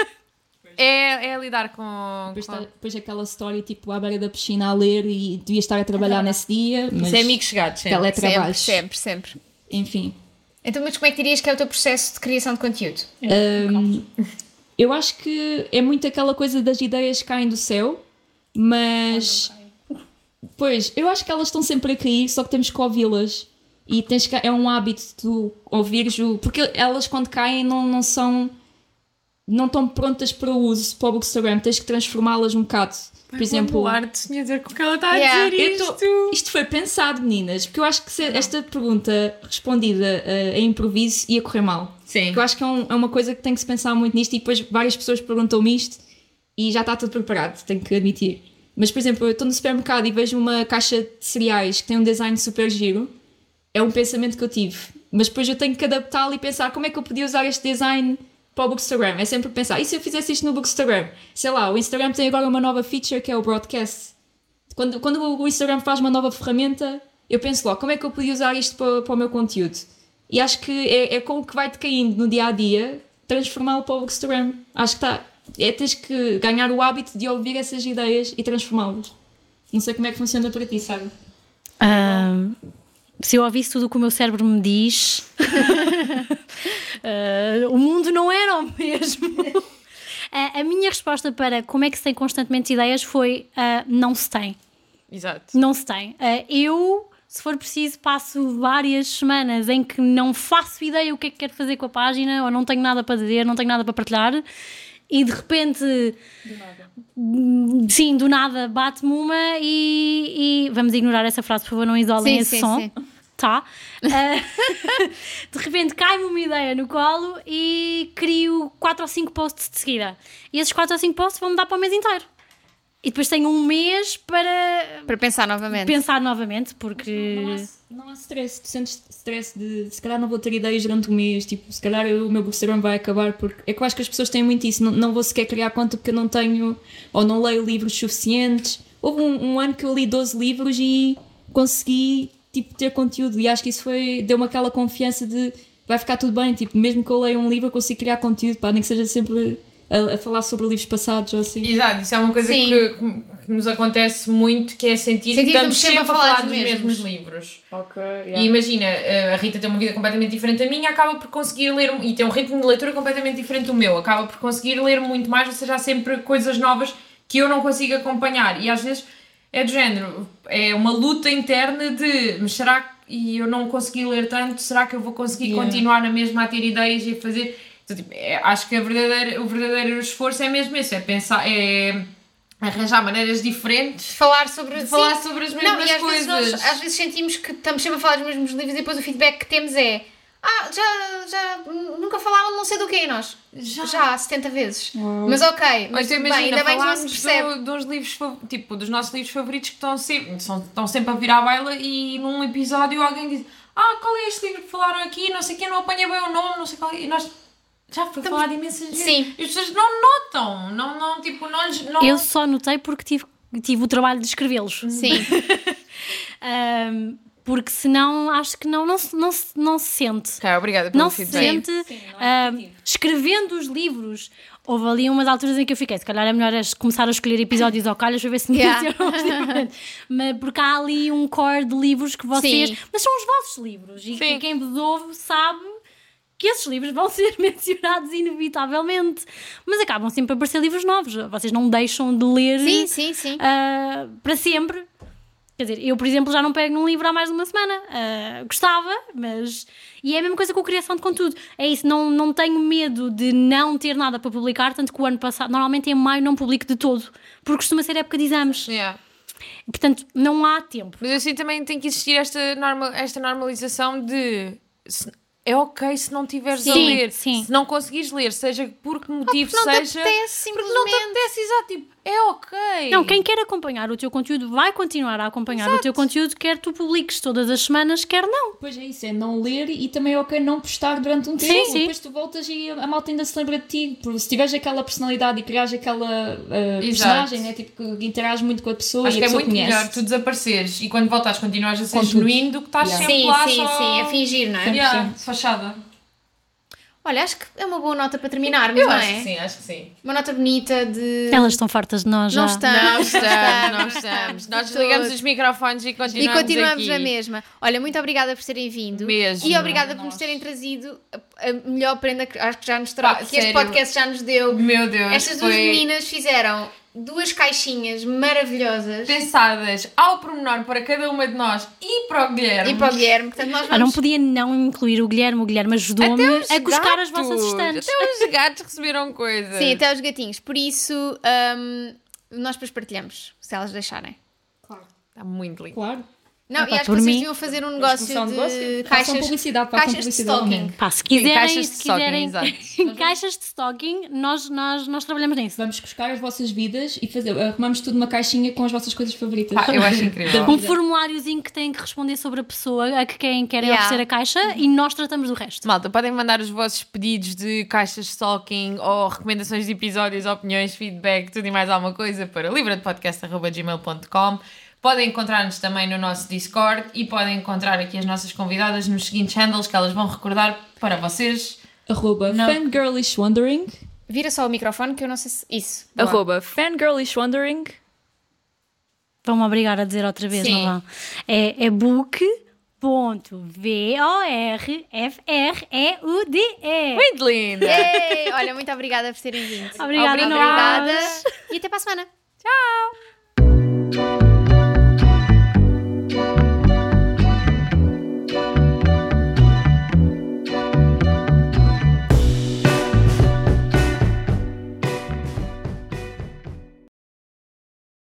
L: É, é lidar com.
C: Depois, tá-
L: com...
C: depois aquela história tipo à beira da piscina a ler e devia estar a trabalhar nesse dia. Mas
B: Isso é amigos chegados, sempre.
A: sempre,
C: teletrabalhos.
A: sempre, sempre.
C: Enfim.
A: Então, mas como é que dirias que é o teu processo de criação de conteúdo?
C: Eu acho que é muito aquela coisa das ideias que caem do céu, mas. Pois, eu acho que elas estão sempre a cair, só que temos que ouvi-las. E tens que, é um hábito tu ouvires o. Porque elas, quando caem, não, não são. Não estão prontas para o uso para o Bookstagram, tens que transformá-las um bocado. Por exemplo.
L: O Arte tinha a dizer com o que ela está a
A: Yeah.
L: dizer
C: Eu tô-
L: isto.
C: Isto foi pensado, meninas, porque eu acho que se esta pergunta respondida eh, a improviso ia correr mal.
B: Sim.
C: Porque eu acho que é, um- é uma coisa que tem que se pensar muito nisto e depois várias pessoas perguntam-me isto e já está tudo preparado, tenho que admitir. Mas, por exemplo, eu estou no supermercado e vejo uma caixa de cereais que tem um design super giro. É um pensamento que eu tive. Mas depois eu tenho que adaptá-lo e pensar como é que eu podia usar este design para o Bookstagram. É sempre pensar, e se eu fizesse isto no Bookstagram? Sei lá, o Instagram tem agora uma nova feature que é o broadcast. Quando, quando o Instagram faz uma nova ferramenta, eu penso logo, como é que eu podia usar isto para, para o meu conteúdo? E acho que é, é com o que vai-te caindo no dia a dia, transformá-lo para o Bookstagram. Acho que está. É, tens que ganhar o hábito de ouvir essas ideias e transformá-las. Não sei como é que funciona para ti, sabe?
D: Ahm, Ah, se eu ouvisse tudo o que o meu cérebro me diz, [laughs] ah, o mundo não era o mesmo. [laughs] A, a minha resposta para como é que se tem constantemente ideias foi ah, não se tem.
L: Exato.
D: Não se tem. Ah, eu, se for preciso, passo várias semanas em que não faço ideia o que é que quero fazer com a página, ou não tenho nada para dizer, não tenho nada para partilhar, e de repente. Hum, Sim, do nada bate-me uma e, e- Vamos ignorar essa frase, por favor, não isolem
A: Sim,
D: esse
A: sim,
D: som.
A: sim.
D: Tá? Ah, [laughs] de repente cai-me uma ideia no colo e crio 4 ou 5 posts de seguida. E esses 4 ou 5 posts vão-me dar para o mês inteiro. E depois tenho um mês para
A: Para pensar novamente.
D: pensar novamente, porque.
C: Não é há, não há stress. Tu sentes stress de se calhar não vou ter ideias durante o mês. Tipo, se calhar o meu Bookstagram vai acabar. Porque é que eu acho que as pessoas têm muito isso. Não, não vou sequer criar conta porque eu não tenho ou não leio livros suficientes. Houve um, um ano que eu li 12 livros e consegui tipo, ter conteúdo. E acho que isso foi deu-me aquela confiança de vai ficar tudo bem. Tipo, mesmo que eu leia um livro, eu consigo criar conteúdo. Pá, nem que seja sempre a, a falar sobre livros passados ou assim.
B: Exato, isso é uma coisa
A: Sim.
B: que, que nos acontece muito, que é sentir,
A: Sentir
B: que estamos sempre a falar dos mesmos, livros.
E: Ok,
B: E imagina, eh, a Rita tem uma vida completamente diferente da minha, acaba por conseguir ler, e tem um ritmo de leitura completamente diferente do meu, acaba por conseguir ler muito mais, ou seja, há sempre coisas novas que eu não consigo acompanhar. E às vezes é do género, é uma luta interna de, mas será que e eu não consegui ler tanto, será que eu vou conseguir
C: Yeah.
B: continuar na mesma a ter ideias e a fazer? Então, tipo, é- acho que a verdadeira- o verdadeiro esforço é mesmo esse, é pensar, é arranjar maneiras diferentes
A: Falar sobre.
B: de
A: sim.
B: falar sobre as
A: Não,
B: mesmas
A: e às
B: coisas.
A: vezes, nós, às vezes sentimos que estamos sempre a falar dos mesmos livros e depois o feedback que temos é. Ah, já, já hum, nunca falaram de não sei do que e nós. Já, 70 vezes. Mas ok, mas
B: Mas
A: bem,
B: imagina,
A: ainda bem que não se
B: falarmos
A: percebe.
B: do- dos livros, fa- tipo, dos nossos livros favoritos que estão sempre, são, estão sempre a virar à baila e num episódio alguém diz Ah, qual é este livro que falaram aqui? Não sei quem, não apanha bem o nome, não sei qual. é." E nós já foi falado imensas vezes.
A: Sim.
B: E as pessoas não notam, não, não, tipo, não... lhes- não
D: Eu só notei porque tive, tive o trabalho de escrevê-los.
A: Sim,
D: Ahm, porque senão acho que não, não, se- não, se- não se sente.
L: Ok, obrigada pelo
D: não se
L: feedback.
D: sente ah, escrevendo os livros. Houve ali umas alturas em que eu fiquei, se calhar é melhor as- começar a escolher episódios ao calhas para ver se me
A: Yeah.
D: yeah. Mas porque há ali um core de livros que vocês.
A: Sim.
D: Mas são os vossos livros. E
L: Sim.
D: quem vos ouve sabe que esses livros vão [laughs] ser mencionados inevitavelmente. Mas acabam sempre a aparecer livros novos. Vocês não deixam de
A: [laughs]
D: ler
A: sim, sim, sim.
D: ah, para sempre. Quer dizer, eu, por exemplo, já não pego num livro há mais de uma semana. Ah, gostava, mas. E é a mesma coisa com a criação de conteúdo. É isso, não, não tenho medo de não ter nada para publicar, tanto que o ano passado, normalmente em maio, não publico de todo, porque costuma ser época de exames.
L: Yeah.
D: Portanto, não há tempo.
L: Mas assim também tem que existir esta, norma, esta normalização de. se- é ok se não tiveres a
D: Sim,
L: ler,
D: sim.
L: se não conseguires ler, seja por que motivo
A: Ah, Não te
L: seja.
A: apetece,
L: porque não
A: simplesmente.
L: te apetece, exato. Tipo, é ok.
D: Não, quem quer acompanhar o teu conteúdo vai continuar a acompanhar o teu conteúdo, quer tu publiques todas as semanas, quer não.
C: Pois é isso, é não ler e também é ok não postar durante um
D: Sim,
C: tempo.
D: sim.
C: Depois tu voltas e a malta ainda se lembra de ti. Porque se tiveres aquela personalidade e criares aquela ah, personagem, né? Tipo, que interage muito com a pessoa
B: Acho
C: e
B: que é
C: a pessoa
B: muito melhor
C: conhece.
B: tu desapareceres e quando voltares continuares a ser
C: Contudo.
B: genuíno do que estás
C: Yeah.
B: sempre
A: Sim,
B: lá
A: sim,
B: só...
A: sim, a fingir, não é?
B: Yeah, fachada.
A: Olha, acho que é uma boa nota para terminarmos,
B: Eu
A: não
B: acho
A: é?
B: que sim, acho que sim.
A: Uma nota bonita de.
D: Elas estão fartas de nós já.
A: Não estamos.
L: Não
A: estamos,
L: estamos, não estamos.
A: [laughs] estamos,
L: Nós
A: de
L: desligamos
A: todo.
L: os microfones e
A: E
L: continuamos.
A: continuamos
L: aqui.
A: na mesma. Olha, muito obrigada por terem vindo.
L: Mesmo.
A: E obrigada por nos terem trazido a, a melhor prenda que acho que já nos tra...
B: Pá,
A: que este
B: sério.
A: podcast já nos deu.
B: Meu Deus,
A: Estas duas
B: foi...
A: meninas fizeram duas caixinhas maravilhosas.
B: pensadas ao pormenor para cada uma de nós e para o Guilherme.
A: E para o Guilherme, portanto, nós
D: Ah,
A: vamos.
D: não podia não incluir o Guilherme. O Guilherme ajudou-me a buscar as vossas estantes.
L: Até os gatos receberam coisas.
A: Sim, até os gatinhos. Por isso, hum, nós depois partilhamos, se elas deixarem.
L: Está Tá muito lindo.
C: Claro.
A: Não,
D: Epá,
A: e acho que
D: Ah, por
A: vocês
D: mim-
A: deviam fazer um negócio de,
C: começar um negócio? Façam
A: caixas,
C: publicidade, façam
A: caixas de
C: publicidade ao
A: stalking.
C: mundo.
D: Pá, se
L: Sim,
D: quiserem,
L: caixas de
D: se
L: stocking,
D: quiserem [laughs]
L: exato.
D: caixas de stocking, nós, nós, nós trabalhamos nisso. Um
C: Vamos buscar as vossas vidas e fazer, arrumamos tudo uma caixinha com as vossas coisas favoritas.
B: Pá, Ah, eu
C: [laughs]
B: acho incrível.
D: Um formuláriozinho que têm que responder sobre a pessoa a que quem querem
A: Yeah.
D: oferecer a caixa e nós tratamos do resto.
L: Malta, podem mandar os vossos pedidos de caixas de stalking ou recomendações de episódios, opiniões, feedback, tudo e mais alguma coisa para livradepodcast.gmail.com. Podem encontrar-nos também no nosso Discord e podem encontrar aqui as nossas convidadas nos seguintes handles que elas vão recordar para vocês.
C: Arroba fangirlishwondering.
A: Vira só o microfone que eu não sei se. Isso. boa.
E: Arroba fangirlishwondering.
D: Vão-me obrigar a dizer outra vez, não vão? É, é book.vorfreud.
L: Muito linda!
A: Ei, olha, muito obrigada por terem vindo.
D: Obrigada, Noel.
A: Obrigada. E até para a semana.
L: Tchau!